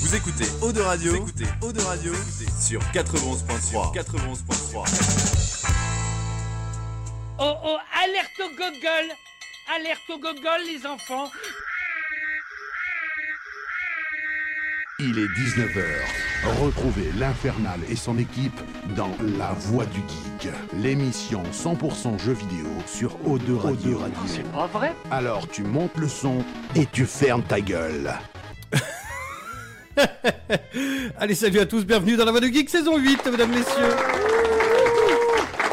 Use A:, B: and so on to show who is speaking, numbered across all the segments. A: Vous écoutez Eau de Radio, Vous écoutez Eau de Radio sur 91.3. 91.3.
B: Oh oh, alerte au gogol Alerte au gogol les enfants
C: Il est 19h. Retrouvez l'Infernal et son équipe dans La Voix du Geek, l'émission 100% jeux vidéo sur O2 Radio. C'est pas vrai Alors tu montes le son et tu fermes ta gueule.
D: Allez, salut à tous, bienvenue dans la Voix du Geek saison 8, mesdames, messieurs.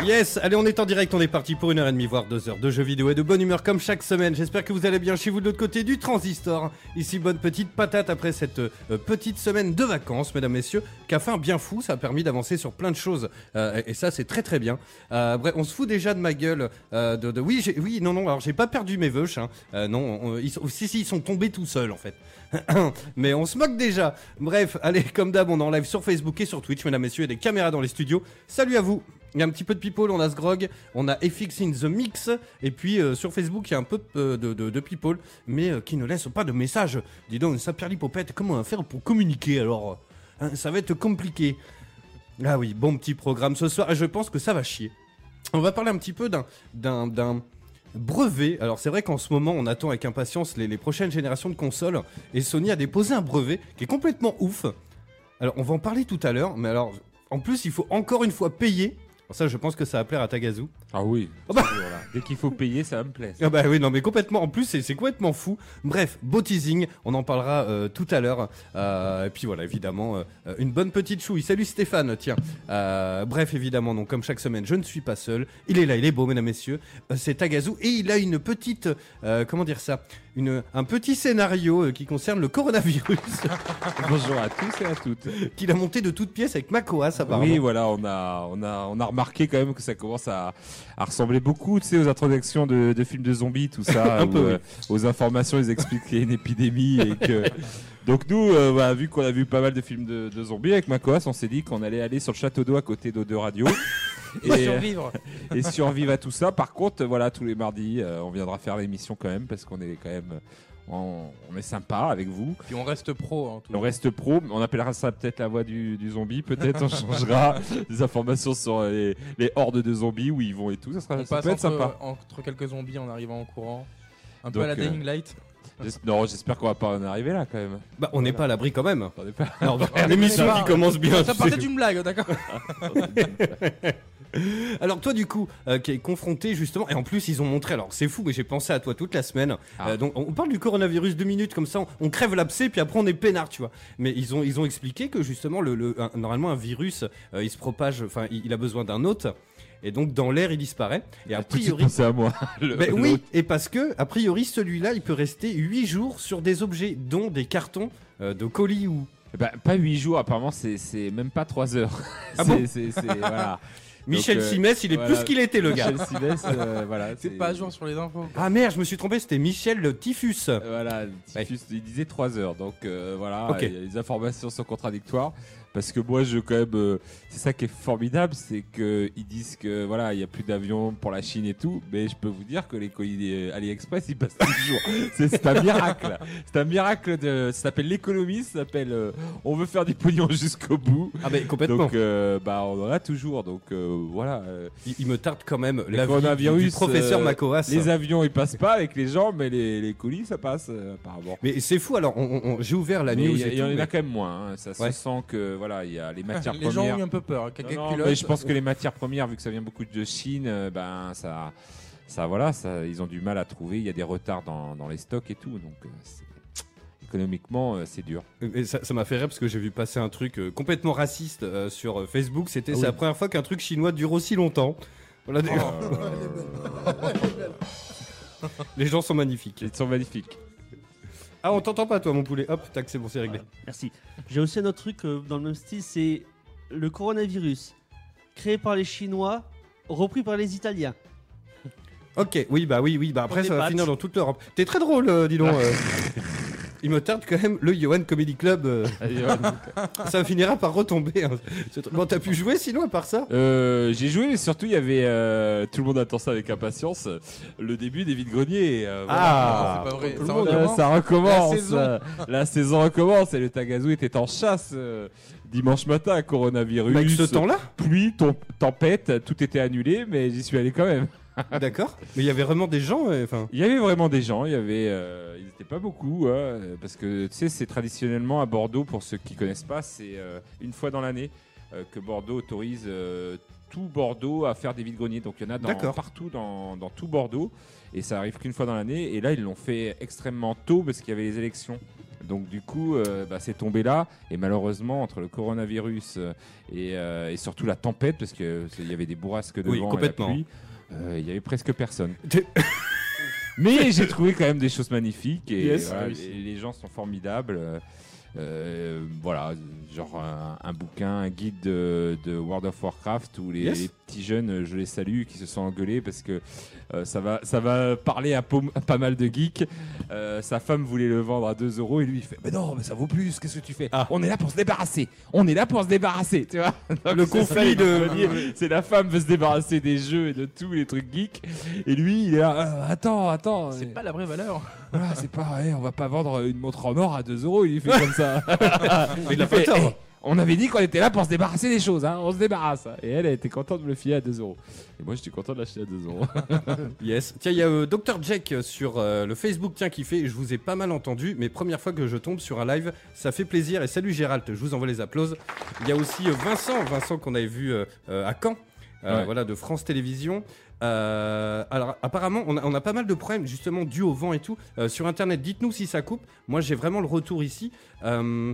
D: Yes, allez, on est en direct, on est parti pour une heure et demie, voire deux heures de jeux vidéo et de bonne humeur comme chaque semaine. J'espère que vous allez bien chez vous de l'autre côté du transistor. Ici, bonne petite patate après cette euh, petite semaine de vacances, mesdames, messieurs. Qu'a fait un bien fou, ça a permis d'avancer sur plein de choses. Euh, et et ça, c'est très très bien. Euh, bref, on se fout déjà de ma gueule. euh, de, de- Oui, j'ai- oui, non, non, alors j'ai pas perdu mes veuches. hein. Euh, non, on- ils sont... si, si, ils sont tombés tout seuls en fait. Mais on se moque déjà. Bref, allez, comme d'hab, on est en live sur Facebook et sur Twitch, mesdames, messieurs, et des caméras dans les studios. Salut à vous. Il y a un petit peu de people, on a Sgrog, on a FX in the Mix, et puis euh, sur Facebook, il y a un peu euh, de, de- de people, mais euh, qui ne laissent pas de messages. Dis donc, ça perlipopette, comment on va faire pour communiquer alors Hein, Ça va être compliqué. Ah oui, bon petit programme ce soir, je pense que ça va chier. On va parler un petit peu d'un- d'un d'un brevet. Alors c'est vrai qu'en ce moment on attend avec impatience les, les prochaines générations de consoles et Sony a déposé un brevet qui est complètement ouf. Alors on va en parler tout à l'heure, mais alors en plus il faut encore une fois payer. Alors, ça je pense que ça va plaire à Tagazu.
E: Ah oui.
D: Oh bah.
E: toujours là. Dès qu'il faut payer, ça me plaît.
D: Ah bah oui, non mais complètement, en plus c'est c'est complètement fou. Bref, beau teasing, on en parlera euh, tout à l'heure. Euh, et puis voilà, évidemment, euh, euh, une bonne petite chouille. Salut Stéphane, tiens. Euh, bref, évidemment, donc comme chaque semaine, je ne suis pas seul. Il est là, il est beau, mesdames, messieurs. Euh, c'est Tagazu et il a une petite, euh, comment dire ça, une, un petit scénario euh, qui concerne le coronavirus
E: Bonjour à tous et à toutes.
D: qu'il a monté de toutes pièces avec Makoas apparemment.
E: Oui, voilà, on a, on a, on a remarqué quand même que ça commence à, à ressembler beaucoup, tu sais, aux introductions de, de films de zombies, tout ça,
D: Un
E: où,
D: peu, oui.
E: euh, aux informations, ils expliquent qu'il y a une épidémie et que. Donc nous, euh, bah, vu qu'on a vu pas mal de films de, de zombies avec Macoas, on s'est dit qu'on allait aller sur le château d'eau à côté d'Eau de Radio.
F: euh,
E: et,
F: survivre.
E: et survivre à tout ça. Par contre, voilà, tous les mardis, euh, on viendra faire l'émission quand même parce qu'on est quand même, euh, on, on est sympa avec vous.
F: Puis on reste pro en tout.
E: On reste pro, mais on appellera ça peut-être la voix du, du zombie, peut-être on changera des informations sur les, les hordes de zombies où ils vont et tout, ça, sera,
F: On
E: ça
F: passe
E: peut être
F: entre, euh,
E: sympa.
F: entre quelques zombies en arrivant en courant. Un peu
E: Donc,
F: à la
E: euh,
F: Dying Light.
E: J'es- Non, j'espère qu'on va pas en arriver là quand même.
D: Bah on n'est pas à l'abri quand même.
E: Attendez pas.
D: Non, l'émission qui commence bien.
F: Ah, Ça
D: tu
F: partait
D: sais.
F: d'une blague, hein, d'accord
D: Alors toi du coup, euh, qui est confronté justement, et en plus ils ont montré, alors c'est fou, mais j'ai pensé à toi toute la semaine.
E: Ah.
D: Euh, donc on parle du coronavirus deux minutes comme ça, on, on crève l'abcès puis après on est peinard, tu vois. Mais ils ont ils ont expliqué que justement le, le- un- normalement un virus, euh, il se propage, enfin il, il a besoin d'un hôte, et donc dans l'air il disparaît. Et a
E: Tout de suite,
D: priori,
E: pensez à moi. Le-
D: ben
E: le-
D: oui, et parce que, a priori, celui-là, il peut rester 8 jours sur des objets, dont des cartons euh, de colis ou...
E: Bah, pas 8 jours, apparemment, c'est- c'est même pas 3 heures.
D: Ah
E: C'est-
D: bon
E: c'est- c'est- voilà.
D: Michel
E: Donc, euh,
D: Simès, il est
E: voilà.
D: plus qu'il était, le gars.
E: Michel Simès, euh, voilà.
F: C'est pas à jour sur les infos.
D: Ah merde, je me suis trompé, c'était Michel le typhus. Ah,
E: Voilà, le typhus, il disait 3 heures. Donc euh, voilà,
D: Ok.
E: et les informations sont contradictoires. Parce que moi, je quand même, euh, c'est ça qui est formidable, c'est que ils disent que voilà, il y a plus d'avions pour la Chine et tout, mais je peux vous dire que les colis euh, AliExpress, ils passent toujours. c'est c'est un miracle. C'est un miracle de. Ça s'appelle l'économie, ça s'appelle. euh, on veut faire du pognon jusqu'au bout.
D: Ah ben complètement.
E: Donc euh, bah on en a toujours. Donc euh, voilà. euh,
D: Il, il me tarde quand même la
E: coronavirus,
D: vie du professeur
E: euh,
D: Macoas.
E: les avions, ils passent pas avec les gens, mais les, les colis, ça passe euh, apparemment.
D: Mais c'est fou. Alors, on- on- on- j'ai ouvert la
E: Mais
D: news.
E: Il y, a-
D: et
E: il y en
D: tout,
E: a
D: mais-
E: quand même moins. hein. Ça
D: Ouais.
E: se sent que voilà, il y a les matières
F: Ah, les gens
E: premières.
F: ont eu un peu peur. Caca
E: Non, non,
F: culotte.
E: mais je pense que les matières premières, vu que ça vient beaucoup de Chine, euh, ben ça, ça voilà, ça, ils ont du mal à trouver. Il y a des retards dans, dans les stocks et tout, donc euh, c'est- économiquement euh, c'est dur.
D: mais ça ça m'a fait rire parce que j'ai vu passer un truc euh, complètement raciste euh, sur euh, Facebook.
E: Ah
D: C'était c'est la première fois qu'un truc chinois dure aussi longtemps. Voilà,
E: Oh.
D: des- les gens sont magnifiques.
E: Ils sont magnifiques.
D: Ah, on t'entend pas, toi, mon poulet. Hop, tac, c'est bon, c'est réglé.
G: Merci. J'ai aussi un autre truc euh, dans le même style, c'est le coronavirus, créé par les Chinois, repris par les Italiens.
D: Ok, oui, bah oui, oui, bah après
G: des
D: ça va
G: pattes.
D: finir dans toute l'Europe. T'es très drôle, euh, dis donc. euh. il me tarde quand même le Yohan Comedy Club. euh, ça finira par retomber. hein, ce truc. Bon, t'as pu jouer sinon à part ça
E: Euh, j'ai joué, mais surtout il y avait euh, tout le monde attend ça avec impatience. Le début des vides greniers. euh, voilà.
F: Ah, c'est pas vrai.
E: Tout le
F: Ça
E: monde, euh,
F: recommence.
E: ça recommence.
F: La saison.
E: euh, La saison recommence et le Tagazu était en chasse euh, dimanche matin. Coronavirus,
D: Avec ce temps-là
E: pluie, tom- tempête, tout était annulé, mais j'y suis allé quand même.
D: D'accord. Mais il y avait vraiment des gens. euh, Enfin,
E: Il y avait vraiment des gens, il y avait, euh, ils n'étaient pas beaucoup, hein, parce que tu sais, c'est traditionnellement à Bordeaux, pour ceux qui connaissent pas, c'est euh, une fois dans l'année euh, que Bordeaux autorise euh, tout Bordeaux à faire des vides greniers. Donc il y en a dans-
D: D'accord.
E: partout dans, dans tout Bordeaux, et ça arrive qu'une fois dans l'année. Et là, ils l'ont fait extrêmement tôt parce qu'il y avait les élections. Donc du coup, euh, bah, c'est tombé là, et malheureusement entre le coronavirus euh, et, euh, et surtout la tempête, parce que c'est- il y avait des bourrasques de
D: Oui,
E: vent
D: complètement.
E: et la pluie, euh, il y avait presque personne.
D: T'es-
E: Mais j'ai trouvé quand même des choses magnifiques et
F: Yes.
E: voilà,
F: Ah oui,
E: les, les gens sont formidables. Euh, euh, voilà, genre un, un bouquin, un guide de, de World of Warcraft où les,
D: Yes.
E: les petits jeunes, je les salue, qui se sont engueulés parce que euh, ça, va, ça va parler à, pom- à pas mal de geeks. Euh, sa femme voulait le vendre à 2 euros et lui il fait Mais non, mais ça vaut plus, qu'est-ce que tu fais On est là pour se débarrasser, on est là pour se débarrasser, tu vois.
D: Ah. Le conflit de-
E: C'est la femme veut se débarrasser des jeux et de tous les trucs geeks. Et lui, il est là, Euh, attends, attends.
F: C'est pas la vraie valeur. hein,
E: Voilà, c'est pas, eh, on va pas vendre une montre en or à 2 euros, il fait comme ça.
D: il a
E: fait,
D: pas tort.
E: eh, on avait dit qu'on était là pour se débarrasser des choses, hein, on se débarrasse. Et elle, elle était contente de me le filer à 2 euros. Et moi, j'étais content de l'acheter à 2 euros.
D: Yes. Tiens, il y a euh, Dr Jack euh, sur euh, le Facebook, tiens, qui fait, je vous ai pas mal entendu, mais première fois que je tombe sur un live, ça fait plaisir. Et salut Gérald, je vous envoie les applauses. Il y a aussi euh, Vincent, Vincent qu'on avait vu euh, euh, à Caen, euh,
E: Ouais.
D: voilà, de France Télévisions. Euh, alors apparemment on a, on a pas mal de problèmes justement dus au vent et tout Euh, sur internet dites-nous si ça coupe moi j'ai vraiment le retour ici Euh,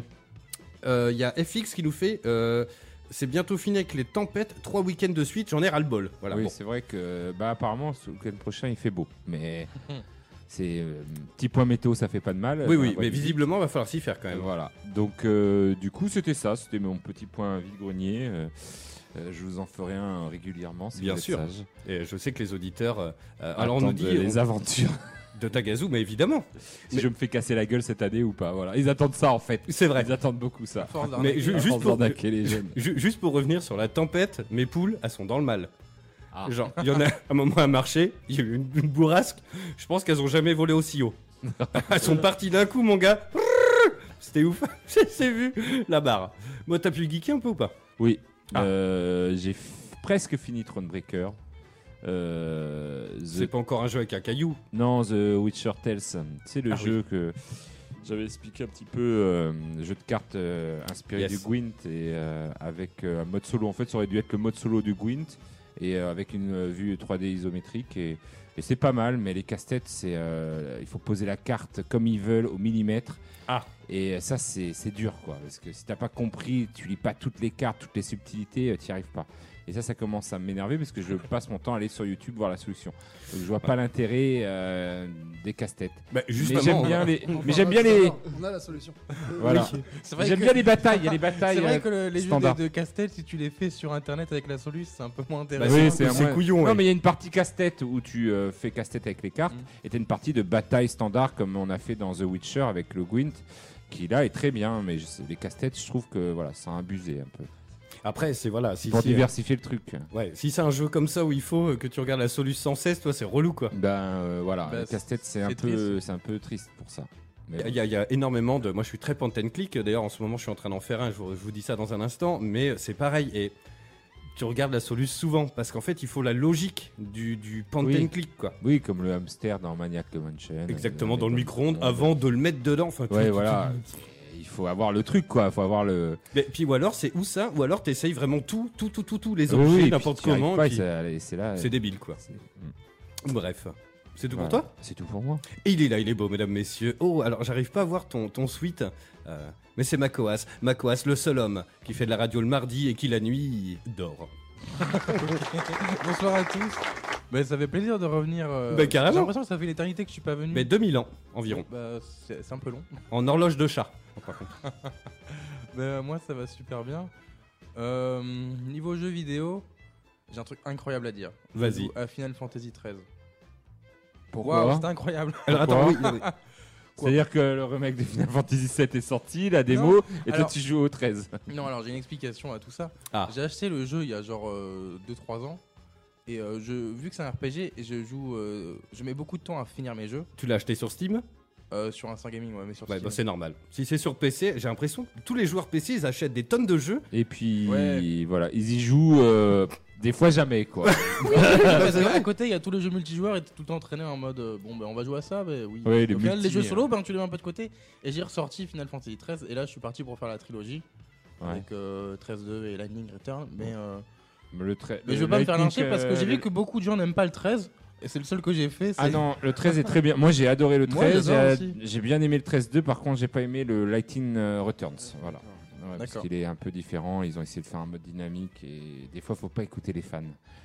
D: euh, il y a FX qui nous fait euh, c'est bientôt fini avec les tempêtes trois week-ends de suite j'en ai ras le bol voilà
E: oui,
D: bon.
E: c'est vrai que, bah, apparemment, ce week-end prochain, il fait beau. Mais c'est. euh, petit point météo, ça fait pas de mal.
D: Hmm. oui
E: Dans la
D: oui mais
E: voie Euh, du geek.
D: visiblement va falloir s'y faire quand même
E: Voilà. Donc, euh, du coup, c'était ça. C'était mon petit point vide-grenier. Euh, euh, je vous en ferai un régulièrement si
D: Bien
E: vous êtes
D: sûr.
E: sage.
D: Et je sais que les auditeurs. euh, euh, alors on nous dit
E: les
D: on-
E: aventures.
D: de Tagazu, mais évidemment,
E: si
D: Mais-
E: je me fais casser la gueule cette année ou pas. Voilà. Ils attendent ça en fait.
D: c'est vrai.
E: Ils attendent beaucoup ça.
F: Force
D: Mais
F: d'arnaque.
D: ju-
E: À
D: juste,
E: force
D: pour,
E: d'arnaquer les jeunes.
D: ju- juste pour revenir sur la tempête, mes poules, elles sont dans le mal.
E: Ah.
D: Genre, il y en a un moment à marché, il y a eu une, une bourrasque, je pense qu'elles ont jamais volé aussi haut. elles sont parties d'un coup, mon gars. C'était ouf, j'ai j'ai vu la barre. Moi, t'as pu geeker un peu ou pas
E: Oui.
D: Ah.
E: Euh, J'ai f- presque fini Thronebreaker. Euh, The-
D: C'est pas encore un jeu avec un caillou.
E: Non, The Witcher Tales. C'est le
D: Ah
E: jeu que j'avais expliqué un petit peu. euh, jeu de cartes euh, inspiré
D: Yes.
E: du Gwent et euh, avec euh, un mode solo. En fait, ça aurait dû être le mode solo du Gwent et euh, avec une euh, vue 3D isométrique. Et, et c'est pas mal, mais les casse-têtes, c'est euh, il faut poser la carte comme ils veulent au millimètre.
D: Ah.
E: Et euh, ça, c'est c'est dur, quoi. Parce que si t'as pas compris, tu lis pas toutes les cartes, toutes les subtilités, euh, t'y arrives pas. Et ça, ça commence à m'énerver parce que je passe mon temps à aller sur YouTube voir la solution. Donc, je vois pas l'intérêt euh, des casse-têtes.
D: Bah,
E: Mais
D: justement,
E: j'aime
D: on va-
E: bien les.
H: On
E: Mais
H: parlera
E: j'aime bien
H: tout à
E: les.
H: l'heure. On a la solution.
E: Voilà.
F: C'est vrai
E: J'aime
F: que-
E: bien les batailles. Il y a les
F: C'est
E: batailles.
F: vrai
E: euh,
F: que le- les jeux de,
E: standard.
F: de casse-tête, si tu les fais sur internet avec la soluce, c'est un peu moins
D: Bah,
F: intéressant.
E: Oui,
D: c'est
E: c'est un
D: c'est
E: moins-
D: couillon. ouais.
E: Non, mais il y a une partie casse-tête où tu euh, fais casse-tête avec les cartes
F: Mm.
E: et t'as une partie de bataille standard comme on a fait dans The Witcher avec le Gwent qui là est très bien. Mais je sais- les casse-têtes, je trouve que voilà, ça a abusé un peu.
D: Après, c'est voilà. Si,
E: Pour
D: si,
E: diversifier le truc.
D: ouais, si c'est un jeu comme ça où il faut euh, que tu regardes la solution sans cesse, toi, c'est relou quoi.
E: Ben euh, voilà,
F: Bah,
E: les casse-tête, c'est un,
F: c'est
E: peu- c'est un peu triste pour ça. Mais
D: Il y, a, il y a énormément de. Moi, je suis très point and click. D'ailleurs, en ce moment, je suis en train d'en faire un. Je vous, je vous dis ça dans un instant. Mais c'est pareil. Et tu regardes la solution souvent. Parce qu'en fait, il faut la logique du, du point
E: Oui.
D: and click, quoi.
E: Oui, comme le hamster dans Maniac euh, Mansion.
D: Exactement, dans le micro-ondes, avant de le mettre dedans. Enfin, tu-
E: Ouais,
D: tu-
E: voilà. Il faut avoir le truc, quoi. Il faut avoir le.
D: tu- Mais puis, ou alors, c'est ou ça, ou alors, t'essayes vraiment tout, tout, tout, tout, tout, les
E: Oui, oui,
D: objets,
E: et puis
D: n'importe
E: tu y arrives
D: comment.
E: pas,
D: et puis
E: c'est- allez, C'est là. euh,
D: C'est débile, quoi.
E: C'est
D: Bref. C'est tout
E: Voilà.
D: pour toi
E: C'est tout pour moi.
D: Et il est là, il est beau, mesdames, messieurs. Oh, alors j'arrive pas à voir ton, ton suite, euh, mais c'est Macoas. Macoas, le seul homme qui fait de la radio le mardi et qui la nuit dort.
F: Bonsoir à tous. Bah, ça fait plaisir de revenir. euh,
D: Bah, carrément.
F: J'ai l'impression que ça fait l'éternité que je suis pas venu.
D: Mais 2000 ans environ,
F: Bah, c'est c'est un peu long.
D: en horloge de chat. par contre.
F: Bah, moi, ça va super bien. Euh, niveau jeux vidéo, j'ai un truc incroyable à dire.
D: Vas-y.
F: À Final Fantasy 13.
E: Pourquoi
F: Waouh, c'est incroyable.
D: Alors attends, oui, oui, oui.
E: C'est-à-dire que le remake de Final Fantasy VII est sorti, la démo, et toi
F: alors-
E: tu joues au 13.
F: Non, alors j'ai une explication à tout ça.
D: Ah.
F: J'ai acheté le jeu il y a genre 2-3 ans. Et euh, je, vu que c'est un RPG, et je joue. euh, je mets beaucoup de temps à finir mes jeux
D: Tu l'as acheté sur Steam
F: euh, sur Instant Gaming, ouais, mais sur
D: Ouais,
F: Steam.
D: bah, c'est normal. Si c'est sur PC, j'ai l'impression que tous les joueurs PC, ils achètent des tonnes de jeux.
E: Et puis
F: Ouais.
E: voilà, ils y jouent euh, des fois jamais quoi.
F: Parce
D: c'est
F: que
D: vrai.
F: à côté, il y a tous les jeux multijoueurs et t'es tout le temps entraîné en mode euh, bon, ben on va jouer à ça, ben oui.
E: Ouais, les
F: Au final, les
E: multi,
F: jeux
E: hein.
F: solo, ben tu les mets un peu de côté. Et j'ai ressorti Final Fantasy XIII, et là je suis parti pour faire la trilogie
E: Ouais.
F: avec euh, 13-2 et Lightning Return. Mais, euh,
E: Mais le trai-
F: mais
E: le
F: je veux pas me faire
E: Lightning,
F: lyncher parce que j'ai
E: euh,
F: vu que beaucoup de gens n'aiment pas le 13, et c'est le seul que j'ai fait.
E: Ah
F: c'est-
E: non, le 13 est très bien. Moi j'ai adoré le
F: Moi,
E: 13,
F: j'adore
E: j'ai-
F: aussi.
E: j'ai bien aimé le 13-2, par contre j'ai pas aimé le Lightning euh, Returns. Voilà. Ouais, parce
F: D'accord.
E: qu'il est un peu différent, ils ont essayé de faire un mode dynamique et des fois faut pas écouter les fans.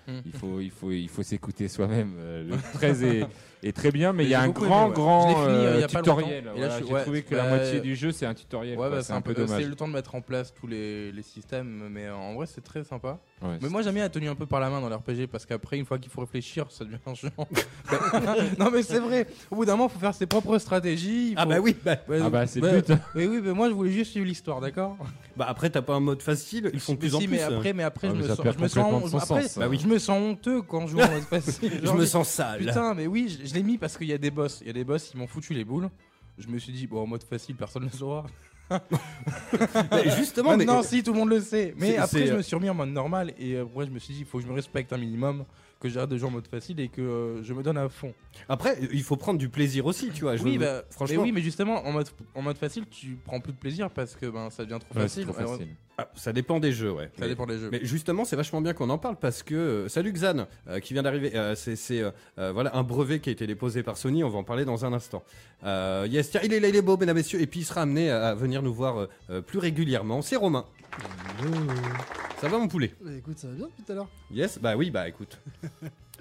F: Hmm.
E: Il faut, il faut, il faut s'écouter soi-même. Euh, Le 13 est, est très bien, mais il y a
F: j'ai
E: un
F: beaucoup
E: grand,
F: aimé, ouais.
E: grand
F: Je l'ai fini, euh, il y
E: euh,
F: a pas
E: tutoriel.
F: longtemps. Et
E: Voilà,
F: là, je suis-
E: J'ai
F: ouais,
E: trouvé que la
F: bah,
E: moitié du jeu c'est un tutoriel.
F: Ouais,
E: quoi.
F: bah,
E: c'est un peu dommage.
F: C'est le temps de mettre en place tous les, les systèmes, mais euh, en vrai, c'est très sympa.
E: Ouais,
F: Mais moi, j'aime bien la tenue un peu par la main dans l'RPG parce qu'après, une fois qu'il faut réfléchir, ça devient chiant. non, mais c'est vrai. Au bout d'un moment, faut faire ses propres stratégies. il
D: Ah
F: faut-
D: bah oui, bah,
F: Ouais,
E: Ah bah, c'est
F: bah,
E: le but.
F: Mais oui, mais moi, je voulais juste suivre l'histoire, d'accord
D: bah après t'as pas un mode facile, ils font de
F: Mais
D: plus en
F: si,
D: plus.
F: mais
D: euh.
F: après, mais après,
E: Ah,
F: je,
E: mais
F: me
E: ça
F: sens,
E: perd
F: je me sens-
E: complètement de son
F: je- après,
E: sens, Bah oui.
F: je me sens honteux quand je joue en mode facile.
D: Je
F: Genre,
D: me sens sale.
F: Putain, mais oui, je, je l'ai mis parce qu'il y a des boss. Il y a des boss, ils m'ont foutu les boules. Je me suis dit, bon, en mode facile, personne ne le saura.
D: Mais justement, mais, euh,
F: Maintenant, si, tout le monde le sait.
D: C'est-
F: Mais
D: c'est,
F: après, je
D: euh,
F: me suis remis en mode normal. Et euh, ouais, je me suis dit, il faut que je me respecte un minimum, que j'arrête de jouer en mode facile et que euh, je me donne à fond.
D: après il faut prendre du plaisir aussi, tu vois. je-
F: oui, bah,
D: franchement,
F: Mais oui, mais justement, en mode, en mode facile, tu prends plus de plaisir parce que ben, ça devient trop
E: Ouais, c'est
F: facile.
E: trop
F: Alors,
E: facile.
D: ah, ça dépend des jeux, ouais.
F: Ça
D: Mais-
F: dépend des jeux.
D: Mais justement, c'est vachement bien qu'on en parle parce que euh, salut Xan euh, qui vient d'arriver. euh, c'est c'est, euh, euh, voilà un brevet qui a été déposé par Sony. On va en parler dans un instant. Euh, yes, tiens, il est là, il est beau, mesdames messieurs, et puis il sera amené à, à venir nous voir euh, euh, plus régulièrement. C'est Romain. Ça va mon poulet
H: Bah, écoute, ça va bien depuis tout à l'heure
D: Yes, bah oui, bah écoute.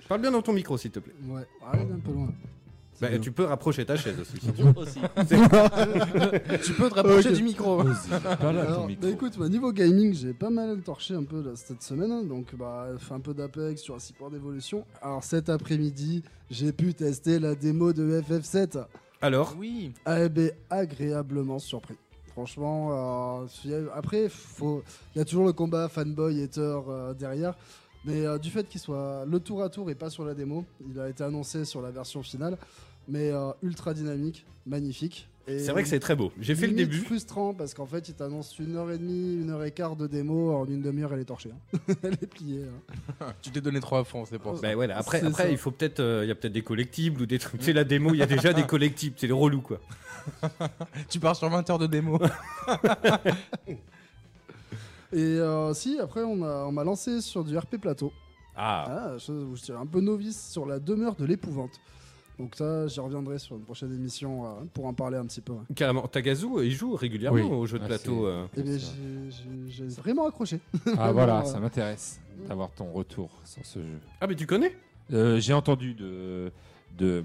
D: Parle bien dans ton micro, s'il te plaît.
H: Ouais, allez un peu loin.
D: Bah, tu peux rapprocher ta chaise aussi.
G: aussi.
F: tu peux te rapprocher
H: Ok.
F: du micro.
E: Parle à ton
H: hein. Alors,
E: micro.
H: bah, écoute, bah, niveau gaming, j'ai pas mal torché un peu là, cette semaine. hein. donc, bah, fait un peu d'Apex, sur World Evolution. Alors, cet après-midi, j'ai pu tester la démo de FF7.
D: Alors,
F: Oui.
H: Ah, ben, agréablement surpris. Franchement, euh, y a- après, faut- il y a toujours le combat fanboy hater euh, derrière. Mais euh, du fait qu'il soit le tour à tour et pas sur la démo, il a été annoncé sur la version finale, mais euh, ultra dynamique, magnifique. Et
D: c'est vrai que c'est très beau. J'ai fait le
H: limite
D: début.
H: frustrant parce qu'en fait, il t'annonce une heure et demie, une heure et quart de démo. En une demi-heure, elle est torchée. hein. elle est pliée. hein.
F: Tu t'es donné trop à fond, c'est pour ça.
D: Bah ouais, là, après,
H: C'est
D: après
H: ça.
D: il faut peut-être, euh, il y a peut-être des collectibles ou des trucs. C'est la démo, il y a déjà des collectibles, c'est relou quoi.
F: Tu pars sur 20 heures de démo.
H: Et euh, si, après, on a- on m'a lancé sur du RP plateau.
D: Ah,
H: Ah, chose où je suis un peu novice sur la demeure de l'épouvante. Donc ça, j'y reviendrai sur une prochaine émission euh, pour en parler un petit peu. ouais.
D: carrément. Tagazu, euh, il joue régulièrement
E: Oui.
D: aux jeux de
E: Ah,
D: plateau.
E: c'est-
D: euh.
H: Eh bien,
E: Ça.
H: j'ai- j'ai j'ai vraiment accroché.
E: Ah voilà,
H: euh,
E: ça m'intéresse d'avoir ton retour sur ce jeu.
D: Ah, mais tu connais
E: Euh, j'ai entendu de. de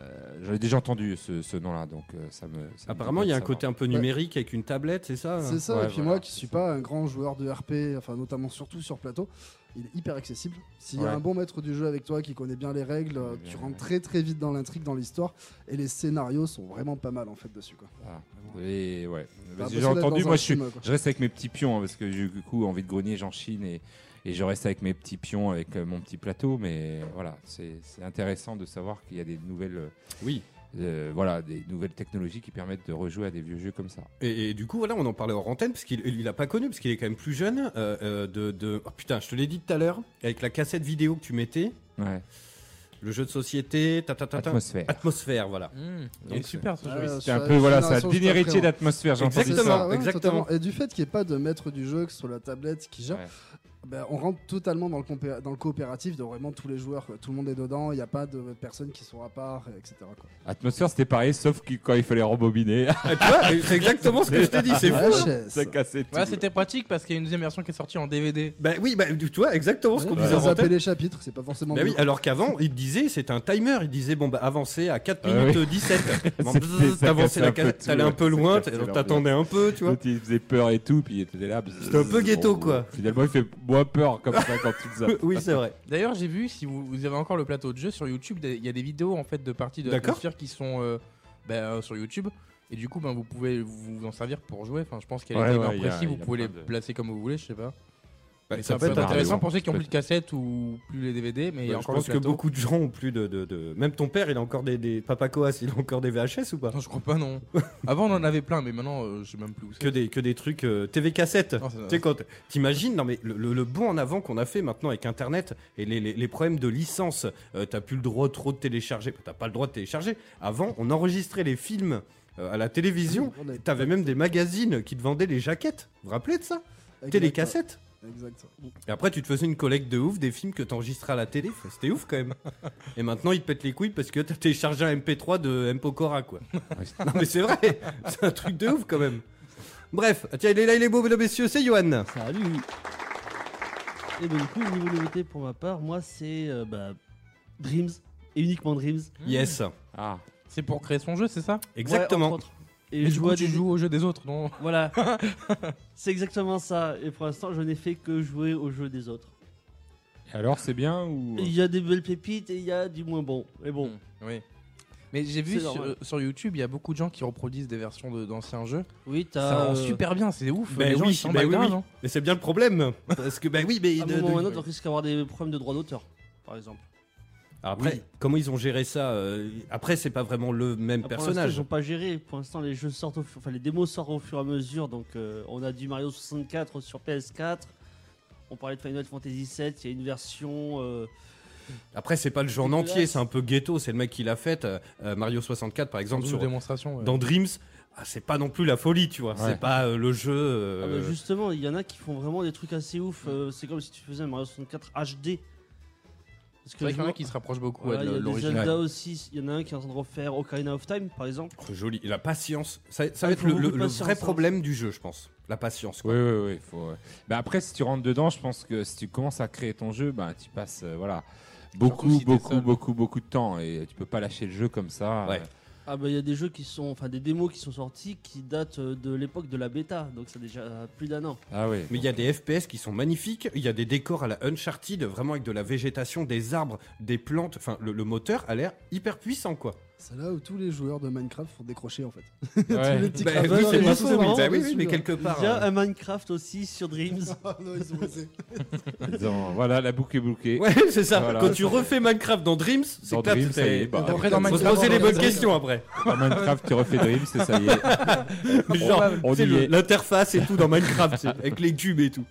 E: euh, J'avais déjà entendu ce, ce nom-là, donc euh, ça me. ça me
D: Apparemment, il y a un
E: savoir.
D: côté un peu numérique avec une tablette, c'est ça hein
H: C'est ça,
E: Ah, ouais,
H: et puis
E: voilà,
H: moi qui
E: c'est
H: suis
E: ça.
H: pas un grand joueur de RP, enfin notamment surtout sur plateau, il est hyper accessible. S'il y
E: Ouais.
H: a un bon maître du jeu avec toi qui connaît bien les règles, euh,
E: Bien,
H: tu
E: ouais.
H: rentres très très vite dans l'intrigue, dans l'histoire, et les scénarios sont vraiment pas mal en fait dessus. Quoi.
E: Ah, et ouais. Bah,
H: T'as
E: j'ai
H: l'impression d'être
E: entendu,
H: dans
E: moi
H: un
E: je, suis,
H: film, euh, quoi.
E: je reste avec mes petits pions, hein, parce que j'ai du coup envie de grogner, j'enchine et, et je reste avec mes petits pions, avec euh, mon petit plateau, mais voilà, c'est c'est intéressant de savoir qu'il y a des nouvelles. euh,
D: Oui.
E: euh, voilà, des nouvelles technologies qui permettent de rejouer à des vieux jeux comme ça.
D: Et, et du coup, voilà, on en parlait hors antenne, parce qu'il il l'a pas connu, parce qu'il est quand même plus jeune. euh, euh, de, de- Oh putain, je te l'ai dit tout à l'heure, avec la cassette vidéo que tu mettais,
E: Ouais.
D: le jeu de société, ta ta ta ta.
E: Atmosphère.
D: Atmosphère, voilà.
F: Mmh, Ah, il
E: Donc,
F: est super ce
H: Ah,
F: jeu.
H: ouais,
E: C'est un
H: ça-
E: peu, voilà, ça a
H: génération, je
E: dénérité
H: t'appréhende.
E: d'atmosphère, j'ai entendu
D: Exactement,
E: ça.
H: C'est ouais,
D: exactement.
H: totalement. Et du fait qu'il n'y ait pas de maître du jeu, que ce soit la tablette qui gère,
E: Ouais.
H: ben, on rentre totalement dans le, compé- dans le coopératif de vraiment tous les joueurs. quoi. Tout le monde est dedans, il n'y a pas de personnes qui sont à part, euh, etc. quoi.
E: Atmosphère, c'était pareil, sauf que quand il fallait rembobiner,
D: Ah, tu vois, c'est exactement ce que je t'ai dit, c'est fou. hein.
H: VHS.
E: ça cassait tout.
F: Ouais, c'était pratique parce qu'il y a une deuxième version qui est sortie en DVD.
D: Bah oui, bah, tu vois, exactement ce qu'on
H: Ouais,
D: disait
H: Vous
D: en antenne.
H: appelez les chapitres, c'est pas forcément.
D: Bah oui,
H: bien.
D: alors qu'avant, il disait, c'est un timer, il disait, bon bah avancez à 4
E: Ah
D: minutes 17. Bon,
E: Ça
D: bzzz,
E: cassait
D: T'avançais
E: un
D: la
E: peu
D: cassette,
E: tout,
D: t'allais un
E: ouais.
D: peu
E: Ça
D: loin,
E: cassait l'ambiance.
D: t'attendais un peu, tu vois.
E: L'autre, il faisait peur et tout, puis il était là. C'était
D: un peu ghetto, quoi.
E: Finalement, il fait moins peur comme ça quand tu le zappes.
D: Oui, c'est vrai.
F: D'ailleurs, j'ai vu, si vous, vous avez encore le plateau de jeu sur YouTube, il y a des vidéos en fait de parties de
D: D'accord.
F: l'atmosphère qui sont euh, ben, euh, sur YouTube. Et du coup, ben, vous pouvez vous vous en servir pour jouer. Enfin, je pense qu'il y a
E: Ouais,
F: des
E: ouais,
F: timers
E: il y a-
F: précis, vous
E: il y a
F: pouvez les
E: plein de-
F: placer comme vous voulez, je sais pas.
E: Bah,
F: Mais
E: ça
F: ça
E: peut
F: peut
E: être
F: intéressant
E: intéressant.
F: pour ceux qui ont
E: Peut-
F: plus de cassettes ou plus les DVD, mais il y a
D: je
F: encore le
D: pense que
F: plateau.
D: beaucoup de gens ont plus de, de- de- Même ton père, il a encore des. des... Papa Coas, il a encore des VHS ou pas
F: Non, je crois pas, non. Avant, on en avait plein, mais maintenant, euh, je sais même plus où
D: que
F: c'est.
D: des, que des trucs euh, TV cassette.
E: Oh.
F: Non, c'est-
D: Tu sais, quand t'imagines, non mais le, le- le bond en avant qu'on a fait maintenant avec Internet et les, les- les problèmes de licence, euh, t'as plus le droit trop de télécharger, t'as pas le droit de télécharger. Avant, on enregistrait les films euh, à la télévision,
H: On avait-
D: t'avais même des magazines qui te vendaient les jaquettes. Vous vous rappelez de ça
H: Exact.
D: Télécassette.
H: Exact.
D: Et après, tu te faisais une collecte de ouf des films que t'enregistrais à la télé. Enfin, C'était ouf quand même. Et maintenant, ils te pètent les couilles parce que t'as téléchargé un MP3 de M. Pokora, quoi. non, mais c'est vrai. C'est un truc de ouf quand même. Bref, tiens, il est là, il est beau, mesdames, messieurs, c'est
G: Mmh.
D: Johan.
G: Salut Et ben du coup, niveau nouveauté pour ma part, moi c'est euh, bah, Dreams, et uniquement Dreams.
D: Yes,
E: Ah,
F: C'est pour créer son jeu, c'est ça
G: Ouais,
D: exactement.
G: entre autres. et
F: Et
G: je
F: du
G: vois
F: coup, tu
G: des-
F: joues au jeu des autres, non
G: Voilà. c'est exactement ça. Et pour l'instant, je n'ai fait que jouer au jeu des autres.
E: Et alors c'est bien ou
G: Et Il y a des belles pépites et il y a du moins bon. Mais bon,
F: Oui. Mais j'ai vu
G: C'est
F: sur, euh,
G: normal.
F: sur YouTube, il y a beaucoup de gens qui reproduisent des versions de- d'anciens jeux.
G: oui, t'as.
F: Ça rend Bah
G: euh,
F: super bien, c'est ouf.
D: Ben
F: les gens,
D: oui,
F: ils s'en
D: ben
F: battent
D: oui,
F: grave,
D: oui.
F: hein.
D: Mais c'est bien le problème. Parce que, bah oui, mais.
G: À un
D: de-
G: moment ou
D: de-
G: à un autre, on risque d'avoir des problèmes de droit d'auteur, par exemple.
D: Après, comment ils ont géré ça euh, Après, c'est pas vraiment le même
G: Ah, Pour l'instant, ils
D: personnage.
G: n'ont pas géré. Pour l'instant, les jeux sortent, au fu- enfin les démos sortent au fur et à mesure. Donc, euh, on a du Mario 64 sur PS4. On parlait de Final Fantasy VII. Il y a une version. euh,
D: Après, c'est pas le genre en
G: Nicolas.
D: entier, c'est un peu ghetto. C'est le mec qui l'a fait. euh, euh, Mario 64, par exemple,
F: Dans
D: sur
F: une démonstration. ouais.
D: dans Dreams, ah, c'est pas non plus la folie, tu vois. C'est pas euh, le jeu. euh,
G: ah, bah, justement, il y en a qui font vraiment des trucs assez ouf. euh, C'est comme si tu faisais un Mario 64 HD. Parce
F: C'est vrai qu'il
G: je
F: y en a
G: vois-
F: qui se rapprochent beaucoup
G: Voilà,
F: ouais,
G: il y
F: de
G: a des
F: l'original.
G: Zelda aussi. Il y en a un qui est en train de refaire Ocarina of Time, par exemple.
D: oh, joli. Et la patience, ça, ça va
G: Ah, il
D: être
G: faut
D: le,
G: beaucoup
D: le-
G: de
D: le
G: patience,
D: vrai
G: hein.
D: problème du jeu, je pense. La patience. Quoi.
E: Oui, oui, oui. Faut... ouais. Bah après, si tu rentres dedans, je pense que si tu commences à créer ton jeu, bah, tu passes euh, voilà, beaucoup,
F: Surtout si t'es
E: beaucoup,
F: seul.
E: beaucoup, beaucoup de temps et tu peux pas lâcher le jeu comme ça. Euh,
D: Ouais.
G: Ah bah il y a des jeux qui sont, enfin des démos qui sont sortis qui datent euh, de l'époque de la bêta, donc c'est déjà euh, plus d'un an.
E: Ah oui.
D: Mais il y a des FPS qui sont magnifiques, il y a des décors à la Uncharted, vraiment avec de la végétation, des arbres, des plantes. Enfin, le, le moteur a l'air hyper puissant, quoi.
H: C'est là où tous les joueurs de Minecraft font décrocher en fait.
E: Ouais.
H: les petits
D: Bah,
H: crafters,
D: oui, c'est
H: ils
D: pas
H: sont
D: faux, oui.
F: hein.
H: marrants
D: Bah oui, oui,
H: dessus,
D: mais
H: là.
D: quelque part.
G: Il y a
D: euh,
G: un Minecraft aussi sur Dreams.
H: Ah non, ils sont bossés.
E: Bah, Dans- voilà, la boucle est bouclée.
D: Ouais, c'est ça.
E: Voilà.
D: Quand tu refais Minecraft dans Dreams, c'est
E: Dans
D: clair,
E: Dream, ça y est.
D: t'es-
E: Bah,
F: Après, dans
D: Faut se
F: Minecraft,
D: poser les
F: on-
D: bonnes questions après.
E: dans Minecraft, tu refais Dream, c'est ça y est.
D: Genre,
E: on
D: tu sais,
E: y
D: le-
E: est.
D: l'interface et tout dans Minecraft, c'est- avec les cubes et tout.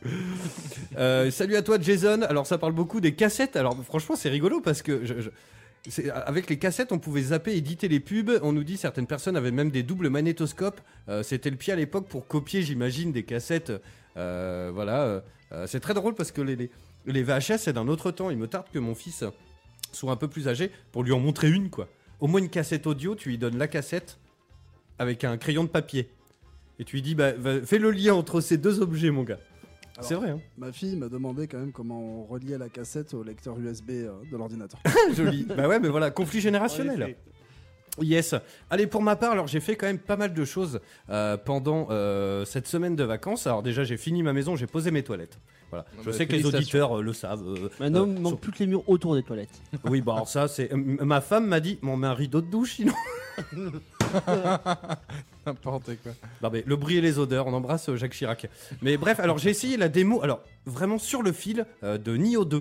D: Euh, salut à toi Jason. Alors ça parle beaucoup des cassettes. Alors franchement c'est rigolo parce que je- je- c'est- avec les cassettes on pouvait zapper, éditer les pubs. On nous dit certaines personnes avaient même des doubles magnétoscopes. Euh, C'était le pied à l'époque pour copier j'imagine des cassettes. Euh, voilà. euh, euh, c'est très drôle parce que les, les, les VHS c'est d'un autre temps. Il me tarde que mon fils soit un peu plus âgé pour lui en montrer une quoi. Au moins une cassette audio, tu lui donnes la cassette avec un crayon de papier. Et tu lui dis, bah, va- fais le lien entre ces deux objets, mon gars.
H: Alors,
D: C'est vrai, hein
H: Ma fille m'a demandé quand même comment on reliait la cassette au lecteur USB euh, de l'ordinateur.
D: Joli. bah ouais, mais voilà, conflit
G: En
D: générationnel.
G: effet.
D: Yes. Allez, pour ma part, alors j'ai fait quand même pas mal de choses euh, pendant euh, cette semaine de vacances. Alors déjà, j'ai fini ma maison, j'ai posé mes toilettes. Voilà.
F: Non,
D: Je
F: bah,
D: sais que les
F: félicitations.
D: auditeurs euh, le savent. euh,
G: Maintenant,
D: euh,
G: il manque
D: sont-
G: plus que les murs autour des toilettes.
D: Oui, bah alors ça, c'est. m- Ma femme m'a dit, mon un rideau de douche, sinon.
F: N'importe quoi.
D: Non mais le bruit et les odeurs, on embrasse euh, Jacques Chirac. Mais bref, alors j'ai essayé la démo, alors vraiment sur le fil euh, de Nioh 2.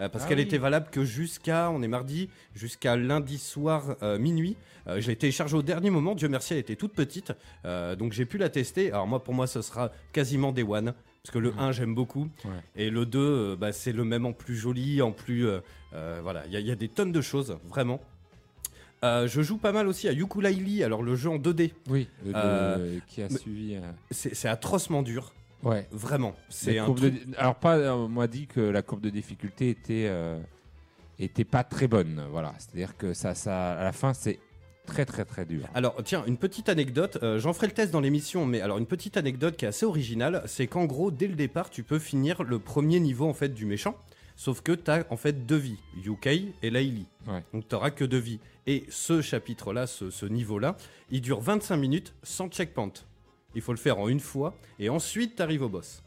D: euh, parce
F: Ah
D: qu'elle
F: oui.
D: était valable que jusqu'à, on est mardi, jusqu'à lundi soir euh, minuit. Euh, je l'ai téléchargée au dernier moment, Dieu merci, elle était toute petite. Euh, donc j'ai pu la tester. Alors moi, pour moi, ce sera quasiment des one. Parce que
F: Mhm.
D: le 1, j'aime beaucoup.
E: Ouais.
D: Et le 2, euh, bah, c'est le même en plus joli, en plus... euh, euh, voilà, il y, a- il y a des tonnes de choses, vraiment. Euh, je joue pas mal aussi à Yooka-Laylee, alors le jeu en 2D.
E: Oui. Le- le-
D: Euh,
E: qui a
D: mais-
E: suivi. euh,
D: C'est c'est atrocement dur.
E: Ouais.
D: Vraiment, c'est
E: La
D: un
E: courbe de-
D: truc.
E: Alors pas, euh, on m'a dit que la courbe de difficulté était euh, était pas très bonne. Voilà. C'est-à-dire que ça, ça, à la fin, c'est très, très, très dur.
D: Alors tiens, une petite anecdote, euh, j'en ferai le test dans l'émission, mais alors une petite anecdote qui est assez originale, c'est qu'en gros, dès le départ, tu peux finir le premier niveau en fait du méchant, sauf que t'as en fait deux vies, UK et Laili.
E: Ouais.
D: Donc t'auras que deux vies. Et ce chapitre-là, ce, ce niveau-là, il dure 25 minutes sans checkpoint. Il faut le faire en une fois, et ensuite t'arrives au boss.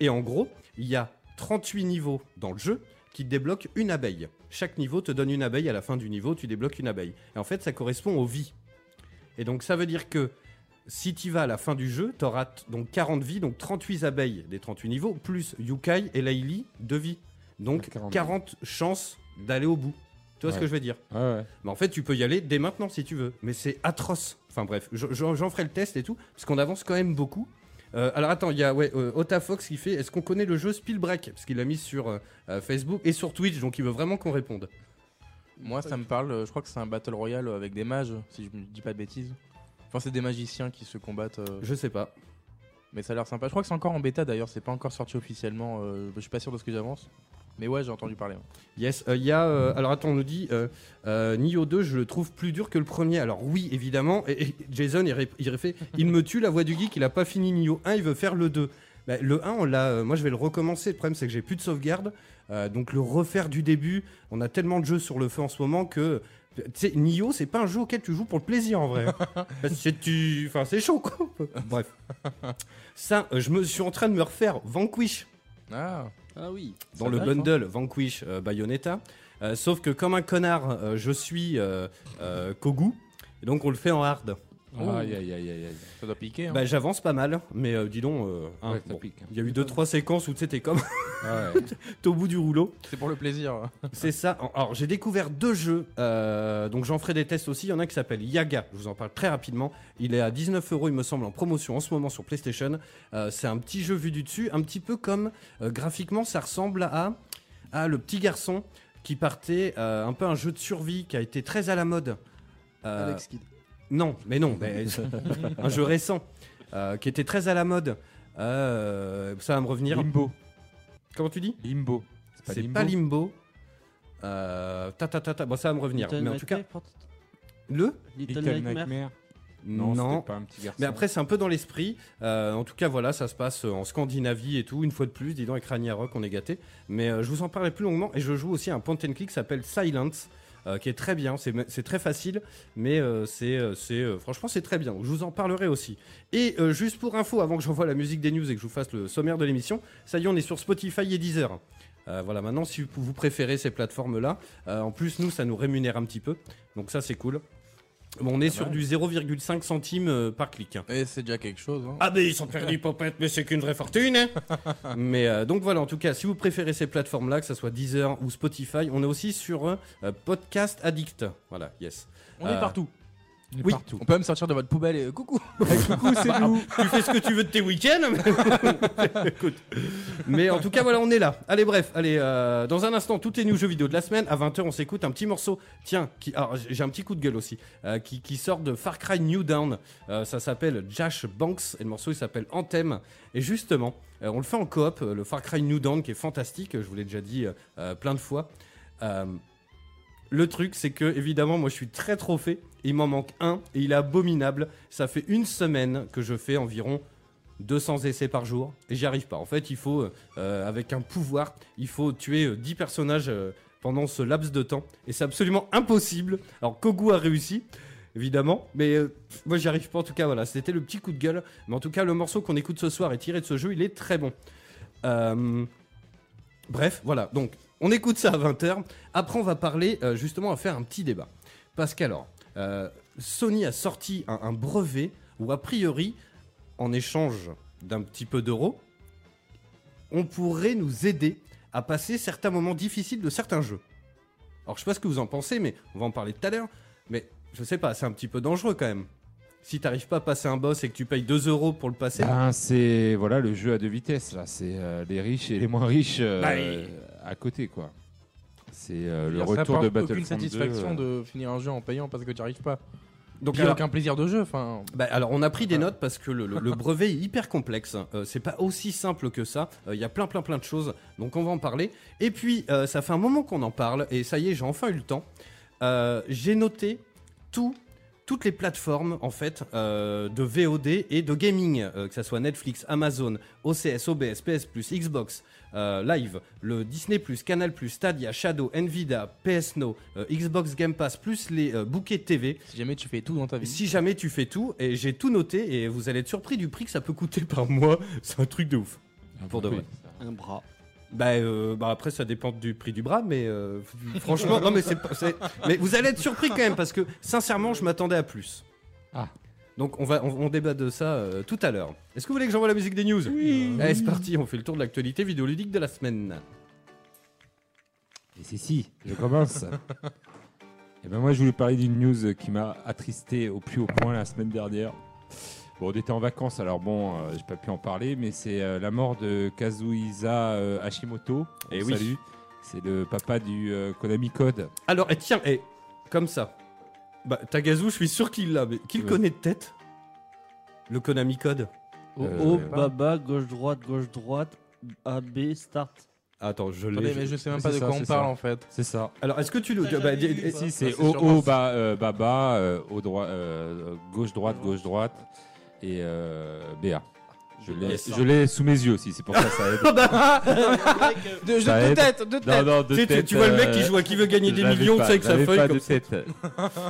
D: Et en gros, il y a 38 niveaux dans le jeu qui te débloquent une abeille. Chaque niveau te donne une abeille, à la fin du niveau, tu débloques une abeille. Et en fait, ça correspond aux vies. Et donc ça veut dire que si tu vas à la fin du jeu, t'auras t- donc 40 vies, donc 38 abeilles des 38 niveaux, plus Yukai et Laili, 2 vies. Donc
E: Ah, 40.
D: 40 chances d'aller au bout. Tu vois ce
E: Ouais.
D: que je veux dire
E: Ouais, Ah ouais.
D: mais en fait, tu peux y aller dès maintenant si tu veux. Mais c'est atroce. Enfin bref, je- je- j'en ferai le test et tout, parce qu'on avance quand même beaucoup. Euh, alors attends, il y a ouais, euh, Otafox qui fait est-ce qu'on connaît le jeu Spielbreak Parce qu'il l'a mis sur euh, euh, Facebook et sur Twitch, donc il veut vraiment qu'on réponde.
F: Moi, ça me parle. euh, Je crois que c'est un battle royale avec des mages, si je ne dis pas de bêtises. Enfin, c'est des magiciens qui se combattent. euh,
D: Je sais pas.
F: Mais ça a l'air sympa. Je crois que c'est encore en bêta d'ailleurs. C'est pas encore sorti officiellement. euh, Je suis pas sûr de ce que j'avance. Mais ouais, j'ai entendu parler.
D: Yes, euh, il y a. euh, alors attends, on nous dit euh, euh, Nioh 2, je le trouve plus dur que le premier. Alors oui, évidemment. Et, et Jason, il, ré- il refait Il me tue, la voix du geek, il a pas fini Nioh 1, il veut faire le 2. Bah, le 1, on l'a. euh, moi, je vais le recommencer. Le problème, c'est que j'ai plus de sauvegarde. Euh, donc le refaire du début, on a tellement de jeux sur le feu en ce moment que. Tu sais, Nioh, c'est pas un jeu auquel tu joues pour le plaisir en vrai. Parce que tu. Enfin, c'est chaud quoi. Bref. Ça, euh, je me suis en train de me refaire Vanquish
F: Ah,
G: Ah oui.
D: dans le bundle Vanquish euh, Bayonetta. Euh, sauf que comme un connard, euh, je suis euh, euh, Kogu. Et donc on le fait en hard.
E: Aïe, aïe, aïe, aïe, aïe.
F: ça doit piquer. hein.
D: Bah, J'avance pas mal, mais euh, dis donc, euh, hein,
E: Ouais, ça
D: bon.
E: pique.
D: il y a eu deux trois séquences où tu sais, t'es comme
E: Ah ouais.
D: t'es au bout du rouleau.
F: C'est pour le plaisir.
D: C'est ça. Alors, j'ai découvert deux jeux. euh, donc, j'en ferai des tests aussi. Il y en a un qui s'appelle Yaga. Je vous en parle très rapidement. Il est à 19 euros, il me semble, en promotion en ce moment sur PlayStation. Euh, c'est un petit jeu vu du dessus, un petit peu comme euh, graphiquement, ça ressemble à, à le petit garçon qui partait euh, un peu un jeu de survie qui a été très à la mode. Euh,
H: Alex Kidd.
D: non, mais non, mais un jeu récent euh, qui était très à la mode. Euh, ça va me revenir.
E: Limbo.
D: Comment tu dis
E: Limbo.
D: c'est pas Limbo. Euh, ta, ta, ta, ta. Bon, ça va me revenir.
G: Little
D: mais en tout cas,
G: Nightmare, porte-
D: le
G: Little,
E: Little
G: Nightmare.
E: Nightmare. Non, c'était pas un petit garçon.
D: Mais après, c'est un peu dans l'esprit. Euh, en tout cas, voilà, ça se passe euh, en Scandinavie et tout. Une fois de plus, dis donc, avec Ragnarok, on est gâté. Mais euh, je vous en parlais plus longuement. Et je joue aussi à un point and click qui s'appelle Silence, euh, qui est très bien. C'est c'est très facile, mais euh, c'est euh, c'est, euh, franchement, c'est très bien. Je vous en parlerai aussi. Et euh, juste pour info, avant que j'envoie la musique des news et que je vous fasse le sommaire de l'émission, ça y est, on est sur Spotify et Deezer. Euh, voilà, maintenant, si vous- vous préférez ces plateformes-là, euh, en plus, nous, ça nous rémunère un petit peu. Donc, ça, c'est cool. Bon, on est sur
F: mal.
D: du 0,5 centime euh, par clic. hein.
F: Et c'est déjà quelque chose. hein.
D: Ah ben ils sont perdus popettes, mais c'est qu'une vraie fortune. hein. mais euh, donc voilà, en tout cas, si vous préférez ces plateformes-là, que ce soit Deezer ou Spotify, on est aussi sur euh, euh, Podcast Addict. Voilà, yes.
F: On
D: Euh,
F: est partout.
D: oui.
E: Ah. partout.
F: On peut même sortir de votre poubelle et euh, coucou.
E: Coucou, c'est nous.
D: tu fais ce que tu veux de tes week-ends. mais- Écoute. Mais en tout cas, voilà, on est là. Allez, bref, allez, euh, dans un instant, toutes les news jeux vidéo de la semaine. À 20h, on s'écoute un petit morceau. Tiens, qui, alors, j'ai un petit coup de gueule aussi, euh, qui, qui sort de Far Cry New Down. Euh, ça s'appelle Jash Banks et le morceau il s'appelle Anthem. Et justement, euh, on le fait en coop, euh, le Far Cry New Dawn qui est fantastique. euh, Je vous l'ai déjà dit euh, euh, plein de fois. Euh, le truc, c'est que, évidemment, moi, je suis très trop fait. Il m'en manque un et il est abominable. Ça fait une semaine que je fais environ 200 essais par jour et j'y arrive pas. En fait, il faut, euh, avec un pouvoir, il faut tuer euh, 10 personnages euh, pendant ce laps de temps et c'est absolument impossible. Alors, Kogu a réussi. Évidemment, mais euh, pff, moi j'y arrive pas en tout cas, voilà, c'était le petit coup de gueule. Mais en tout cas, le morceau qu'on écoute ce soir est tiré de ce jeu, il est très bon. Euh, bref, voilà, donc on écoute ça à 20h. Après, on va parler euh, justement à faire un petit débat. Parce qu'alors, euh, Sony a sorti un, un brevet où, a priori, en échange d'un petit peu d'euros, on pourrait nous aider à passer certains moments difficiles de certains jeux. Alors, je sais pas ce que vous en pensez, mais on va en parler tout à l'heure. Mais je sais pas, c'est un petit peu dangereux quand même. Si t'arrives pas à passer un boss et que tu payes 2 euros pour le passer,
E: Ben, c'est voilà le jeu à deux vitesses là, c'est euh, les riches et les moins riches euh,
D: Bah
E: à côté quoi. C'est euh, le
F: Ça
E: retour
F: apporte
E: de
F: Aucune
E: Battlefront 2.
F: satisfaction
E: euh,
F: de finir un jeu en payant parce que tu arrives pas.
D: donc
F: Puis
D: alors-
F: aucun plaisir de jeu. Enfin,
D: Bah, alors, on a pris des notes parce que le, le- le brevet est hyper complexe. Euh, c'est pas aussi simple que ça. Euh, Il y a plein, plein, plein de choses. Donc, on va en parler. Et puis, euh, ça fait un moment qu'on en parle. Et ça y est, j'ai enfin eu le temps. Euh, j'ai noté tout, toutes les plateformes, en fait, euh, de VOD et de gaming. euh, que ça soit Netflix, Amazon, OCS, OBS, PS, Xbox, euh, Live, le Disney, Canal, Stadia, Shadow, Nvidia, PS Now, euh, Xbox Game Pass, plus les euh, bouquets TV.
F: si jamais tu fais tout dans ta vie.
D: Si jamais tu fais tout, et j'ai tout noté, et vous allez être surpris du prix que ça peut coûter par mois, c'est un truc de ouf. Pour de
E: oui.
D: vrai.
G: Un bras.
D: Bah, euh, bah après, ça dépend du prix du bras, mais euh, franchement, non, mais c'est pas. c'est- Mais vous allez être surpris quand même, parce que sincèrement, je m'attendais à plus.
E: Ah.
D: Donc on va on, on débat de ça euh, tout à l'heure. Est-ce que vous voulez que j'envoie la musique des news Oui. Allez, c'est parti, on fait le tour de l'actualité vidéoludique de la semaine.
E: Et c'est si, je commence. Et ben moi, je voulais parler d'une news qui m'a attristé au plus haut point la semaine dernière. Bon, on était en vacances, alors bon, euh, j'ai pas pu en parler, mais c'est euh, la mort de Kazuhisa euh, Hashimoto.
D: Eh
E: On
D: oui.
E: salue. C'est le papa du euh, Konami Code.
D: Alors, et tiens, et comme ça. Bah, Tagazu, je suis sûr qu'il l'a, mais qu'il
E: Ouais.
D: connaît de tête Le Konami Code
G: Oh,
E: Euh,
G: oh,
E: je sais pas.
G: baba, gauche, droite, gauche, droite, A, B, start.
D: Ah, Attends, je l'ai.
F: Attendez,
D: je-
F: mais je sais même
E: c'est
F: pas de
E: ça,
F: quoi
E: c'est
F: on
E: ça.
F: parle en fait.
E: C'est ça.
D: Alors, est-ce que tu le.
B: T'as
D: bah,
B: jamais
D: d-
B: vu,
D: d-
B: quoi.
D: si,
E: C'est
F: c'est
E: haut,
F: sûrement
E: haut,
F: ça.
E: bas, euh, bas, bas, euh, haut, droit, euh, gauche, droite, gauche, droite. Et euh, BA. Je l'ai-
D: Yes.
E: je l'ai sous mes yeux aussi, c'est pour ça que ça aide.
F: Deux
E: Ça aide.
F: têtes, deux
E: Non, non, de
D: tu sais, tu-
E: tête,
D: tu vois le mec
E: euh,
D: qui joue à qui veut gagner des
E: j'avais
D: millions, tu
E: pas-
D: sais, avec sa
E: j'avais
D: feuille
E: pas
D: comme
E: de
D: ça.
E: tête.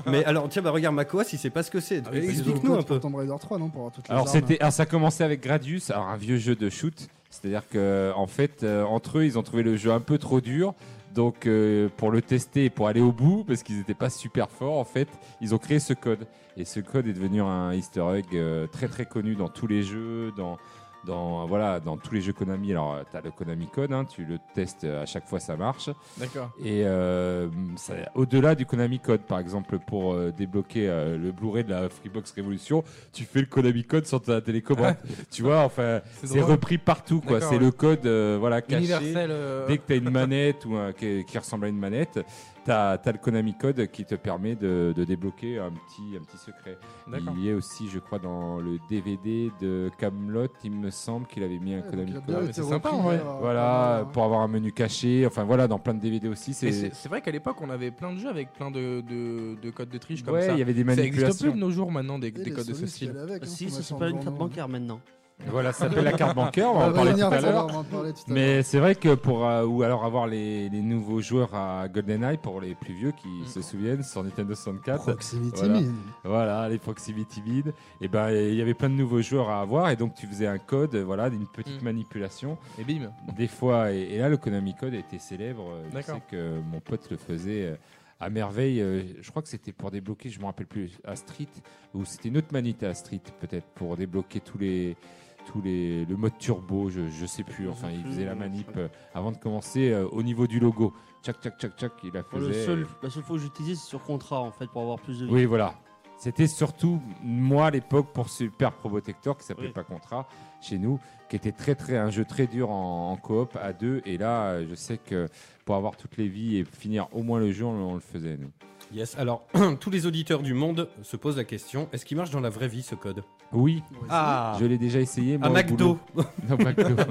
D: Mais alors, tiens, bah regarde Makoas, il sait pas ce que c'est.
H: Ils ont
D: Explique-nous un
H: le code pour
D: peu.
H: Tomb Raider 3, non Pour avoir toutes les
E: Alors,
H: armes.
E: c'était, alors ça commençait avec Gradius, alors un vieux jeu de shoot. C'est-à-dire que en fait, euh, entre eux, ils ont trouvé le jeu un peu trop dur. Donc, euh, pour le tester, et pour aller au bout, parce qu'ils n'étaient pas super forts, en fait, ils ont créé ce code. Et ce code est devenu un Easter egg euh, très très connu dans tous les jeux, dans dans voilà, dans tous les jeux Konami. Alors, tu as le Konami Code, hein, tu le testes euh, à chaque fois, ça marche.
F: D'accord.
E: Et euh, ça- au-delà du Konami Code, par exemple, pour euh, débloquer euh, le Blu-ray de la Freebox Révolution, tu fais le Konami Code sur ta télécommande. tu vois, enfin, c'est
F: drôle.
E: repris partout, quoi.
F: D'accord,
E: C'est
F: ouais.
E: le code, euh, voilà, caché.
F: Universel. euh,
E: Dès que t'as une manette ou un, qui, qui ressemble à une manette, t'as as le Konami Code qui te permet de, de débloquer un petit, un petit secret.
F: D'accord.
E: Il y est aussi, je crois, dans le DVD de Camelot, il me semble qu'il avait mis un
H: Ouais, donc,
E: Konami
H: il a bien
E: Code.
F: mais
H: été
F: c'est sympa,
H: repris,
F: en vrai.
H: euh,
E: Voilà,
H: euh,
E: pour avoir un menu caché. Enfin voilà, dans plein de DVD aussi,
F: Mais
E: c'est
F: C'est c'est vrai qu'à l'époque, on avait plein de jeux avec plein de, de, de codes de triche comme
E: ouais,
F: ça.
E: il y avait des
F: ça existe plus
E: manipulations.
F: de nos jours maintenant des,
H: et
F: des
H: les
F: codes de ce
H: Solus qui
F: style.
H: allaient avec, hein,
G: Si,
H: qu'on
G: ça
H: va
G: s'appelle une
H: sur le
G: carte
H: journal.
G: bancaire maintenant.
E: Voilà, ça s'appelle la carte bancaire, on
H: On
E: va en
H: va
E: parler
H: revenir
E: tout à
H: tout à
E: l'heure.
H: l'heure, on va en parler tout à l'heure.
E: Mais c'est vrai que pour euh, ou alors avoir les, les nouveaux joueurs à GoldenEye pour les plus vieux qui
F: Mm.
E: se souviennent sur Nintendo 64,
H: Proximity
E: Voilà.
H: mine.
E: voilà les proximity bids, et ben il y avait plein de nouveaux joueurs à avoir et donc tu faisais un code, voilà, d'une petite
F: Mm.
E: manipulation
F: Et bim.
E: des fois et, et là le Konami Code était célèbre, euh, je
F: D'accord.
E: sais que mon pote le faisait euh, à merveille, euh, je crois que c'était pour débloquer, je me rappelle plus à Street ou c'était une autre manite à Street peut-être pour débloquer tous les tous les le mode turbo, je, je sais plus, enfin il faisait la manip euh, avant de commencer euh, au niveau du logo. Tchac tchac tchac tchac, il la
G: Bon, le
E: faisait.
G: seul, la seule fois que j'utilisais, c'est sur contrat en fait pour avoir plus de vie.
E: Oui, voilà. C'était surtout moi à l'époque pour Super Probotector qui s'appelait
G: Oui.
E: pas Contra chez nous, qui était très très un jeu très dur en, en coop à deux. Et là, euh, je sais que pour avoir toutes les vies et finir au moins le jeu, on, on le faisait nous.
D: Yes, alors, tous les auditeurs du monde se posent la question est-ce qu'il marche dans la vraie vie ce code
E: Oui,
D: Ah
E: je l'ai déjà essayé. Moi,
D: À
E: au
D: McDo
E: boulot. Non, McDo.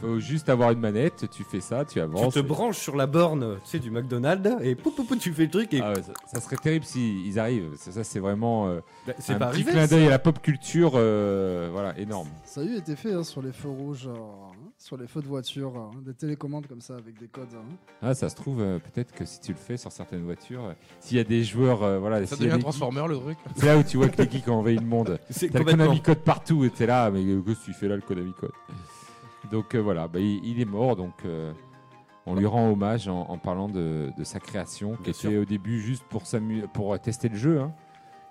E: Faut juste avoir une manette, tu fais ça, tu
D: Tu
E: avances.
D: te
E: et-
D: branches sur la borne, tu sais, du McDonald's, et pou, pou, pou, tu fais le truc et.
E: Ah ouais, ça, ça serait terrible s'ils arrivent. Ça, ça, c'est vraiment euh,
D: Bah, c'est
E: un
D: pas
E: petit
D: arrivé.
E: clin
D: ça.
E: d'œil à la pop culture, euh, voilà, énorme.
H: Ça a eu été fait hein, sur les feux rouges, euh, hein, sur les feux de voiture, euh, des télécommandes comme ça avec des codes. hein.
E: Ah, ça se trouve, euh, peut-être que si tu le fais sur certaines voitures, euh, s'il y a des joueurs, euh, voilà,
F: Ça
E: s'il y a
F: devient
E: des
F: Transformer le truc.
E: geeks, c'est là où tu vois que les geeks ont envahi le monde.
D: C'est
E: T'as le
D: complètement.
E: Konami Code partout et t'es là, mais euh, qu'est-ce que tu fais là le Konami Code Donc euh, voilà, bah, il, il est mort, donc euh, on lui rend hommage en, en parlant de, de sa création, qui
D: Bien
E: était
D: sûr.
E: au début juste pour, s'amu- pour euh, tester le jeu. hein.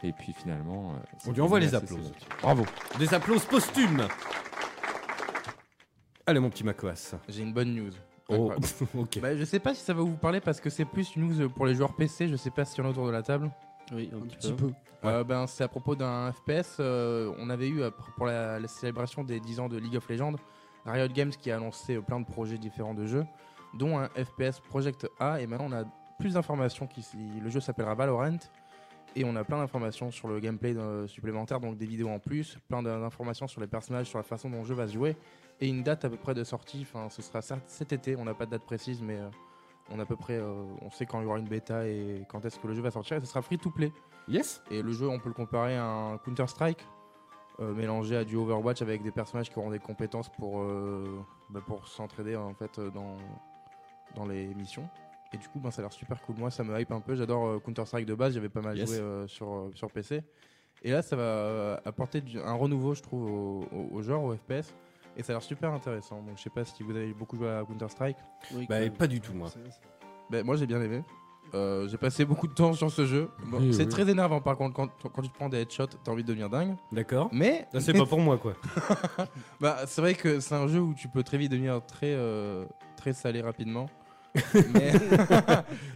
E: Et puis finalement. euh, c'est
D: On lui envoie
E: devenu
D: les
E: assez
D: applaudissements.
E: célèbre. Bravo.
D: Des applaudissements posthumes Allez, mon petit Makoas.
F: J'ai une bonne news.
D: Oh,
F: Incroyable.
D: ok.
F: Bah, je sais pas si ça va vous parler parce que c'est plus une news pour les joueurs PC. Je sais pas si on a autour de la table.
G: Oui, un
H: Un
G: petit
H: petit
G: peu.
H: peu.
F: Euh, ben, c'est à propos d'un FPS. euh, on avait eu euh, pour la, la célébration des 10 ans de League of Legends, Riot Games qui a annoncé euh, plein de projets différents de jeux, dont un FPS Project A. Et maintenant, on a plus d'informations. Qui, s- le jeu s'appellera Valorant. Et on a plein d'informations sur le gameplay euh, supplémentaire, donc des vidéos en plus, plein d'in- d'informations sur les personnages, sur la façon dont le jeu va se jouer, et une date à peu près de sortie. Enfin, ce sera certes cet été. On n'a pas de date précise, mais euh, on a à peu près, euh, on sait quand il y aura une bêta et quand est-ce que le jeu va sortir. Et ce sera free to play.
D: Yes
F: Et le jeu, on peut le comparer à un Counter-Strike euh, mélangé à du Overwatch avec des personnages qui auront des compétences pour, euh, bah, pour s'entraider en fait euh, dans, dans les missions. Et du coup, ben, ça a l'air super cool. Moi, ça me hype un peu. J'adore euh, Counter-Strike de base. J'avais pas mal
D: Yes.
F: joué euh, sur, euh, sur PC. Et là, ça va euh, apporter du- un renouveau, je trouve, au, au- au genre, au FPS. Et ça a l'air super intéressant. Donc, je sais pas si vous avez beaucoup joué à Counter-Strike.
G: Oui, quand
D: Bah,
G: même.
D: pas du tout, moi.
H: C'est- c'est-
F: Ben, moi, j'ai bien aimé. Euh, j'ai passé beaucoup de temps sur ce jeu. Bon,
E: Oui,
F: c'est
E: oui.
F: très énervant par contre quand, quand tu te prends des headshots, t'as envie de devenir dingue.
D: D'accord.
F: Mais
D: Là, c'est pas pour moi, quoi.
F: bah, c'est vrai que c'est un jeu où tu peux très vite devenir très, euh, très salé rapidement. Mais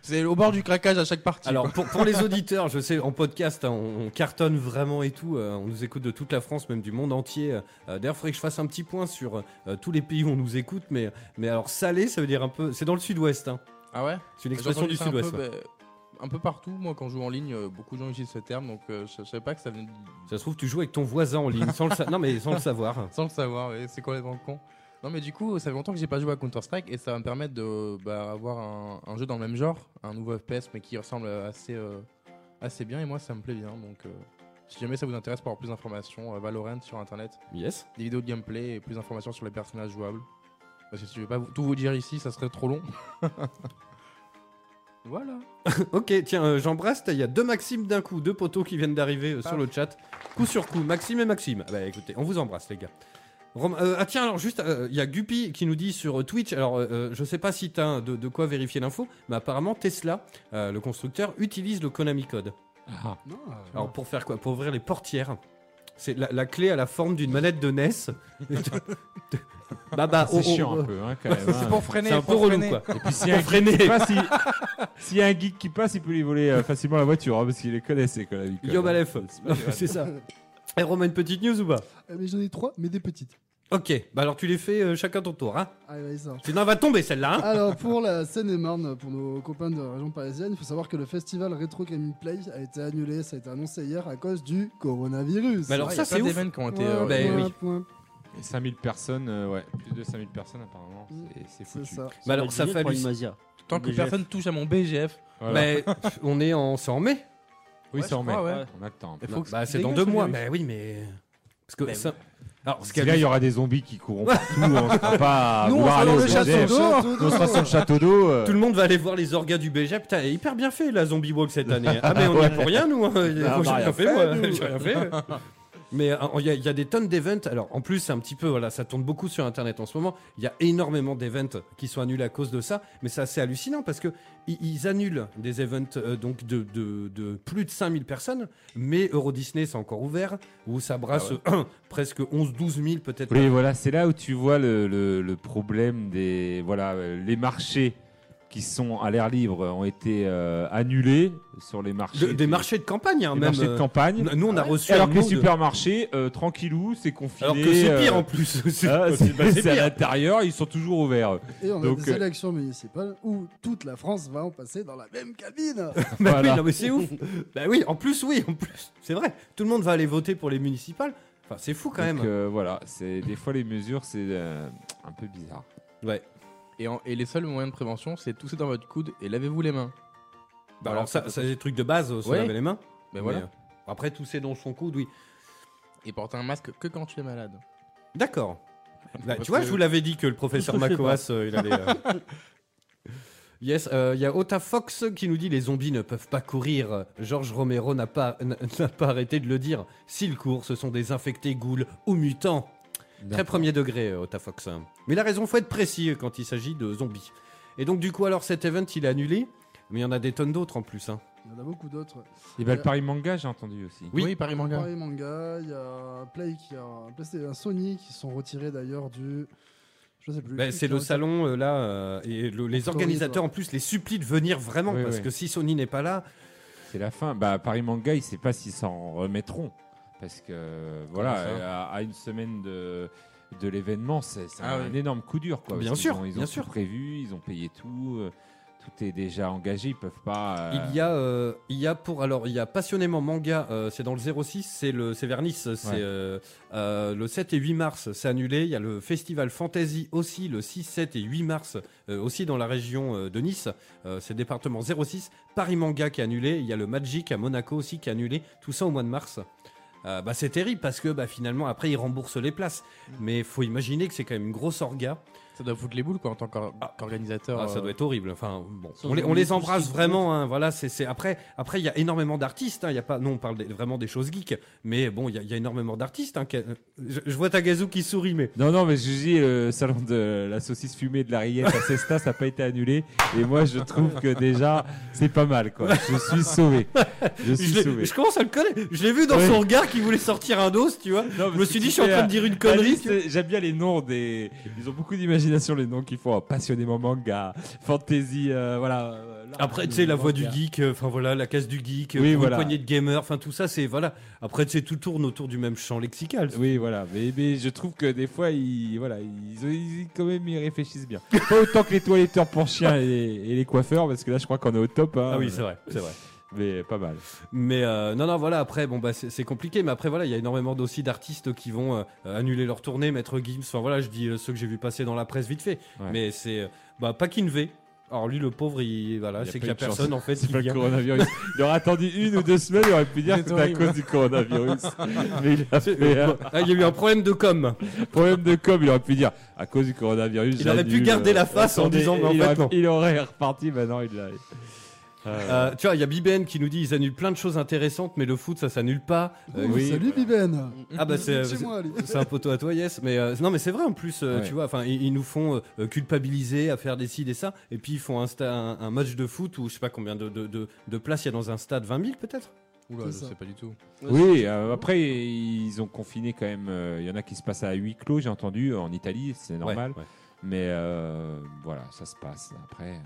F: c'est au bord du craquage à chaque partie.
D: Alors
F: quoi.
D: pour, pour les auditeurs, je sais en podcast hein, on, on cartonne vraiment et tout, euh, on nous écoute de toute la France, même du monde entier. Euh, D'ailleurs, faudrait que je fasse un petit point sur euh, tous les pays où on nous écoute, mais mais alors salé, ça veut dire un peu, c'est dans le sud-ouest. hein.
F: ah ouais
D: C'est une expression du
F: J'ai entendu ça
D: sud-ouest.
F: Un,
D: ouais.
F: peu, bah, un peu partout, moi quand je joue en ligne, euh, beaucoup de gens utilisent ce terme, donc euh, je, je savais pas que ça venait de-
D: Ça se trouve, tu joues avec ton voisin en ligne, sans le sa- non mais sans le savoir.
F: sans le savoir, ouais, c'est complètement con. Non mais du coup, ça fait longtemps que j'ai pas joué à Counter-Strike et ça va me permettre de bah, avoir un, un jeu dans le même genre, un nouveau FPS mais qui ressemble assez, euh, assez bien et moi ça me plaît bien donc euh, si jamais ça vous intéresse pour avoir plus d'informations, euh, Valorant sur internet,
D: Yes.
F: des vidéos de gameplay et plus d'informations sur les personnages jouables. Parce que si je vais pas vous- tout vous dire ici, ça serait trop long. voilà.
D: Ok, tiens, euh, j'embrasse. Il y a deux Maximes d'un coup, deux poteaux qui viennent d'arriver euh, sur le chat, coup sur coup, Maxime et Maxime. Ah Bah écoutez, on vous embrasse les gars. Rom- euh, ah tiens, alors juste, euh, il y a Guppy qui nous dit sur euh, Twitch, alors euh, euh, je sais pas si t'as de, de quoi vérifier l'info, mais apparemment Tesla, euh, le constructeur, utilise le Konami Code.
E: Ah.
D: Alors pour faire quoi Pour ouvrir les portières. C'est la, la clé à la forme d'une manette de NES. bah bah,
E: C'est
D: oh, oh,
E: chiant un peu, hein, quand même. hein.
F: freiner.
D: c'est un peu relou quoi.
E: Et puis s'il y a un
D: Pour
E: geek qui
D: freiner.
E: passe, il- s'il y a un geek qui passe, il peut lui voler euh, facilement la voiture hein, parce qu'il les connaît, c'est quoi la vie.
D: Yo Malef, Non, mais c'est ça. Et Eh, Romain, une petite news ou pas
H: Euh, Mais j'en ai trois, mais des petites.
D: Ok, bah alors tu les fais euh, chacun ton tour, hein
H: Allez, vas-y, ça.
D: Sinon elle va tomber celle-là,
G: Ah,
D: hein
H: Alors pour la Seine-et-Marne, pour nos copains de la région parisienne, il faut savoir que le festival Retro Gaming Play a été annulé, ça a été annoncé hier à cause du coronavirus.
D: Mais alors ça c'est ouf.
F: qui ont été.
H: Ouais,
F: euh,
D: ben
H: point,
D: oui.
H: point.
E: 5000 personnes, euh, ouais, plus de 5000 personnes apparemment, c'est- c'est
H: C'est
E: foutu.
H: ça.
D: Bah alors ça
G: doit être
D: fait
G: pour une Mazia.
F: Tant que
G: BGF.
F: personne touche à mon BGF.
E: Voilà.
D: Mais on est en, c'est en mai.
E: oui,
F: Ouais,
E: c'est en
F: je
E: mai.
F: crois, ouais.
E: On a le temps.
F: Il faut que
D: Bah
F: ça
D: c'est dans
F: dégage,
D: deux
F: le
D: mois.
F: virus.
D: Mais oui, mais parce que ça. Alors ce
E: Parce que
D: qu'il y
E: là,
D: a-
E: il y aura des zombies qui courront partout. hein, on sera pas à
F: Nous, on
E: vouloir
F: sera
E: aller
F: dans
E: au
F: le
E: bordel.
H: Oh
F: château d'eau.
E: Nous, on sera sur le château d'eau. euh.
D: tout le monde va aller voir les orgas du BG. Putain, elle est hyper bien fait la Zombie Walk cette année. Ah mais on est pour rien nous. hein. Moi,
E: on
D: J'ai
E: a
D: rien
E: rien
D: fait moi. J'ai rien fait. Mais euh, il y, a- il y a des tonnes d'events. Alors en plus c'est un petit peu voilà, ça tourne beaucoup sur internet en ce moment. Il y a énormément d'events qui sont annulés à cause de ça. Mais c'est assez hallucinant parce que i- ils annulent des events euh, donc de, de, de plus de 5000 personnes. Mais Euro Disney c'est encore ouvert où ça brasse euh, presque 11-12 000 peut-être.
E: Ah Oui, voilà, c'est là où tu vois le, le- le problème des. Voilà, euh, les marchés qui sont à l'air libre ont été euh, annulés sur les marchés.
D: De- des marchés de campagne hein,
E: des
D: même.
E: marchés de
D: euh,
E: campagne.
D: nous on a
E: Et
D: reçu
E: alors
D: un
E: que les
D: lot de-
E: supermarchés, euh, tranquillou, c'est confiné.
D: Alors que c'est pire
E: euh,
D: en plus. C'est
E: ah, c'est
D: bah, c'est
E: c'est à
D: pire.
E: l'intérieur, ils sont toujours ouverts.
H: Et on a
E: Donc,
H: des
E: euh,
H: élections municipales où toute la France va en passer dans la même cabine.
D: Bah
E: Voilà.
D: oui, non, mais c'est ouf. bah oui, en plus, oui, en plus, c'est vrai. Tout le monde va aller voter pour les municipales. Enfin, c'est fou quand
E: Donc,
D: même.
E: euh, voilà, c'est des fois les mesures, c'est euh, un peu bizarre.
D: Ouais. Bah,
F: Et, en- et les seuls moyens de prévention, c'est tousser dans votre coude et lavez-vous les mains.
D: Bah, alors ça, ça, c'est des trucs de base, euh, se
F: Ouais.
D: laver les mains.
F: Mais voilà.
D: euh, après, tousser dans son coude, oui.
F: Et portez un masque que quand tu es malade.
D: D'accord. Bah,
F: Parce
D: tu vois,
F: que-
D: je vous l'avais dit que le professeur
G: Tout ce que je fais
D: Macoas, euh, il allait. euh, Yes, euh, il y a Ota Fox qui nous dit les zombies ne peuvent pas courir. Georges Romero n'a pas, n'a n'a pas arrêté de le dire. S'ils courent, ce sont des infectés ghouls ou mutants. Très premier degré, euh, Ota Fox. Mais la raison, faut être précis euh, quand il s'agit de zombies. Et donc, du coup, alors cet event, il est annulé. Mais il y en a des tonnes d'autres en plus. hein.
H: Il y en a beaucoup d'autres.
E: Et bah, le Paris Manga, j'ai entendu aussi.
D: Euh. Oui.
F: Paris Manga.
H: Paris Manga, il y a Play qui a Play- un Sony qui sont retirés d'ailleurs du je sais plus.
D: Bah, c'est le salon, euh, là. euh, et le- les
H: Autorise,
D: organisateurs,
H: ouais.
D: en plus, les supplient de venir vraiment.
E: Oui,
D: parce
E: oui.
D: que si Sony n'est pas là.
E: C'est la fin. Bah, Paris Manga, il sait pas s'ils s'en remettront. Parce que, euh, voilà,
F: Comment ça
E: euh, à, à une semaine de, de l'événement, c'est c'est
F: Ah
E: un
F: oui.
E: énorme coup dur. Quoi,
D: Bien
E: parce
D: sûr,
E: qu'ils ont- Ils ont
D: bien
E: tout
D: sûr.
E: prévu, ils ont payé tout. euh, tout est déjà engagé, ils peuvent pas. euh,
D: Il y a, euh, il y a pour alors il y a passionnément manga, euh, c'est dans le 06, c'est le c'est vers Nice, c'est
E: Ouais.
D: euh, euh, le 7 et 8 mars, c'est annulé. Il y a le festival Fantasy aussi le 6, 7 et 8 mars, euh, aussi dans la région euh, de Nice, euh, c'est département 06. Paris Manga qui est annulé. Il y a le Magic à Monaco aussi qui est annulé. Tout ça au mois de mars. Euh, bah,
E: Mm.
D: c'est terrible parce que bah, finalement après ils remboursent les places. Mais faut imaginer que c'est quand même une grosse orga.
F: Ça doit foutre les boules quoi en tant qu'or- qu'organisateur.
D: Ah, ça
F: euh,
D: doit être horrible. Enfin, bon,
G: Sans
D: on les, on
G: oublier
D: les
G: tout ce
D: embrasse
G: qui
D: vraiment. hein. Voilà, c'est c'est- après, après il y a énormément d'artistes. hein. Il y a pas, non, on parle des- vraiment des choses geeks, mais bon, il y, a- il y a énormément d'artistes. hein, qui- Je, je vois Tagazu qui sourit, mais
E: Non, non, mais je dis, euh, le salon de la saucisse fumée de la rillette à Cesta, ça n'a pas été annulé. Et moi, je trouve que déjà, c'est pas mal, quoi. Je suis sauvé. Je suis
D: je, l'ai-
E: sauvé.
D: je commence à le connaître. Je l'ai vu dans
E: Oui.
D: son regard qui voulait sortir un dos, tu vois.
E: Non,
D: Je me
E: parce
D: suis
E: que
D: dit,
E: tu
D: je suis en
E: fais
D: train
E: la-
D: de dire une
E: la
D: connerie.
E: liste, J'aime bien les noms des. Ils ont beaucoup d'imagination, les noms qu'ils font. hein. Passionnément manga, fantasy, euh, voilà. euh, l'art
D: Après,
E: de
D: tu sais, la voix du
E: manga.
D: geek, euh, enfin voilà, la case du geek, euh,
E: Oui,
D: pour
E: voilà.
D: une poignée de gamers, enfin tout ça, c'est voilà. Après, tu sais, tout tourne autour du même champ lexical.
E: Oui, voilà. Mais, mais je trouve que des fois, ils, voilà, ils, ils- quand même, ils réfléchissent bien. Pas autant que les toiletteurs pour chiens et, et les coiffeurs, parce que là, je crois qu'on est au top. hein.
D: Ah oui, c'est vrai, c'est vrai.
E: Mais pas mal.
D: Mais euh, non, non, voilà, après, bon, bah, c'est c'est compliqué, mais après, voilà, il y a énormément aussi d'artistes qui vont euh, annuler leur tournée, Maître Gims, enfin voilà, je dis euh, ceux que j'ai vu passer dans la presse vite fait,
E: Ouais.
D: mais c'est, euh, bah, pas V. Alors lui, le pauvre, il, voilà,
E: Il y a
D: c'est
E: pas
D: qu'il y a
E: eu de chance.
D: personne, en fait,
E: C'est
D: qui
E: pas le
D: vient.
E: coronavirus. Il aurait attendu une ou deux semaines, il aurait pu dire
F: C'est
E: que c'était à
F: horrible.
E: cause du coronavirus. Mais il a fait un
D: Ah, il y a eu un problème de com.
E: Euh. problème de com, il aurait pu dire à cause du coronavirus.
D: Il aurait
E: j'annule,
D: pu garder
E: euh,
D: la face en
E: attendez,
D: disant, mais en
E: il
D: fait,
E: aurait-
D: non.
E: Il aurait reparti, maintenant il l'a. Euh,
D: Euh, tu vois, il y a Biben qui nous dit ils annulent plein de choses intéressantes, mais le foot, ça s'annule pas. Euh,
H: Ouh,
E: oui,
H: Oh, salut Biben
D: Ah bah c'est
H: Chez moi, lui.
D: c'est un poteau à toi, yes. Mais euh, non, mais c'est vrai en plus, euh,
E: Ouais.
D: tu vois. Enfin, ils, ils nous font euh, culpabiliser à faire des ci, des ça, et puis ils font un, sta- un, un match de foot où je sais pas combien de, de, de, de places il y a dans un stade, 20 000 peut-être.
F: Oula,
H: C'est
F: je
H: ça.
F: sais pas du tout.
E: Oui, euh, après ils ont confiné quand même. euh, Il y en a qui se passent à huis clos, j'ai entendu en Italie, c'est normal.
D: Ouais, ouais.
E: Mais euh, voilà, ça se passe. Après,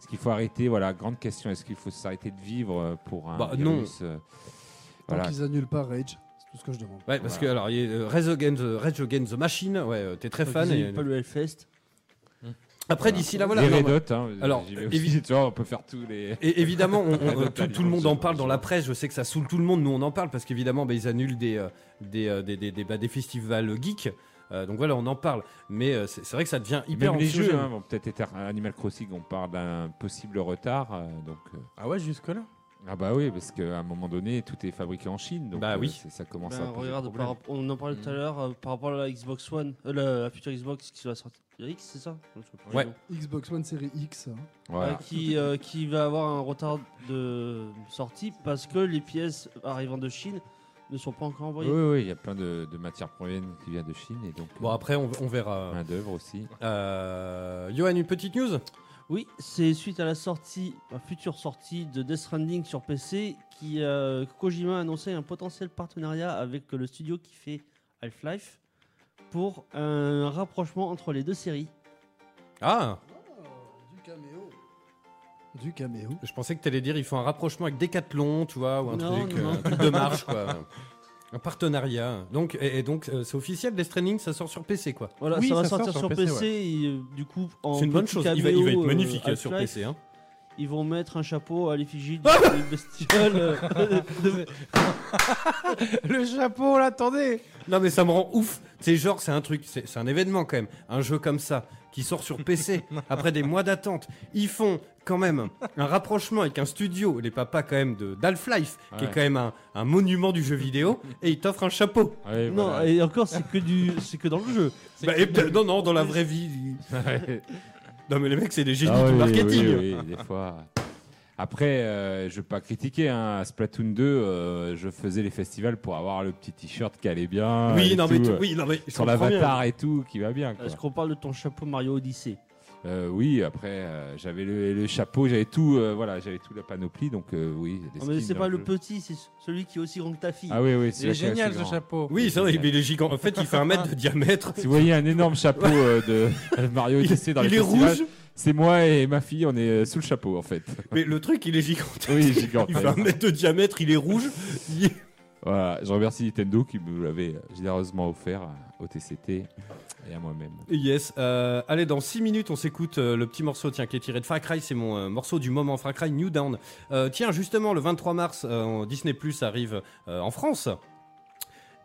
E: est-ce qu'il faut arrêter Voilà, grande question. Est-ce qu'il faut s'arrêter de vivre euh, pour un
D: Bah,
E: virus euh,
H: Tant
E: Voilà.
H: qu'ils annulent pas Rage, c'est tout ce que je demande.
D: Ouais, parce
E: Voilà.
D: que alors il y a euh, Rage Against, euh, Rage Against the Machine. Ouais, euh, t'es très fan. et- euh,
G: pas le Hellfest.
D: Après d'ici là, voilà.
E: les
D: non,
E: Red Hot, hein,
D: Alors, euh,
E: j'y vais
D: évi-
E: aussi, tu vois, on peut faire tous les.
D: Et évidemment, on- on-
E: Ouais,
D: tout,
E: ouais,
D: tout le monde en
E: ouais,
D: parle
E: ouais,
D: dans
E: ouais.
D: la presse. Je sais que ça saoule tout le monde. Nous, on en parle parce qu'évidemment, bah, ils annulent des, euh, des, euh, des, des, des- bah, des festivals geeks. Euh, donc voilà, on en parle. Mais euh, c'est c'est vrai que ça devient hyper
E: Même les jeux
D: anxiogène.
E: hein, vont peut-être être Animal Crossing. On parle d'un possible retard. euh, donc euh,
F: Ah ouais, jusque-là
E: ah bah oui, parce qu'à un moment donné, tout est fabriqué en Chine. Donc,
D: Bah
E: euh,
D: oui.
E: c'est- ça commence
G: Ben,
E: à. poser
G: regarde,
E: problème.
G: par rap- on en parlait
D: Mm.
G: tout à l'heure euh, par rapport à la Xbox One, euh, la, la future Xbox qui va sortir. X, c'est ça Je sais plus le
D: Ouais.
G: nom.
H: Xbox One série X. hein.
E: Voilà.
G: Ouais, qui, euh, qui va avoir un retard de sortie parce que les pièces arrivant de Chine ne sont pas encore
E: Oui,
G: envoyées.
E: oui, il y a plein de, de matières premières qui viennent de Chine et donc
D: Bon, après, on, on verra.
E: main d'œuvre aussi.
D: Euh, Johan, une petite news
G: Oui, c'est suite à la sortie, la future sortie de Death Stranding sur PC, qui euh, Kojima a annoncé un potentiel partenariat avec le studio qui fait Half-Life pour un rapprochement entre les deux séries.
D: Ah
H: Du caméo. Du caméo.
D: Je pensais que t'allais dire ils font un rapprochement avec Decathlon, tu vois, ou un
G: Non,
D: truc,
G: non,
D: euh,
G: non.
D: un truc de marche, quoi. Un partenariat. Donc, et, et donc, euh, c'est officiel, Death Stranding, ça sort sur PC, quoi.
G: Voilà,
F: Oui,
G: ça va
F: ça sort
G: sortir
F: sur
G: sur PC,
F: PC,
G: et euh, du coup en
D: C'est une bonne
G: petit
D: chose. Il va, il va
G: caméo,
D: être
G: euh,
D: magnifique euh, sur
G: Half-Life,
D: PC. Hein.
G: Ils vont mettre un chapeau à l'effigie du du bestiole. euh, de-
F: Le chapeau, là, attendez
D: Non, mais ça me rend ouf. C'est genre, c'est un truc, c'est c'est un événement quand même. Un jeu comme ça, qui sort sur PC, après des mois d'attente. Ils font quand même un rapprochement avec un studio, les papas quand même de d'Half-Life, qui est
E: Ouais.
D: quand même un, un monument du jeu vidéo, et ils t'offrent un chapeau.
E: Ouais,
G: non,
E: voilà.
G: et encore c'est que du, c'est que dans le jeu. C'est
D: Bah,
G: que-
D: et bien, non, non, dans la vraie vie. ils-
E: Ouais.
D: Non, mais les mecs, c'est des génies
E: Ah
D: du
E: oui,
D: marketing.
E: oui, oui, des fois. Après, euh, je veux pas critiquer. Hein, à Splatoon 2, euh, je faisais les festivals pour avoir le petit t-shirt qui allait bien.
D: Oui,
E: et
D: non, mais
E: tout,
D: tu-
E: euh,
D: oui, non, mais je
E: Sur
D: comprends bien. Ah,
E: l'avatar et tout, qui va bien. Quoi.
G: Est-ce qu'on parle de ton chapeau Mario Odyssey
E: Euh, oui, après, euh, j'avais le, le chapeau, j'avais tout, euh, voilà, j'avais tout la panoplie, donc euh, oui. les
G: Ah, mais
E: skins
G: c'est
E: dans
G: pas le
E: jeu.
G: petit, c'est celui qui est aussi grand que ta fille.
E: Ah oui, oui,
F: Il
E: c'est
F: est génial ce chapeau.
D: Oui, c'est vrai, mais il est gigant. En fait, il fait un mètre de diamètre.
E: Si vous voyez un énorme chapeau euh, de Mario
D: Il,
E: Odyssey dans les
D: il est
E: festivals,
D: rouge,
E: C'est moi et ma fille, on est euh, sous le chapeau en fait.
D: mais le truc, il est gigant.
E: Oui, gigantesque.
D: Il fait un mètre de diamètre, il est rouge. Il-
E: Voilà, je remercie Nintendo qui me l'avait généreusement offert à- au TCT et à moi-même.
D: Yes. euh, allez, dans 6 minutes, on s'écoute euh, le petit morceau tiens, qui est tiré de Far Cry. C'est mon euh, morceau du moment, Far Cry New Down. Euh, tiens, justement, le 23 mars, euh, Disney Plus arrive euh, en France.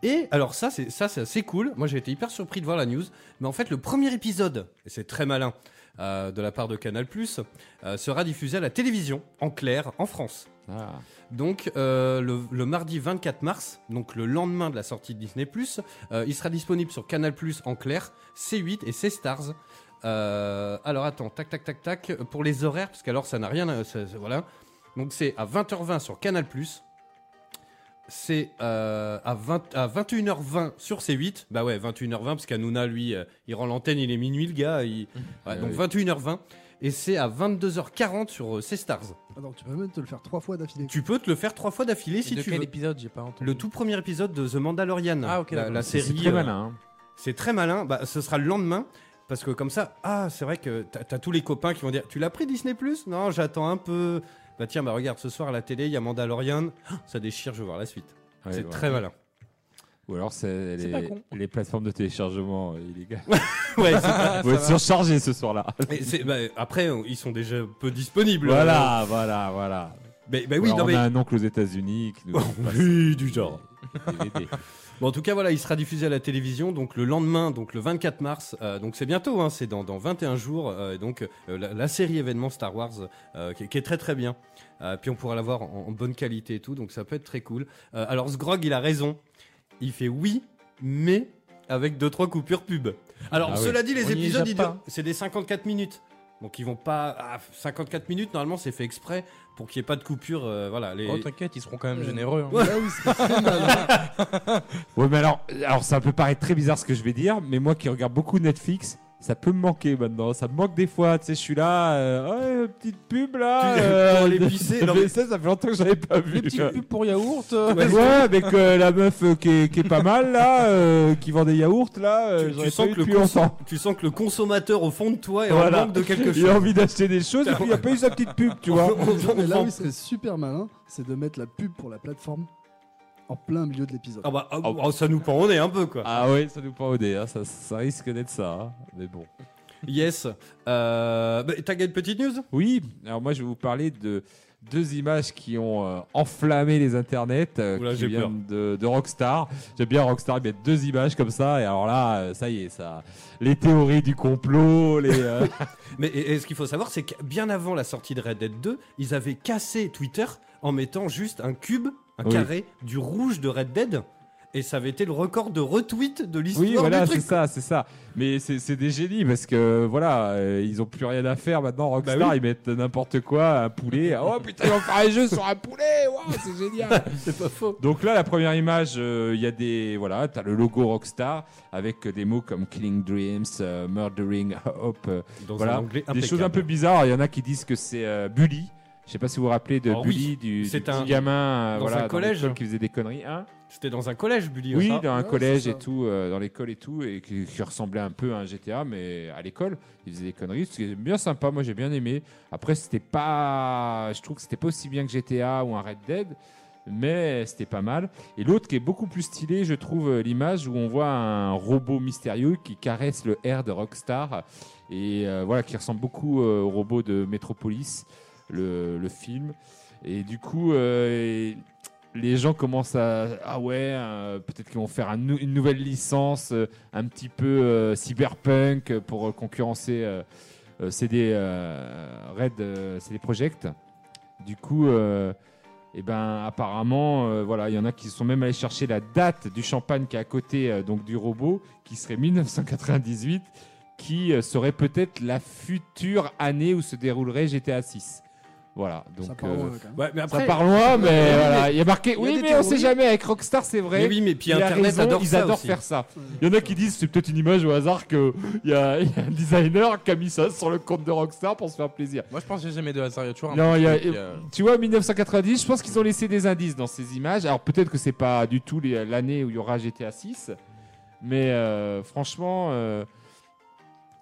D: Et alors ça, c'est ça, c'est assez cool. Moi, j'ai été hyper surpris de voir la news. Mais en fait, le premier épisode, et c'est très malin euh, de la part de Canal+, euh, sera diffusé à la télévision en clair en France.
E: Ah.
D: Donc euh, le, le mardi 24 mars, donc le lendemain de la sortie de Disney+, euh, il sera disponible sur Canal+, en clair, C8 et C-Stars. Euh, alors attends, tac tac tac tac, pour les horaires, parce qu'alors ça n'a rien, à- ça- ça- voilà. Donc c'est à 20h20 sur Canal+, c'est euh, à, 20 à 21h20 sur C8, bah ouais, 21h20, parce qu'Anouna, lui, euh, il rend l'antenne, il est minuit le gars, il- Ouais,
E: Eh
D: donc
E: oui.
D: 21h20, et c'est à 22h40 sur euh, C-Stars.
H: Ah non, tu peux même te le faire trois fois d'affilée.
D: Tu peux te le faire trois fois d'affilée si
F: de
D: tu
F: quel
D: veux.
F: épisode j'ai pas entendu
D: Le tout premier épisode de The Mandalorian.
F: Ah, ok,
D: la,
F: d'accord.
D: la
E: C'est
D: série.
E: c'est très
D: euh,
E: malin. hein.
D: C'est très malin. Bah, ce sera le lendemain. Parce que comme ça, ah, c'est vrai que t'as t'as tous les copains qui vont dire Tu l'as pris Disney Plus Non, j'attends un peu. Bah tiens, bah regarde, ce soir à la télé, il y a Mandalorian. Ah, Ça déchire, je veux voir la suite.
E: Ouais,
D: c'est
E: voilà.
D: très malin.
E: Ou alors c'est
F: C'est pas
E: les,
F: con.
E: les plateformes de téléchargement, euh, les gars.
D: Ouais, c'est pas-
E: Vous êtes surchargés ce soir-là.
D: mais c'est- bah, après, on- ils sont déjà peu disponibles.
E: Voilà, voilà, voilà.
D: Mais bah oui,
E: Alors,
D: non,
E: on
D: mais.
E: a un oncle aux États-Unis qui nous.
D: Oui, du genre.
E: DVD.
D: Bon, en tout cas, voilà, il sera diffusé à la télévision donc le lendemain, donc le 24 mars. euh, donc c'est bientôt, hein, c'est dans, dans 21 jours. euh, et donc euh, la, la série événement Star Wars euh, qui, est- qui est très très bien. Euh, puis on pourra l'avoir en, en bonne qualité et tout, donc ça peut être très cool. Euh, alors Sgrog, il a raison. Il fait oui, mais avec deux trois coupures pub. Alors
E: Ah oui.
D: cela dit,
F: On
D: les
F: n'y
D: épisodes,
F: échappe
D: ils
F: pas.
D: durent- c'est des 54 minutes. Donc ils vont pas ah, 54 minutes. Normalement, c'est fait exprès pour qu'il n'y ait pas de coupure. euh, voilà. Les...
F: Oh t'inquiète, ils seront quand même généreux. hein.
H: Là où il serait très malin,
E: Ouais, mais alors, alors ça peut paraître très bizarre ce que je vais dire, mais moi qui regarde beaucoup Netflix, ça peut me manquer maintenant. Ça me manque des fois. Tu sais, je suis là, euh, ouais, petite pub là.
D: Tu-
E: euh,
D: pour les pisser,
E: de-
D: non, mais-
E: ça, ça fait longtemps que j'avais pas vu.
F: Les petites pubs pour yaourt. euh,
E: Ouais, ouais, avec euh, la meuf euh, qui, est, qui est pas mal là, euh, qui vend des yaourts là. euh,
D: tu, tu
E: j'aurais
D: sens
E: pas eu
D: que le
E: depuis
D: cons-
E: longtemps.
D: tu sens que le consommateur au fond de toi est
E: Voilà.
D: en manque de quelque
E: Il a
D: chose.
E: envie d'acheter des choses et puis il a pas eu sa petite pub, tu vois.
H: Non, mais là où il serait super malin, c'est de mettre la pub pour la plateforme en plein milieu de l'épisode.
D: Ah bah, ah, ah, ça nous pend, on est un peu quoi.
E: Ah ouais, ça nous prend au dé, hein, ça, ça risque d'être ça. hein, Mais bon.
D: Yes. Euh, bah, T'as gagné une petite news
E: Oui, alors moi je vais vous parler de deux images qui ont euh, enflammé les internets, euh,
D: Oula,
E: qui
D: j'ai peur.
E: viennent de, de Rockstar. J'aime bien Rockstar, il y a deux images comme ça, et alors là, euh, ça y est, ça. Les théories du complot, les. euh,
D: Mais et- et ce qu'il faut savoir, c'est que bien avant la sortie de Red Dead 2, ils avaient cassé Twitter en mettant juste un cube, un
E: Oui.
D: carré du rouge de Red Dead. Et ça avait été le record de retweet de l'histoire
E: Oui, voilà,
D: du
E: c'est
D: truc.
E: ça, c'est ça. Mais c'est c'est des génies parce que voilà, euh, ils ont plus rien à faire
D: Bah
E: maintenant. Rockstar, ils mettent n'importe quoi, un poulet. oh putain, ils vont faire un jeu sur un poulet. Waouh, c'est génial.
D: C'est pas faux.
E: Donc là, la première image, euh, il y a des voilà, t'as le logo Rockstar avec euh, des mots comme Killing Dreams, euh, Murdering Hope, euh,
D: Dans
E: Voilà,
D: un anglais
E: des choses un peu bizarres. Il y en a qui disent que c'est euh, Bully. Je sais pas si vous vous rappelez de
D: Oh oui,
E: Bully, du, du
D: c'est
E: petit
D: un-
E: gamin euh,
D: dans
E: voilà,
D: un collège.
E: l'école qui faisait des conneries. Hein
D: C'était dans un collège, Bully.
E: oui,
D: ça.
E: dans un
H: Ouais,
E: collège
H: c'est
E: et
H: ça.
E: tout, euh, dans l'école et tout, et qui, qui ressemblait un peu à un GTA, mais à l'école, il faisait des conneries. C'était bien sympa, moi j'ai bien aimé. Après, c'était pas. Je trouve que c'était pas aussi bien que GTA ou un Red Dead, mais c'était pas mal. Et l'autre qui est beaucoup plus stylé, je trouve euh, l'image où on voit un robot mystérieux qui caresse le R de Rockstar, et euh, voilà, qui ressemble beaucoup euh, au robot de Metropolis, le, le film. Et du coup, euh, et- les gens commencent à ah ouais euh, peut-être qu'ils vont faire un nou- une nouvelle licence euh, un petit peu euh, cyberpunk euh, pour euh, concurrencer euh, euh, CD euh, Red euh, CD Project du coup euh, eh ben apparemment euh, voilà il y en a qui sont même allés chercher la date du champagne qui est à côté euh, donc du robot qui serait 1998 qui euh, serait peut-être la future année où se déroulerait GTA 6 voilà donc
H: ça part
E: euh,
H: loin, quand même.
D: Ouais, mais
E: ça
D: après,
E: part loin, mais
D: mais-
E: voilà, il y a marqué.
H: y a
E: oui,
H: des
E: mais on sait
H: théories.
E: jamais. Avec Rockstar, c'est vrai.
D: mais oui, mais puis
E: Il a
D: Internet
E: raison,
D: adore
E: ils
D: ça
E: adorent
D: aussi.
E: faire ça.
H: Ouais.
E: Il y en a qui disent c'est peut-être une image au hasard que il y, a il y a un designer qui a mis ça sur le compte de Rockstar pour se faire plaisir.
F: Moi je pense que j'ai jamais de hasard, il y a toujours un
E: Non,
F: petit
E: il y a-
F: truc, euh,
E: Tu vois, 1990, je pense qu'ils ont laissé des indices dans ces images. Alors peut-être que c'est pas du tout les- l'année où il y aura GTA 6, mais euh, franchement, euh,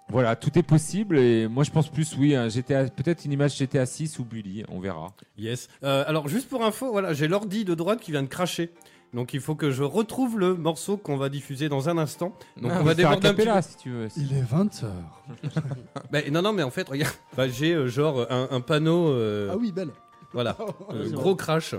E: voilà, tout est possible. Et moi, je pense plus, oui, un GTA, peut-être une image GTA 6 ou Bully, on verra.
D: Yes. Euh, alors juste pour info, voilà, j'ai l'ordi de droite qui vient de cracher. Donc il faut que je retrouve le morceau qu'on va diffuser dans un instant. Donc Ah, on va
E: faire
D: déborder un petit
E: cappella, si tu veux.
H: Il est 20h.
D: peu. Bah, non non mais en fait regarde, bah, j'ai euh, genre euh, un, un panneau, euh,
H: Ah oui, belle.
D: voilà, Euh,
G: c'est
D: gros crash.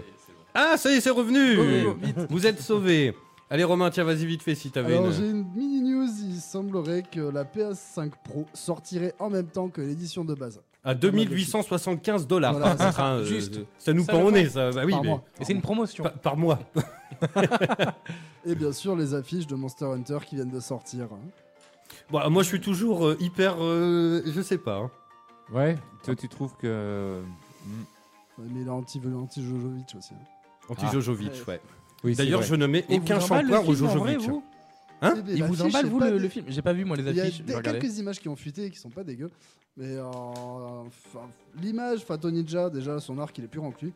D: Ah ça y est c'est revenu.
F: Go, go, go, vite.
D: Vous êtes sauvés. Allez, Romain, tiens, vas-y vite fait si t'avais
H: Alors
D: une.
F: euh,
H: j'ai une mini news, il semblerait que la PS5 Pro sortirait en même temps que l'édition de base.
D: À 2875 dollars.
H: Voilà,
D: par contre, hein, euh,
F: Juste.
D: Ça nous
F: Ça
D: pend au
F: le
D: nez, ça. Bah oui,
H: par
D: mais-
H: mois.
F: Et c'est une promotion.
D: pa- par mois.
H: Et bien sûr les affiches de Monster Hunter qui viennent de sortir. hein.
D: Bon, moi, je suis toujours euh, hyper. euh, je sais pas. hein.
E: Ouais, toi tu trouves que. Hmm.
H: Euh, Mais il est anti- anti-Jojovic aussi. hein.
D: Anti-Jojovic,
H: Ah.
D: ouais.
E: Oui, c'est
D: D'ailleurs,
E: vrai.
D: je ne mets
F: Et vous
D: aucun
F: emballe le
D: shampoing au
F: film, en vrai,
D: Jojovic.
F: vous
D: Hein
H: Eh ben,
F: Il vous
H: l'affiche
F: emballe,
H: est
F: vous,
H: pas
F: le,
H: dé-
F: le film J'ai pas vu, moi, les
H: Il y a
F: affiches.
H: des-
F: je vais regarder.
H: quelques images qui ont fuité et qui sont pas dégueu. Mais euh, enfin, l'image, Fato Ninja, déjà son arc il est plus rempli.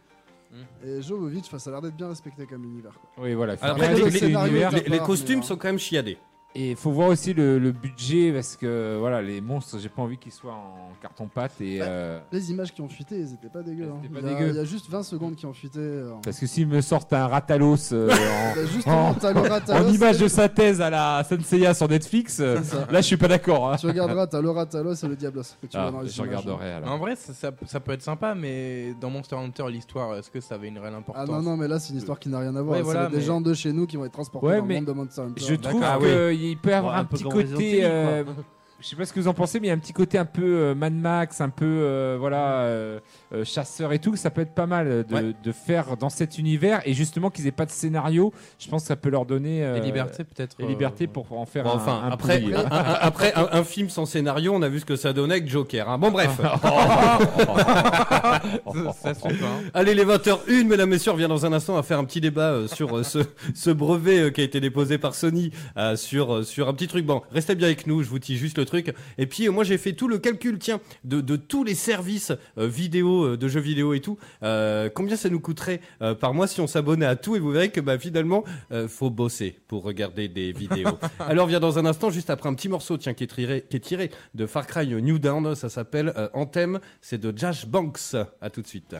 F: Hmm.
H: Et Jovovic, enfin, ça a l'air d'être bien respecté comme univers. quoi.
E: Oui, voilà. faut
D: Alors,
E: regarder
D: après,
E: les
D: le
H: scénario
E: univers.
H: est
D: Les, les
H: part,
D: costumes
H: mais,
D: sont quand même chiadés.
E: Et faut voir aussi le, le budget parce que voilà, les monstres, j'ai pas envie qu'ils soient en carton pâte et
H: Ouais.
E: euh,
H: Les images qui ont fuité, elles étaient pas dégueu.
E: Elles
H: hein.
E: étaient pas
H: il, y a,
E: dégueu.
H: il y a juste 20 secondes qui ont fuité. euh,
E: parce que s'ils me sortent un Ratalos euh,
H: bah,
E: en,
H: justement,
E: en-
H: t'as le
E: Oh. en
H: Ratalos,
E: image de synthèse à la Senseiya sur Netflix, euh,
H: ça.
E: là je suis pas d'accord. hein.
H: Tu regarderas, t'as le Ratalos et le Diablos. que tu
E: Ah,
H: vois dans les
E: je
H: images.
E: regarderai alors.
F: En vrai, ça, ça- ça peut être sympa, mais dans Monster Hunter, l'histoire, est-ce que ça avait une réelle
H: Ah
F: importance
H: non, non, mais là, c'est une histoire qui n'a rien à voir.
F: Ouais,
H: c'est
F: voilà,
H: des
F: mais-
H: gens de chez nous qui vont être transportés
E: Ouais,
H: dans le
E: mais
H: monde de Monster Hunter.
E: Je trouve
D: Ah,
E: qu'il peut avoir
G: Ouais,
E: un,
G: un peu
E: petit
G: comme Resident
E: côté.
G: Evil,
E: euh, je sais pas ce que vous en pensez, mais il y a un petit côté un peu euh, Mad Max, un peu euh, voilà euh, euh, chasseur et tout. Ça peut être pas mal euh, de,
D: Ouais.
E: de faire dans cet univers et justement qu'ils aient pas de scénario. Je pense que ça peut leur donner euh,
F: Les libertés, peut-être.
E: les
F: euh,
E: libertés pour en faire
D: Bon,
E: un-
D: enfin,
E: Ah, un,
D: après, hein.
E: prix. hein.
D: un, un- après un, un film sans scénario, on a vu ce que ça donnait avec Joker. hein. Bon, bref.
F: ça, ça se fait pas. hein.
D: Allez, les 20h01, mesdames, messieurs, on revient dans un instant à faire un petit débat euh, sur euh, ce, ce brevet euh, qui a été déposé par Sony euh, sur, euh, sur un petit truc. Bon, restez bien avec nous, je vous dis juste le truc. Et puis, euh, moi, j'ai fait tout le calcul, tiens, de, de tous les services euh, vidéo, euh, de jeux vidéo et tout. Euh, combien ça nous coûterait euh, par mois si on s'abonnait à tout Et vous verrez que bah, finalement, euh, faut bosser pour regarder des vidéos. Alors, on vient dans un instant, juste après un petit morceau, tiens, qui est tiré, qui est tiré de Far Cry New Dawn. Ça s'appelle euh, Anthem. C'est de Josh Banks. À tout de suite.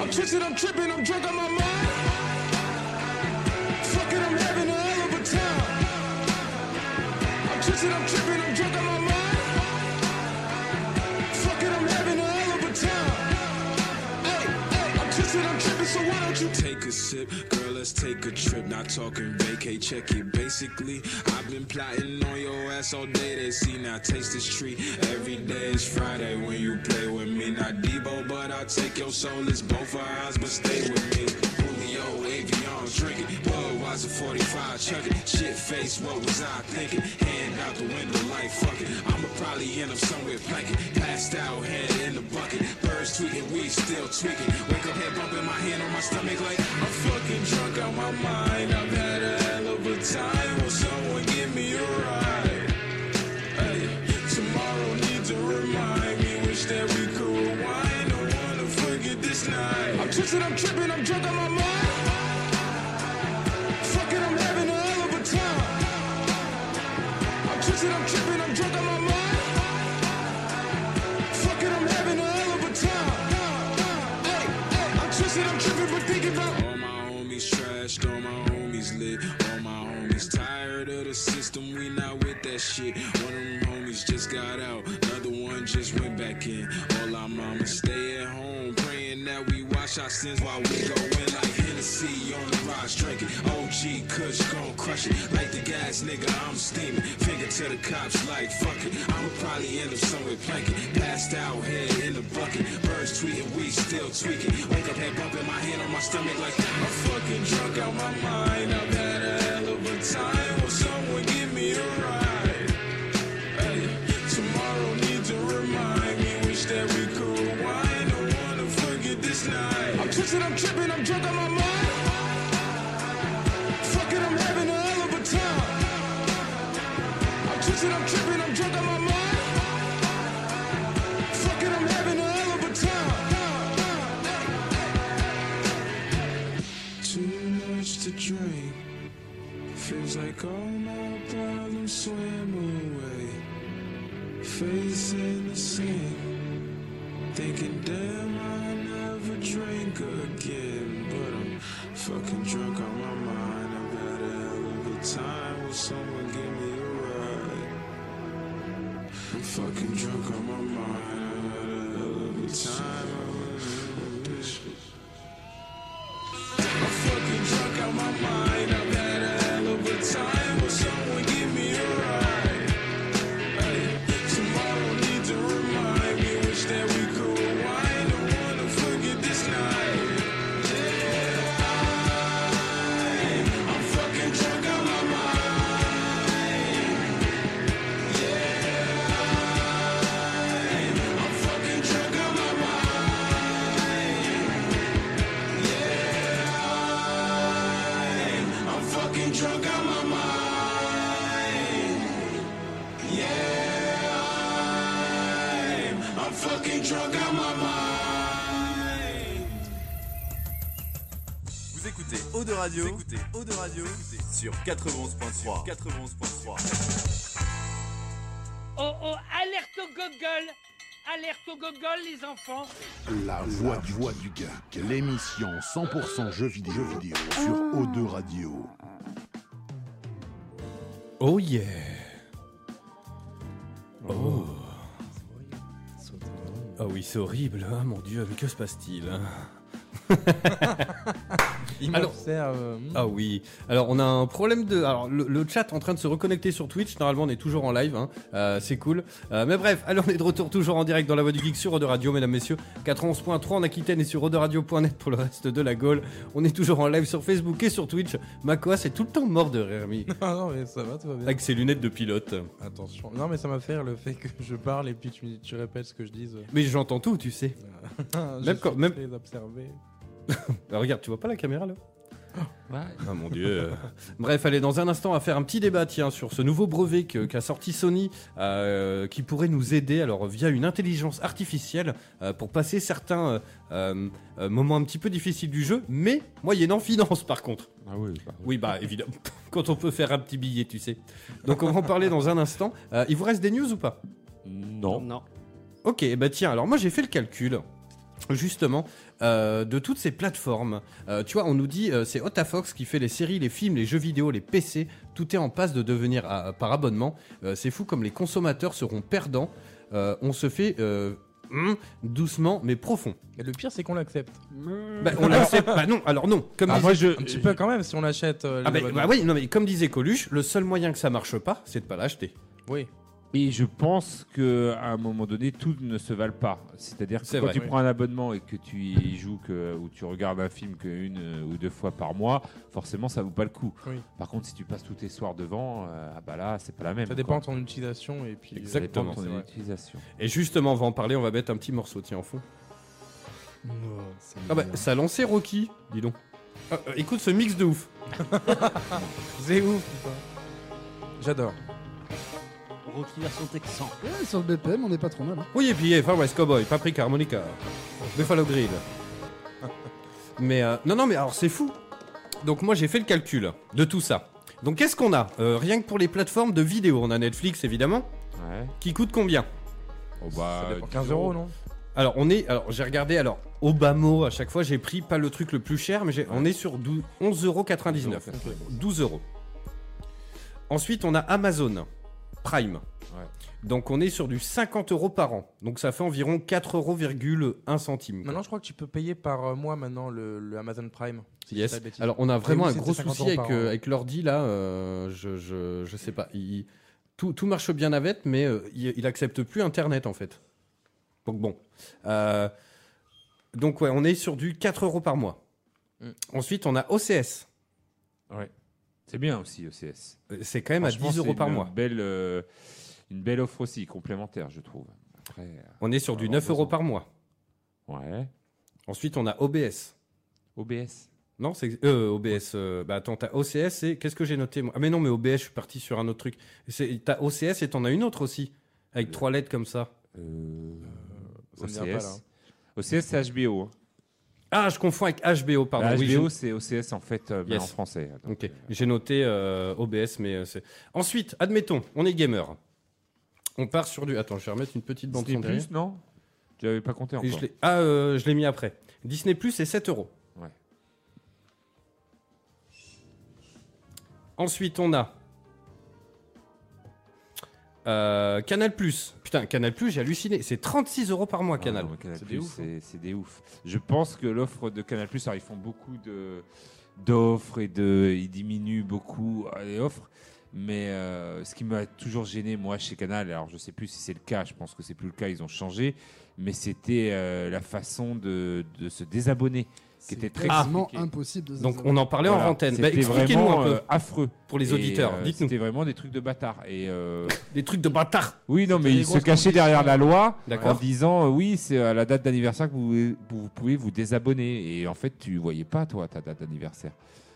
I: I'm twisted, I'm tripping, I'm drunk on my mind. Fuck it, I'm having a hell of a time. I'm twisted, I'm tripping, I'm drunk on my mind. Fuck it, I'm having a hell of a time. Hey, hey, I'm twisted, I'm tripping, so why don't you take a sip? Girl, let's take a trip, not talking vacay, check it. Basically, I've been plotting on your ass all day. They see, now taste this treat. Every day is Friday when you play with me. Not Debo, but I'll take your soul. It's both our eyes, but stay with me. Julio, Avion, drink it. Budweiser 45, chuck it. Shit face, what was I thinking? Hand out the window like fuck it. I'ma probably end up somewhere blanket. Passed out, head in the bucket. Birds tweaking, we still tweaking. Wake up, head bumping, my hand on my stomach like I'm fucking drunk out my mind. I've had a hell of a time. Will someone give me a ride? Hey, tomorrow needs to remind me. Wish that we could rewind. I wanna forget this night. I'm twisted, I'm tripping, I'm drunk on my mind. Fuck it, I'm having a hell of a time. I'm twisted, I'm tripping, I'm drunk on my mind. Fuck it, I'm having a hell of a time. Hey, hey, I'm twisted, I'm tripping, but thinking about all my homies trashed, all my homies lit, all my homies tired of the system. We not with that shit. One of them homies just got out, another one just went back in. All our mamas stay at home, praying that we wash our sins while we go in like Hennessy on the rise, drinking. OG Kush gon' crush it like the gas, nigga. I'm steaming, finger to the cops like fuck it. I'ma probably end up somewhere planking, passed out head in the bucket. Birds tweeting, we still tweaking. Wake up, head bumping, my hand on my stomach like I'm fucking drunk out my mind. I've had a hell of a time. Will someone give me a ride? Hey, tomorrow needs to remind me. Wish that we could rewind. I wanna forget this night. I'm twisted, I'm tripping, I'm drunk on my mind. Fuck it, I'm having a hell of a time. I'm twisted, I'm tripping, I'm drunk on my mind. Fuck it, I'm having a hell of a time. Too much to drink. Feels like Like all my problems swim away. Facing the sand. Thinking, damn, I never drink again. But I'm fucking drunk on my mind. I've had a hell of a time. Will someone give me a ride? I'm fucking drunk on my mind. I've had a hell of a time. I'm fucking drunk on my mind. I've had a hell of a time. Will someone give me a ride? Tomorrow need to remind me. Wish that we could rewind. Don't wanna forget this night. Yeah, I'm fucking drunk on my mind. Yeah, I'm fucking drunk on my mind. Yeah, I'm fucking drunk on my mind. Yeah, I'm, I'm fucking drunk on my mind.
A: Vous écoutez Eau de Radio, Vous écoutez Eau de Radio Vous écoutez sur 91.3. 91.3.
B: Oh oh, alerte au gogol Alerte au gogol les enfants
C: La voix, du, voix du geek, l'émission 100% jeux vidéo, jeux vidéo Ah. sur O2 Radio.
D: Oh yeah Oh Ah oui, c'est horrible, ah mon dieu, mais que se passe-t-il hein
F: Il
D: Alors-
F: m'observe. euh,
D: Ah oui, alors on a un problème de... Alors le, le chat est en train de se reconnecter sur Twitch, normalement on est toujours en live, hein. Euh, c'est cool. Euh, mais bref, alors on est de retour toujours en direct dans la voix du geek sur Eau de Radio, mesdames, messieurs. 91.3 en Aquitaine et sur Radio.net pour le reste de la Gaule. On est toujours en live sur Facebook et sur Twitch. Makoa c'est tout le temps mort de rire, mi,
F: Ah non, mais ça va, tout va bien.
D: avec ses lunettes de pilote.
F: Attention. Non, mais ça m'a fait rire le fait que je parle et puis tu, me- tu répètes ce que je dis.
D: Mais j'entends tout, tu sais.
F: Même
D: Même quand- même-
F: Les observer.
D: Ah, regarde, tu vois pas la caméra là Ah mon dieu. Bref, allez, dans un instant, on va faire un petit débat tiens, sur ce nouveau brevet que- qu'a sorti Sony euh, qui pourrait nous aider alors via une intelligence artificielle euh, pour passer certains euh, euh, euh, moments un petit peu difficiles du jeu, mais moyennant finance par contre.
E: Ah oui, bah,
D: Oui, bah évidemment, quand on peut faire un petit billet, tu sais. Donc on va en parler dans un instant. Euh, il vous reste des news ou pas
E: Non.
G: Non.
D: Ok, bah tiens, alors moi j'ai fait le calcul, justement, euh, de toutes ces plateformes. Euh, tu vois, on nous dit, euh, c'est Otafox qui fait les séries, les films, les jeux vidéo, les PC, tout est en passe de devenir euh, par abonnement. Euh, c'est fou comme les consommateurs seront perdants. Euh, on se fait... euh, hum, doucement mais profond.
F: Et le pire, c'est qu'on l'accepte.
D: Bah, on l'accepte. bah non, alors non. Comme
F: Ah,
D: disait-
F: moi, je... Un petit peu quand même si on achète. euh,
D: Ah bah,
F: l'abonnement.
D: bah oui, non mais comme disait Coluche, le seul moyen que ça marche pas, c'est de pas l'acheter.
F: Oui.
E: Et je pense que à un moment donné, tout ne se valent pas. C'est-à-dire que
D: C'est
E: quand
D: vrai.
E: tu
F: Oui.
E: prends un abonnement et que tu y joues que, ou tu regardes un film qu'une euh, ou deux fois par mois, forcément, ça vaut pas le coup.
F: Oui.
E: Par contre, si tu passes tous tes soirs devant, euh, ah bah là, c'est pas la même.
F: Ça dépend
E: quoi.
F: de ton utilisation et puis. euh,
E: Ça dépend
D: Exactement,
E: de
D: c'est
E: ton
D: vrai.
E: utilisation.
D: Et justement, on va en parler, on va mettre un petit morceau, tiens, en fond.
F: Oh,
D: Ah bah, ça a lancé Rocky, dis donc. Ah, euh, écoute ce mix de ouf.
F: C'est ouf. putain. J'adore.
G: Rocky version texan.
H: Ouais, sur le BPM, on est pas trop mal. hein.
D: Oui, et puis eh, Far West Cowboy, Paprika Harmonica, Buffalo Grill. Mais euh, non, non, mais alors c'est fou. Donc moi j'ai fait le calcul de tout ça. Donc qu'est-ce qu'on a Euh, Rien que pour les plateformes de vidéo, on a Netflix évidemment,
E: Ouais.
D: qui coûte combien
E: Oh bah,
F: Ça dépend.
E: 10
F: 15 euros, non
D: Alors on est, alors j'ai regardé, alors au bas mot à chaque fois j'ai pris pas le truc le plus cher, mais j'ai- on est sur 12 11,99€. 12 euros. Ensuite, on a Amazon Prime.
E: Ouais.
D: Donc, on est sur du 50 euros par an. Donc, ça fait environ 4,1 centime. quoi.
F: Maintenant, je crois que tu peux payer par euh, mois maintenant le, le Amazon Prime. si je dis
D: Yes.
F: pas de bêtises.
D: Alors, on a vraiment
F: oui,
D: un
F: c'était
D: gros
F: 50
D: souci
F: euros
D: avec,
F: par
D: euh,
F: an.
D: avec l'ordi là. euh, je, je, je sais pas. Il- tout, tout marche bien avec, mais euh, il, il accepte plus Internet en fait. Donc bon. Euh, donc ouais, on est sur du 4 euros par mois.
F: Mm.
D: Ensuite, on a OCS.
E: C'est bien aussi, OCS.
D: Euh, C'est quand même à
E: Franchement,
D: 10 euros
E: c'est
D: par
E: une
D: mois.
E: Belle, euh, une belle offre aussi, complémentaire, je trouve. Après, euh,
D: On est sur du
E: Avant
D: 9
E: deux
D: euros
E: ans.
D: par mois.
E: ouais.
D: Ensuite, on a OBS.
E: OBS.
D: Non, c'est euh, OBS. euh, bah attends, t'as OCS et qu'est-ce que j'ai noté moi Ah mais non, mais OBS, je suis parti sur un autre truc. C'est- T'as OCS et t'en as une autre aussi avec
E: Euh.
D: trois lettres comme ça.
E: Euh,
F: ça me vient pas, là.
E: OCS, c'est HBO. hein.
D: Ah, je confonds avec HBO, pardon.
E: Bah,
D: Oui,
E: HBO,
D: j'ai-
E: c'est OCS en fait, euh, mais
D: Yes.
E: en français. Donc,
D: Ok, j'ai noté euh, OBS, mais euh, c'est. Ensuite, admettons, on est gamer. On part sur du. Attends, je vais remettre une petite bande son
E: Disney
D: derrière.
E: Plus, non Tu n'avais pas compté
D: Et
E: encore.
D: je l'ai- ah, euh, je l'ai mis après. Disney Plus, c'est 7 euros.
E: Ouais.
D: Ensuite, on a. euh, Canal Plus. Putain, Canal Plus, j'ai halluciné. C'est 36 euros par mois,
E: Ah,
D: Canal.
E: non, mais Canal+,
F: C'est
E: C'est
F: des ouf, hein.
D: hein.
E: des, des ouf. Je pense que l'offre de Canal alors ils font beaucoup de d'offres et de ils diminuent beaucoup euh, les offres. Mais euh, ce qui m'a toujours gêné moi chez Canal, alors je sais plus si c'est le cas, je pense que c'est plus le cas, ils ont changé, mais c'était euh, la façon de, de se désabonner qui était très
H: quasiment
E: compliqué.
H: impossible de se
D: Ah, Donc,
H: désabonner.
D: on en parlait en
E: Voilà.
D: antenne. Bah,
E: C'était
D: Expliquez-nous
E: vraiment,
D: un peu
E: euh, affreux
D: pour les
E: Et,
D: auditeurs.
E: euh,
D: Dites-nous.
E: C'était vraiment des trucs de bâtards et euh,
D: Des trucs de bâtard.
E: Oui, non, mais
F: des
E: il se
F: grosses
E: cachait derrière la loi en
D: D'accord.
E: disant euh, oui, c'est à la date d'anniversaire que vous, vous pouvez vous désabonner. Et en fait, tu voyais pas, toi, ta date d'anniversaire.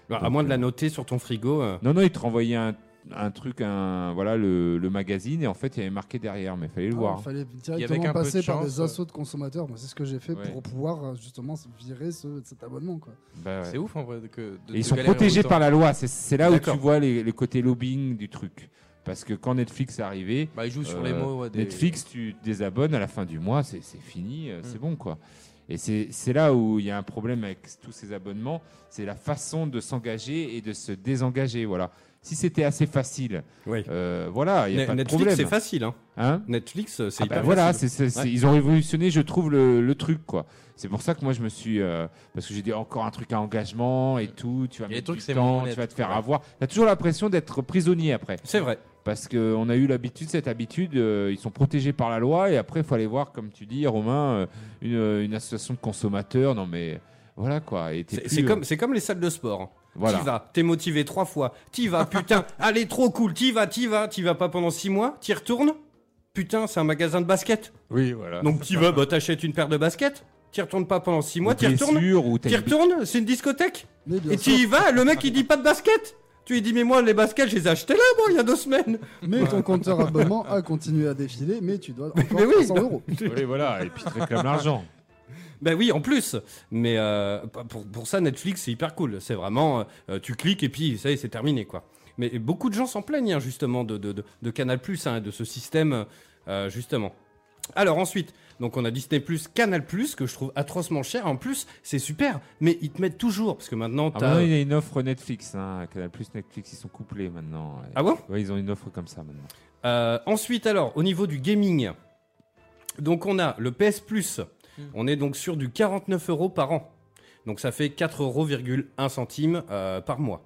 D: Bah, à moins de la noter sur ton frigo. euh.
E: Non, non, il te renvoyait un, un truc, un, voilà, le, le magazine, et en fait, il y avait marqué derrière, mais fallait le
H: Ah,
E: voir.
H: Il fallait
F: qu'un
H: directement
F: peu de
H: passer par
F: chance,
H: des assauts de consommateurs. Moi, c'est ce que j'ai fait
E: Ouais.
H: pour pouvoir euh, justement virer ce- cet abonnement. Quoi.
E: Bah ouais.
F: C'est ouf en vrai de- que. de-
E: Et ils
F: de
E: sont
F: galérer
E: protégés
F: autant.
E: par la loi. C'est- C'est là où tu
D: D'accord.
E: vois les, les côtés lobbying du truc. Parce que quand Netflix est arrivé,
F: Bah, ils jouent sur
E: Euh,
F: les mots. ouais, des-
E: Netflix, tu te désabonnes à la fin du mois, c'est c'est fini,
F: Mm.
E: euh, c'est bon quoi. Et c'est c'est là où il y a un problème avec tous ces abonnements, c'est la façon de s'engager et de se désengager. Voilà. Si c'était assez facile,
D: Oui.
E: euh, voilà, il n'y a
D: Ne-
E: pas de
D: Netflix,
E: problème.
D: c'est facile. hein.
E: Hein
D: Netflix, c'est
E: Ah bah
D: hyper
E: voilà,
D: facile.
E: c'est- c'est- c'est-
D: Ouais.
E: ils ont révolutionné, je trouve, le, le truc quoi. C'est pour ça que moi je me suis, euh, parce que j'ai dit encore un truc à engagement et tout. Tu vas
F: Il y a des
E: mettre
F: trucs,
E: du
F: c'est
E: temps,
F: moins
E: tu
F: net,
E: vas te faire
F: ouais.
E: avoir. T'as toujours l'impression d'être prisonnier après.
D: C'est vrai.
E: Parce qu'on a eu l'habitude, cette habitude, euh, ils sont protégés par la loi et après, il faut aller voir, comme tu dis, Romain, euh, une, euh, une association de consommateurs. Non, mais voilà quoi. Et t'es
D: C'est
E: plus,
D: c'est
E: euh,
D: comme, c'est comme les salles de sport. hein.
E: Voilà.
D: T'y vas, t'es motivé trois fois. T'y vas, putain, allez, trop cool, t'y vas, t'y vas, t'y vas pas pendant six mois, t'y retournes. Putain, c'est un magasin de basket.
E: Oui, voilà.
D: Donc t'y vas, bah t'achètes une paire de baskets. T'y retournes pas pendant six mois,
E: Ou
D: t'y retournes.
E: blessure, ou t'as
D: T'y
E: une bi-
D: retournes, c'est une discothèque.
H: Mais bien
D: Et
H: sûr,
D: t'y y vas, le mec il dit pas de basket. Tu lui dis, mais moi les baskets, je les ai achetées là, moi, il y a deux semaines.
H: mais ton compteur abonnement a continué à défiler, mais tu dois encore
D: mais oui,
H: 100
D: non.
H: euros.
E: Oui, voilà. Et puis, tu réclames l'argent.
D: Ben oui, en plus. Mais euh, pour, pour ça, Netflix, c'est hyper cool. C'est vraiment, euh, tu cliques et puis ça y est, c'est terminé, quoi. Mais beaucoup de gens s'en plaignent, hein, justement, de, de, de, de Canal+, hein, de ce système, euh, justement. Alors ensuite, donc on a Disney+, Canal+, que je trouve atrocement cher. En plus, c'est super, mais ils te mettent toujours, parce que maintenant,
E: Ah,
D: t'as...
E: maintenant, il y a une offre Netflix. Hein. Canal Plus, Netflix, ils sont couplés maintenant. ouais.
D: Ah bon
E: Ouais, ils ont une offre comme ça maintenant.
D: Euh, ensuite, alors, au niveau du gaming, donc on a le PS Plus. On est donc sur du 49 euros par an. Donc ça fait 4,1 euros centime euh, par mois.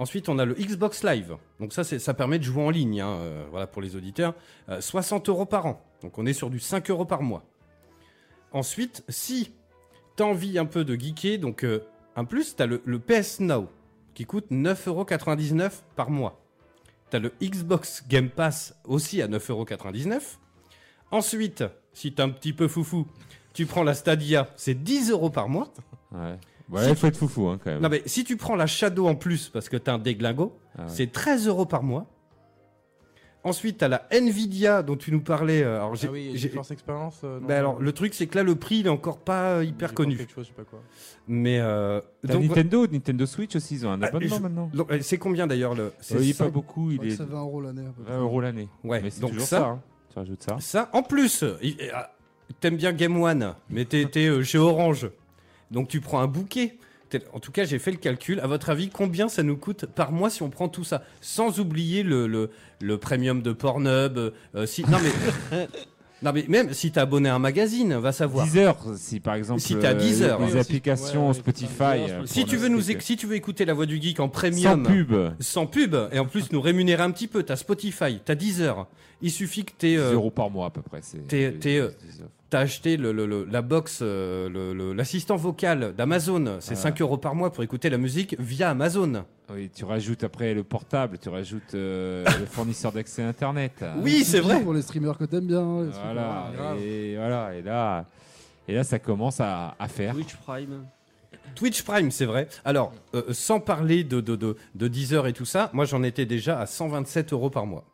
D: Ensuite, on a le Xbox Live. Donc ça, c'est- ça permet de jouer en ligne, hein, euh, voilà pour les auditeurs. Euh, 60 euros par an. Donc on est sur du 5 euros par mois. Ensuite, si t'as envie un peu de geeker, donc euh, un plus, t'as le, le PS Now qui coûte 9,99 euros par mois. T'as le Xbox Game Pass aussi à 9,99€. Ensuite, si t'es un petit peu foufou, tu prends la Stadia, c'est 10 euros par mois.
E: Ah Ouais. Ouais,
D: Si
E: il
D: tu-
E: faut être foufou hein, quand même.
D: Non mais si tu prends la Shadow en plus parce que t'es un déglingo,
E: Ah ouais.
D: c'est 13 euros par mois. Ensuite, t'as la Nvidia dont tu nous parlais. euh, Alors,
F: Ah
D: j'ai-
F: oui,
D: j'ai-
F: force expérience. euh, non,
D: Bah alors,
F: non,
D: le truc, c'est que là, le prix, il est encore pas euh,
F: j'ai
D: hyper
F: pas
D: connu.
F: quelque chose, je sais pas quoi.
D: Mais euh,
E: T'as
D: donc,
E: Nintendo, Nintendo Switch aussi, ils ont un
D: Ah,
E: abonnement
D: je-
E: maintenant.
D: donc, euh, c'est combien d'ailleurs le c'est
E: Oui,
D: ça-
E: pas beaucoup,
H: Je
E: il
H: crois que
E: est
H: c'est 20 euros l'année. à peu près.
E: 20 euros l'année.
D: Ouais,
E: mais c'est
D: donc
E: toujours
D: ça-
E: ça. hein. Tu rajoutes ça.
D: Ah, Ça, en plus, il- eh, ah, t'aimes bien Game One, mais t'es t'es, euh, chez Orange. Donc tu prends un bouquet. T'es- En tout cas, j'ai fait le calcul. À votre avis, combien ça nous coûte par mois si on prend tout ça Sans oublier le, le, le premium de Pornhub. euh, euh, si... non, mais... non, mais même si t'es abonné à un magazine, va savoir.
E: Deezer, si par exemple.
D: Si t'as
E: euh,
D: Deezer.
E: Les
F: Ouais, aussi.
E: applications
F: Ouais, ouais,
E: Spotify.
F: Deezer,
E: euh,
D: Si tu, veux nous, euh, éc- si tu veux écouter la voix du geek en
E: Sans
D: premium,
E: pub.
D: sans pub, et en plus nous rémunérer un petit peu, t'as Spotify, t'as Deezer. Il suffit que t'aies.
E: 10
D: euh,
E: euros par mois à peu près. c'est-
D: t'es-
E: c'est-
D: t'es, euh,
E: c'est- c'est-
D: T'as acheté le, le- le- la box, euh, le- le- l'assistant vocal d'Amazon, c'est
E: Ah.
D: 5 euros par mois pour écouter la musique via Amazon.
E: Oui, tu rajoutes après le portable, tu rajoutes euh, le fournisseur d'accès Internet.
D: Oui, c'est vrai.
H: Ah, Pour les streamers que t'aimes bien. les
E: Voilà.
H: streamers-
E: Et voilà. Et là, et là, ça commence à, à faire.
G: Twitch Prime.
D: Twitch Prime, c'est vrai. Alors, euh, sans parler de, de, de, de Deezer et tout ça, moi j'en étais déjà à 127 euros par mois.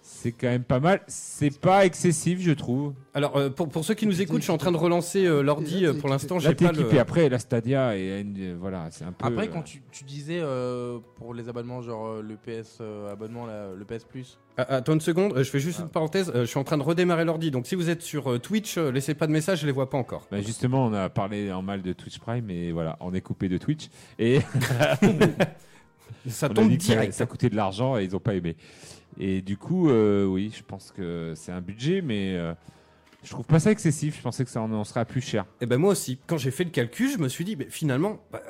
E: C'est quand même pas mal. C'est pas excessif, je trouve.
D: Alors, euh, pour, pour ceux qui nous écoutent, je suis en train de relancer euh, l'ordi. euh, Pour l'instant,
E: Là,
D: j'ai
E: t'es
D: pas le.
E: équipé. Après, la Stadia, et euh, voilà, c'est un peu.
F: Après,
E: euh,
F: quand tu, tu disais euh, pour les abonnements, genre euh, le PS euh, abonnement, là, le PS Plus,
D: Ah, Attends une seconde, euh, je fais juste une parenthèse. euh, Je suis en train de redémarrer l'ordi. Donc, si vous êtes sur euh, Twitch, euh, laissez pas de message, je les vois pas encore.
E: Bah, justement, on a parlé en mal de Twitch Prime, et voilà, on est coupé de Twitch. Et
D: Ça
E: on a
D: tombe
E: dit que ça-
D: direct.
E: Ça coûtait de l'argent et ils ont pas aimé. Et du coup, euh, oui, je pense que c'est un budget, mais euh, je trouve pas ça excessif. Je pensais que ça en, en serait plus cher.
D: Et ben moi aussi, quand j'ai fait le calcul, je me suis dit, mais finalement, bah,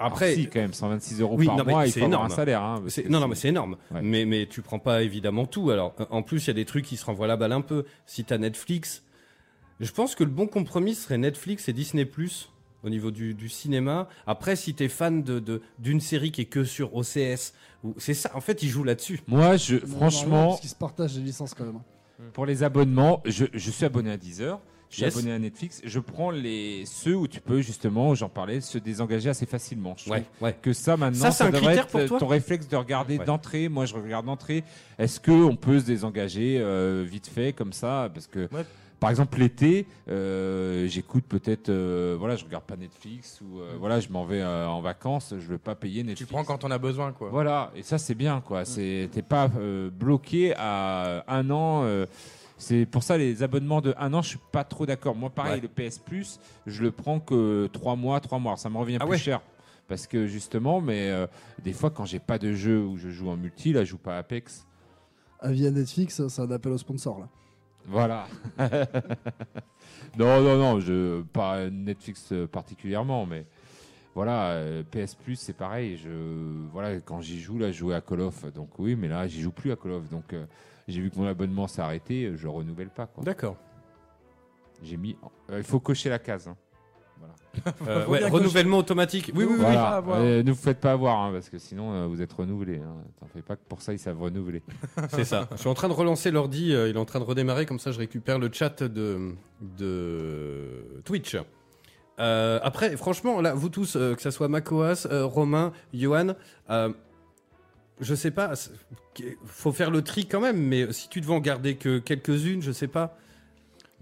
E: Après,
D: après,
E: si, quand même, 126 euros
D: Oui,
E: par
D: non, mais
E: mois, il
D: c'est
E: faut avoir un
D: énorme.
E: salaire. hein, parce
D: C'est-
E: que
D: Non, non, mais c'est énorme.
E: Ouais.
D: Mais, mais tu prends pas évidemment tout. Alors, en- en plus, il y a des trucs qui se renvoient la balle un peu. Si t'as Netflix, je pense que le bon compromis serait Netflix et Disney au niveau du, du cinéma. Après, si t'es fan de de- d'une série qui est que sur OCS, ou- c'est ça. En fait, ils jouent là-dessus.
E: Moi, je,
H: Non, non, non,
E: franchement,
H: Parce qu'ils se partagent les licences quand même. hein.
E: pour les abonnements, je, je suis abonné à Deezer, je suis
D: Yes.
E: abonné à Netflix. Je prends les ceux où tu peux justement, j'en parlais, se désengager assez facilement. Je trouve
D: Ouais, ouais.
E: que ça maintenant,
D: Ça,
E: ça,
D: c'est un
E: devrait
D: critère
E: être
D: pour
E: euh,
D: toi
E: ton réflexe de regarder
D: Ouais.
E: d'entrée. Moi, je regarde d'entrée. Est-ce que on peut se désengager euh, vite fait comme ça Parce que
F: Ouais.
E: par exemple l'été, euh, j'écoute peut-être, euh, voilà, je regarde pas Netflix ou
D: Mm.
E: euh, voilà, je m'en vais euh, en vacances, je veux pas payer Netflix.
F: tu le prends quand on a besoin, quoi.
E: Voilà, et ça c'est bien
D: Mm.
E: quoi. C'est t'es pas euh, bloqué à un an. euh, c'est pour ça les abonnements de un an, je suis pas trop d'accord. Moi pareil, le PS Plus, je le prends que trois mois, trois mois. Alors, Ça me revient
D: Ah
E: plus
D: ouais.
E: cher. Parce que justement, mais euh, des fois quand j'ai pas de jeu où je joue en multi, là je joue pas Apex.
H: Hein. Via Netflix, c'est un appel au sponsor là.
E: Voilà. non, non, non, je pas Netflix euh, particulièrement, mais voilà, euh, PS Plus c'est pareil. Je voilà, quand j'y joue là, je jouais à Call of, donc oui, mais là j'y joue plus à Call of, donc euh, j'ai vu que mon abonnement s'est arrêté, euh, je renouvelle pas quoi.
D: D'accord.
E: J'ai mis, euh, il faut cocher la case. hein.
D: Euh, ouais, renouvellement automatique. Oui, oui, oui.
E: Voilà.
F: pas avoir.
E: Euh, ne vous faites pas avoir hein, parce que sinon euh, vous êtes renouvelé. Hein. T'en fais pas que pour ça ils savent renouveler.
D: C'est ça. Je suis en train de relancer l'ordi, euh, il est en train de redémarrer, comme ça je récupère le chat de, de Twitch. Euh, après, franchement, là, vous tous, euh, que ça soit Macoas, euh, Romain, Johan, euh, je sais pas, c'est- faut faire le tri quand même, mais si tu devais en garder que quelques-unes, je sais pas.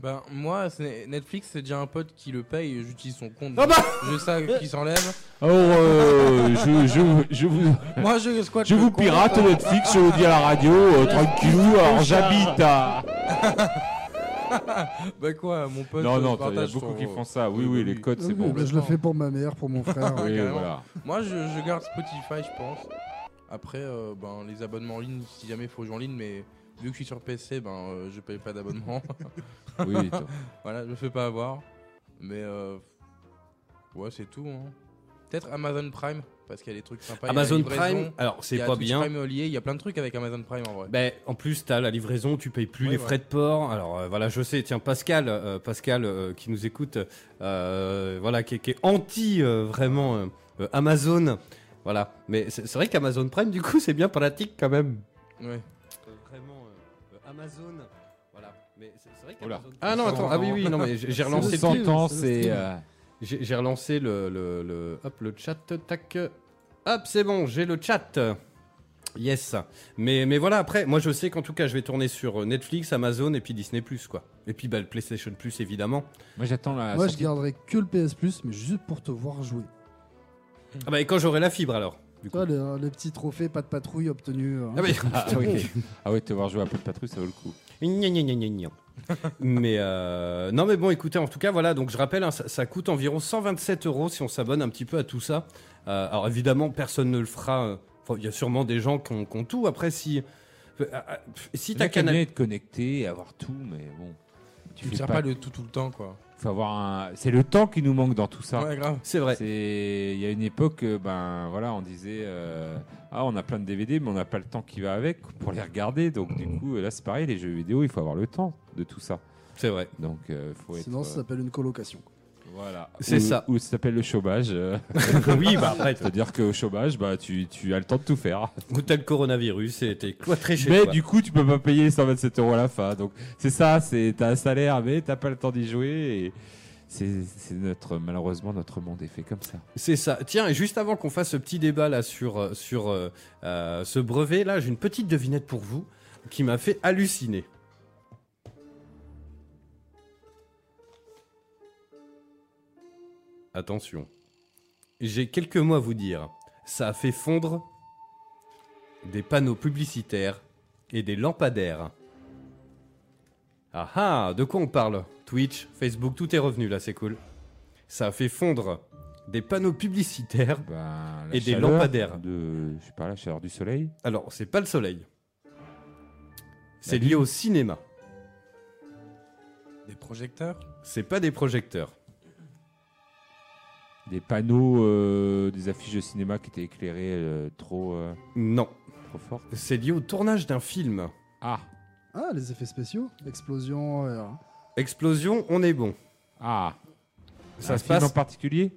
F: Ben, moi, c'est- Netflix, c'est déjà un pote qui le paye, j'utilise son compte.
D: Ah bah
F: je sais qu'il s'enlève.
E: Oh, euh, je, je, je vous
F: Moi, je squatte.
E: Je
F: le
E: vous
F: compte.
E: pirate Netflix, je vous dis à la radio, euh, tranquillou, alors j'habite à...
F: Bah quoi, mon pote.
E: Non,
F: euh,
E: non, il y a
F: partage
E: beaucoup
F: son-
E: qui font ça, oui,
F: Oui,
E: oui,
F: oui,
E: les
F: oui.
E: codes, c'est
H: Oui,
E: bon.
H: mais je le fais pour ma mère, pour mon frère.
E: Oui,
F: carrément.
E: voilà.
F: Moi, je, je garde Spotify, je pense. Après, euh, ben, les abonnements en ligne, si jamais il faut jouer en ligne, mais vu que je suis sur PC, ben, euh, je paye pas d'abonnement.
E: Oui, toi.
F: voilà, je me fais pas avoir. Mais euh, ouais, c'est tout. hein. Peut-être Amazon Prime, parce qu'il y a des trucs sympas. il y a la
D: Amazon
F: livraison,
D: Prime, alors
F: il y
D: c'est
F: a
D: pas
F: Twitch
D: bien.
F: Prime Ollier, il y a plein de trucs avec Amazon Prime en vrai.
D: Ben, en plus, t'as la livraison, tu payes plus
F: Ouais,
D: les
F: ouais.
D: frais de port. Alors euh, voilà, je sais, tiens, Pascal, euh, Pascal euh, qui nous écoute, euh, voilà, qui, est- qui est anti euh, vraiment euh, euh, Amazon. Voilà, mais c'est c'est vrai qu'Amazon Prime, du coup, c'est bien pratique quand même.
F: Ouais.
D: vraiment, euh, Amazon. Voilà, mais c'est vrai
E: qu'Amazon Oula.
D: Ah non, attends, ah oui, oui, non, mais j'ai j'ai
E: On
D: relancé, le-
E: s'entend,
H: c'est le
E: c'est...
H: stream.
E: euh,
D: j'ai j'ai relancé le, le, le- hop, le chat, tac. Hop, c'est bon, j'ai le chat. Yes. Mais, mais voilà, après, moi je sais qu'en tout cas, je vais tourner sur euh, Netflix, Amazon et puis Disney, quoi. Et puis bah, le PlayStation Plus, évidemment.
E: Moi j'attends la...
H: Moi, je
E: sortie-
H: garderai que le PS Plus, mais juste pour te voir jouer.
D: Ah bah, et quand j'aurai la fibre alors du
H: Tu
D: coup.
H: vois, les, les petits trophées, pas de patrouille obtenus. euh,
D: Ah bah,
E: Ah oui, ah, oui, te voir jouer à Paul Patrouille, ça vaut le coup.
D: Gna, gna, gna, gna, gna. mais euh, non mais bon écoutez en tout cas voilà donc je rappelle hein, ça, ça coûte environ 127 euros si on s'abonne un petit peu à tout ça Euh, alors évidemment personne ne le fera euh, enfin, il y a sûrement des gens qui ont, qui ont tout après si euh, euh, si
E: Il
D: t'as
E: t'as
D: canal
E: bien être connecté, et avoir tout, mais bon...
F: Tu ne
E: fais
F: tires pas le tout tout le temps, quoi.
E: Faut avoir un... C'est le temps qui nous manque dans tout ça.
F: Ouais, grave.
D: c'est vrai
E: C'est il y a une époque euh, ben voilà on disait euh, ah on a plein de DVD mais on n'a pas le temps qui va avec pour les regarder donc du coup euh, là c'est pareil les jeux vidéo il faut avoir le temps de tout ça
D: c'est vrai
E: donc euh, faut être
H: Sinon, ça
E: euh,
H: s'appelle une colocation.
E: voilà
D: C'est
E: Ou-
D: ça.
E: ou ça s'appelle le chômage euh,
D: oui bah après
E: c'est-à-dire qu'au chômage bah tu, tu as le temps de tout faire
D: ou t'as le coronavirus et t'es cloîtré chez
E: mais
D: toi
E: du coup tu peux pas payer 127 euros à la fin donc c'est ça c'est t'as un salaire mais t'as pas le temps d'y jouer et c'est c'est notre malheureusement notre monde est fait comme ça
D: C'est ça. Tiens, et juste avant qu'on fasse ce petit débat là sur, euh, sur euh, euh, ce brevet là, j'ai une petite devinette pour vous. qui m'a fait halluciner. Attention. J'ai quelques mots à vous dire. Ça a fait fondre des panneaux publicitaires et des lampadaires. Ah ah, de quoi on parle Twitch, Facebook, tout est revenu là, c'est cool. Ça a fait fondre des panneaux publicitaires.
E: Ben, la
D: Et des
E: chaleur
D: lampadaires.
E: De, je sais pas, la chaleur du soleil.
D: Alors, c'est pas le soleil. C'est
E: La
D: lié au cinéma.
F: Des projecteurs
D: C'est pas des projecteurs.
E: Des panneaux, euh, des affiches de cinéma qui étaient éclairées euh, trop, euh,
D: Non.
E: trop fort.
D: C'est lié au tournage d'un film.
E: Ah,
H: Ah, les effets spéciaux, explosion. euh,
D: Explosion, on est bon.
E: ah.
D: Ça
E: un
D: se
E: film
D: passe.
E: en particulier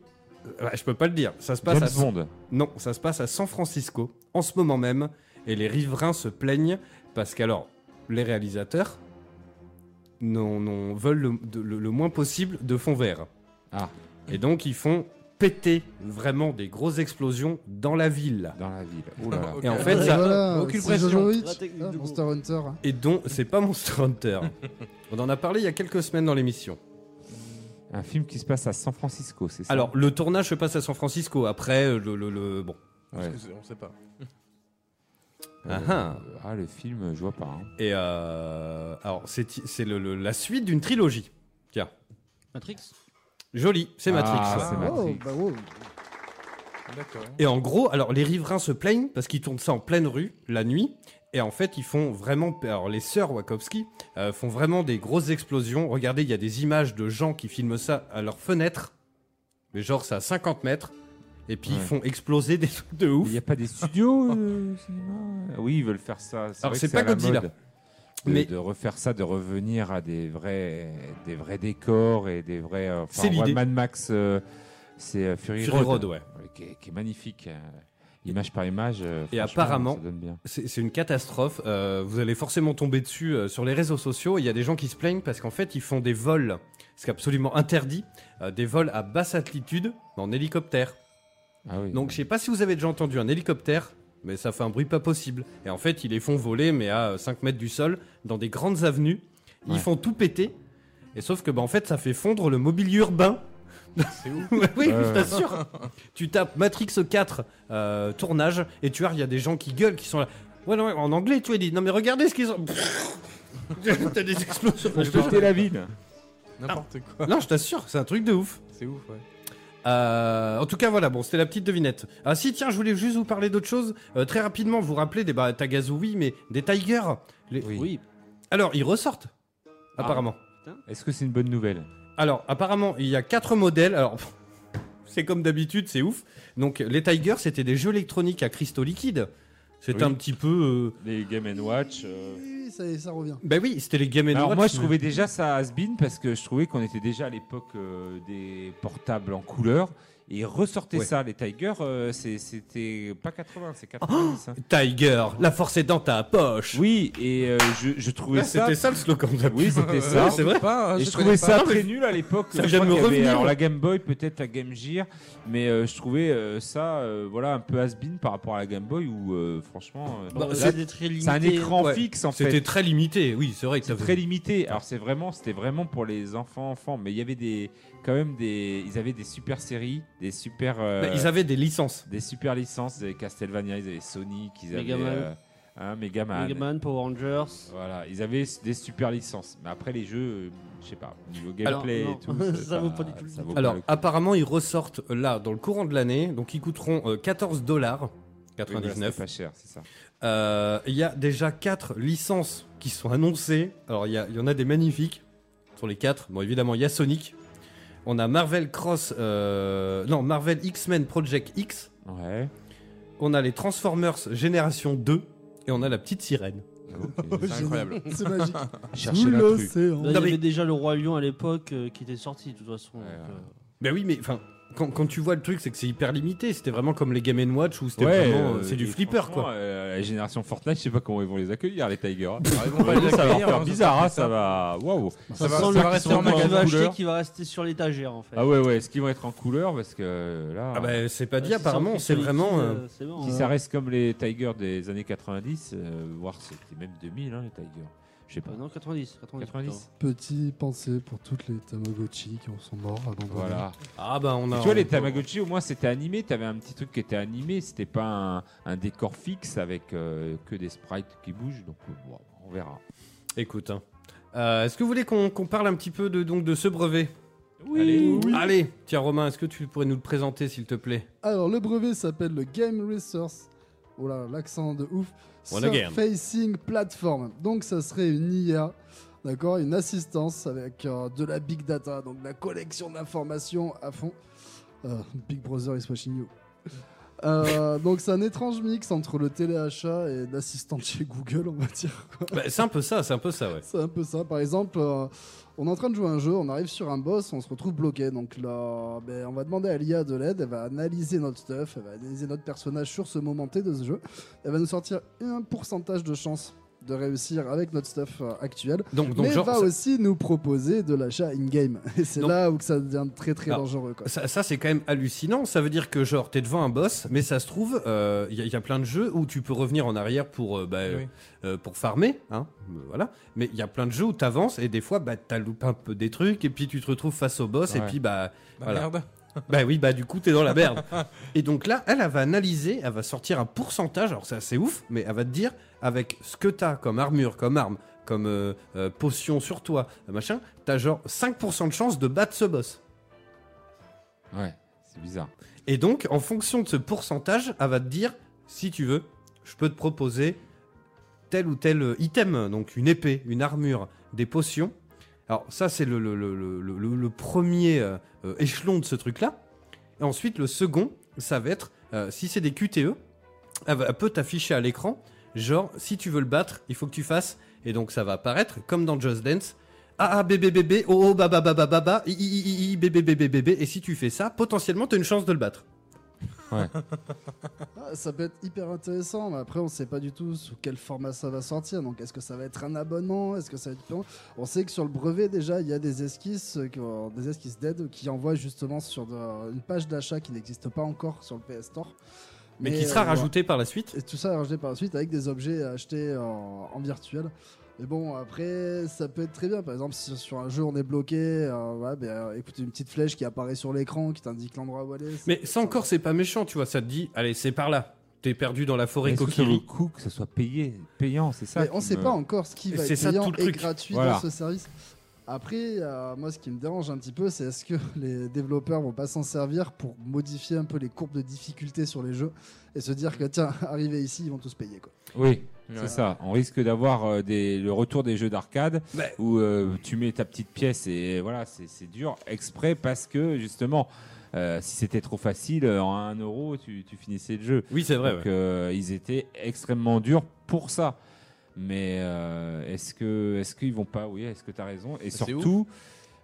D: Bah, je peux pas le dire. Ça se passe.
E: James
D: à-
E: Bond.
D: Non, ça se passe à San Francisco en ce moment même, et les riverains se plaignent parce qu'alors les réalisateurs non, non, veulent le, de- le- le moins possible de fond vert.
E: Ah.
D: Et donc ils font péter vraiment des grosses explosions dans la ville.
E: Dans la ville. Oh là là.
F: Ok.
D: Et en fait, ça,
H: Ah, voilà,
F: aucune
H: c'est
F: pression.
H: Jojo Hitch,
G: La technique
H: ah,
G: du
H: Monster Hunter.
D: et donc c'est pas Monster Hunter. On en a parlé il y a quelques semaines dans l'émission.
E: Un film qui se passe à San Francisco, c'est ça
D: Alors le tournage se passe à San Francisco. Après euh, le, le- le- bon.
E: Ouais.
F: On sait pas.
D: Ah, ah.
E: ah, le film, je vois pas. hein.
D: Et euh, alors c'est c'est le- le- la suite d'une trilogie. Tiens,
G: Matrix
D: joli, c'est Matrix.
E: Ah,
D: ouais.
E: c'est
H: Oh,
E: Matrix.
H: bah, wow.
F: D'accord. hein.
D: Et en gros, alors les riverains se plaignent parce qu'ils tournent ça en pleine rue, la nuit. Et en fait, ils font vraiment. Alors, les sœurs Wachowski euh, font vraiment des grosses explosions. Regardez, il y a des images de gens qui filment ça à leur fenêtre. Mais genre, c'est à 50 mètres. Et puis, ils
E: Ouais.
D: font exploser des trucs de
E: Il
D: ouf.
E: n'y a pas des studios euh, au cinéma Ah Oui, ils veulent faire ça.
D: Alors,
E: vrai
D: c'est
E: que
D: pas
E: à la
D: Godzilla.
E: mode De,
D: Mais-
E: de refaire ça, de revenir à des vrais, des vrais décors et des vrais. euh, enfin,
D: C'est
E: on voit
D: l'idée.
E: Mad Max, euh, c'est euh, Fury, euh,
D: Fury Road, ouais.
E: qui, est, qui est magnifique. euh, image par image. euh,
D: Et
E: franchement,
D: apparemment-
E: Ça donne bien.
D: C'est c'est une catastrophe. euh, vous allez forcément tomber dessus euh, sur les réseaux sociaux. Il y a des gens qui se plaignent parce qu'en fait, ils font des vols, ce qui est absolument interdit, euh, des vols à basse altitude en hélicoptère.
E: Ah oui.
D: Donc je sais pas si vous avez déjà entendu un hélicoptère, mais ça fait un bruit pas possible. Et en fait, ils les font voler, mais à euh, 5 mètres du sol, dans des grandes avenues. Ils
E: Ouais.
D: font tout péter. Et sauf que, bah, en fait, ça fait fondre le mobilier urbain. C'est oui,
E: Ouais,
D: je t'assure. tu tapes Matrix 4 euh, tournage et tu vois, il y a des gens qui gueulent, qui sont là. Ouais, non, ouais, en anglais, tu as dit. Non, mais regardez ce qu'ils ont. T'as des explosions.
E: Ils ont pété la ville.
F: N'importe quoi.
D: Non, je t'assure, c'est un truc de ouf.
F: C'est ouf, ouais.
D: Euh, en tout cas, voilà, bon, c'était la petite devinette. Ah si, tiens, je voulais juste vous parler d'autre chose. Euh, très rapidement, vous rappelez des bah, Tagazu, oui, mais des Tigers. Les-
E: Oui.
D: Alors, ils ressortent,
E: Ah.
D: apparemment.
E: Est-ce que c'est une bonne nouvelle
D: Alors, apparemment, il y a quatre modèles. Alors, pff, c'est comme d'habitude, c'est ouf. Donc, les Tigers, c'était des jeux électroniques à cristaux liquides. C'était
E: Oui.
D: un petit peu... euh,
E: Les Game Watch. euh,
H: Oui, oui, ça, ça revient.
D: Ben oui, c'était les Game
E: Alors
D: Watch,
E: moi je
D: mais-
E: trouvais déjà ça has-been parce que je trouvais qu'on était déjà à l'époque euh, des portables en couleur et ressortez
D: Ouais.
E: ça les Tiger euh, c'est- c'était pas 80 c'est 90 hein.
D: Tiger, la force est dans ta poche.
E: Oui et euh, je, je trouvais
D: Ah,
E: ça
D: c'était ça le slogan de la
E: Oui,
D: pub.
E: c'était
D: Ouais,
E: ça.
D: c'est vrai.
F: Pas, hein,
E: Ah, et je, trouvais
F: connais
E: ça
F: pas.
E: très nul à l'époque.
D: Ça
E: Je
D: vient de
E: crois
D: me
E: qu'il y avait,
D: revenir.
E: alors la Game Boy, peut-être la Game Gear, mais euh, je trouvais euh, ça, euh, voilà, un peu has-been par rapport à la Game Boy où, euh, franchement, euh,
G: Bon,
E: là,
G: c'est très limité.
E: c'est un écran
D: Bah, ouais.
E: fixe en fait.
D: C'était très limité, oui, c'est vrai que ça
E: C'est
D: fait-
E: très limité. Alors c'est vraiment, c'était vraiment pour les enfants, enfants. Mais il y avait des, quand même des, ils avaient des super séries, des super, euh,
D: Bah, Ils avaient des licences.
E: des super licences. Ils avaient Castlevania, ils avaient Sonic, ils avaient
G: Megaman.
E: euh, hein, Megaman.
G: Megaman, Power Rangers.
E: Voilà, ils avaient s- des super licences. Mais après les jeux, euh, je sais pas, niveau
D: Alors,
E: gameplay
G: non.
E: et tout, c'est
G: Ça vaut pas du tout le
E: ça
G: coup.
E: vaut pas
D: Alors,
E: le coup.
D: apparemment, ils ressortent euh, là dans le courant de l'année, donc ils coûteront euh, 14 dollars.
E: Oui, bah, voilà,
D: 99.
E: c'était pas cher, c'est ça.
D: Euh, Il y a déjà 4 licences qui sont annoncées. Alors, il y, a- il y en a des magnifiques sur les 4. Bon, évidemment, il y a Sonic. On a Marvel Cross. euh, non, Marvel X-Men Project X.
E: Ouais.
D: On a les Transformers Génération 2. Et on a la petite sirène.
E: ok.
F: C'est incroyable.
H: C'est magique.
E: Chercher
H: Sous
E: l'intrus.
G: Là,
H: l'océan.
G: il y
D: mais-
G: avait déjà le Roi Lion à l'époque euh, qui était sorti de toute façon.
E: Ouais,
G: donc,
E: ouais.
G: euh,
D: Ben oui, mais enfin, quand, quand tu vois le truc, c'est que c'est hyper limité. C'était vraiment comme les Game Watch où c'était
E: Ouais,
D: vraiment.
E: euh,
D: c'est du
E: et
D: flipper quoi.
E: franchement, euh, la génération Fortnite, je sais pas comment ils vont les accueillir, les Tigers. hein.
F: Ah, ils vont pas les
E: ça va
F: accueillir,
E: faire
F: hein,
E: bizarre, hein, ça va. Waouh.
F: Ça va,
G: sent
F: ça
G: le
F: va rester en
G: petit truc que tu vas
F: magasin
G: acheter
F: couleur.
G: qui va rester sur l'étagère en fait.
E: Ah ouais, ouais, est-ce qu'ils vont être en couleur Parce que là.
D: Ah bah c'est pas dit
G: Si
D: apparemment,
G: en
D: c'est
G: plus
D: vraiment.
G: liquide,
D: euh,
G: euh, c'est bon,
E: Si
G: hein.
E: ça reste comme les Tigers des années 90, euh, voire c'était même 2000, hein, les Tigers. Je sais pas.
G: Ah Non, 90. 90.
E: 90
H: Petit pensée pour toutes les Tamagotchi qui en sont morts. abandonnés.
E: Voilà.
D: Ah bah on a.
E: tu vois, les Tamagotchi, au moins, c'était animé. T'avais un petit truc qui était animé. C'était pas un, un décor fixe avec euh, que des sprites qui bougent. Donc, euh, bon, on verra.
D: Écoute. hein. Euh, est-ce que vous voulez qu'on qu'on parle un petit peu de, donc, de ce brevet
E: Oui.
D: Allez, tiens Romain, est-ce que tu pourrais nous le présenter s'il te plaît
H: Alors, le brevet s'appelle le Game Resource. Oh là, l'accent de ouf.
D: One again.
H: Surfacing Platform. Donc, ça serait une IA, d'accord Une assistance avec euh, de la big data, donc de la collection d'informations à fond. Euh, big Brother is watching you. Euh, donc, c'est un étrange mix entre le téléachat et l'assistante chez Google, on va dire. quoi.
D: Bah, C'est un peu ça, c'est un peu ça, ouais.
H: C'est un peu ça. Par exemple, euh, on est en train de jouer à un jeu, on arrive sur un boss, on se retrouve bloqué. Donc là, ben, on va demander à l'IA de l'aide, elle va analyser notre stuff, elle va analyser notre personnage sur ce moment T de ce jeu. Elle va nous sortir un pourcentage de chance de réussir avec notre stuff euh, actuel.
D: Donc, donc
H: mais
D: genre,
H: va
D: ça-
H: aussi nous proposer de l'achat in-game. Et c'est
D: Donc-
H: là où que ça devient très très
D: Alors,
H: dangereux. Quoi.
D: Ça, ça, c'est quand même hallucinant. Ça veut dire que, genre, t'es devant un boss, mais ça se trouve, il y, a- y a plein de jeux où tu peux revenir en arrière pour, euh, bah, euh,
F: Oui.
D: euh, pour farmer. Hein, euh, voilà. Mais il y a plein de jeux où t'avances et des fois, bah, t'as loupé un peu des trucs et puis tu te retrouves face au boss et
E: Ouais.
D: puis, bah,
F: Bah,
D: Voilà.
F: merde.
D: bah oui, bah, du coup, t'es dans la merde. et donc là, elle, elle va analyser, elle va sortir un pourcentage. Alors, c'est assez ouf, mais elle va te dire, avec ce que t'as comme armure, comme arme, comme euh, euh, potion sur toi, machin, t'as genre 5% de chance de battre ce boss.
E: Ouais, c'est bizarre.
D: Et donc, en fonction de ce pourcentage, elle va te dire, si tu veux, je peux te proposer tel ou tel euh, item, donc une épée, une armure, des potions. Alors ça, c'est le, le- le- le- le- le premier euh, euh, échelon de ce truc-là. Et ensuite, le second, ça va être, euh, si c'est des QTE, elle, va- elle peut t'afficher à l'écran, genre, si tu veux le battre, il faut que tu fasses, et donc ça va apparaître, comme dans Just Dance, ah ah bébé bébé oh oh bah bah bah bah bah bah i i i i bébé bébé bébé et si tu fais ça potentiellement t'as une chance de le battre.
H: Ah, ça peut être hyper intéressant, mais après on sait pas du tout sous quel format ça va sortir. Donc est-ce que ça va être un abonnement Est-ce que ça va être payant On sait que sur le brevet déjà il y a des esquisses, euh, qui- euh, des esquisses d'aide qui envoient justement sur de- une page d'achat qui n'existe pas encore sur le PS Store,
D: Mais, qui sera
H: euh,
D: rajouté par la suite.
H: Et tout ça est rajouté par la suite avec des objets achetés en, en virtuel. Mais bon, après, ça peut être très bien. Par exemple, si sur un jeu on est bloqué, euh, ouais, ben, euh, écoute une petite flèche qui apparaît sur l'écran qui t'indique l'endroit où aller.
D: Mais ça encore c'est pas méchant tu vois ça te dit allez c'est par là t'es perdu dans la forêt
E: Est-ce que ça vaut le
D: coquille.
E: coup que ça soit payé, payant, c'est ça
H: Mais on
E: qui
H: sait
E: me-
H: pas hein. encore ce qui va
D: C'est
H: être
D: ça,
H: payant
D: tout le
H: et
D: truc.
H: gratuit
E: Voilà.
H: dans ce service. Après, euh, moi, ce qui me dérange un petit peu, c'est est-ce que les développeurs vont pas s'en servir pour modifier un peu les courbes de difficulté sur les jeux et se dire que tiens, arrivé ici, ils vont tous payer quoi.
E: Oui,
F: Ouais.
E: c'est ça. On risque d'avoir euh, des- le retour des jeux d'arcade où euh, tu mets ta petite pièce et voilà, c'est c'est dur exprès parce que justement, euh, si c'était trop facile, euh, en 1 euro, tu, tu finissais le jeu.
D: Oui c'est vrai.
E: Donc
D: ouais.
E: euh, ils étaient extrêmement durs pour ça. Mais euh, est-ce que est-ce qu'ils vont pas Oui, est-ce que tu as raison
D: Bah,
E: Et
F: C'est
E: surtout.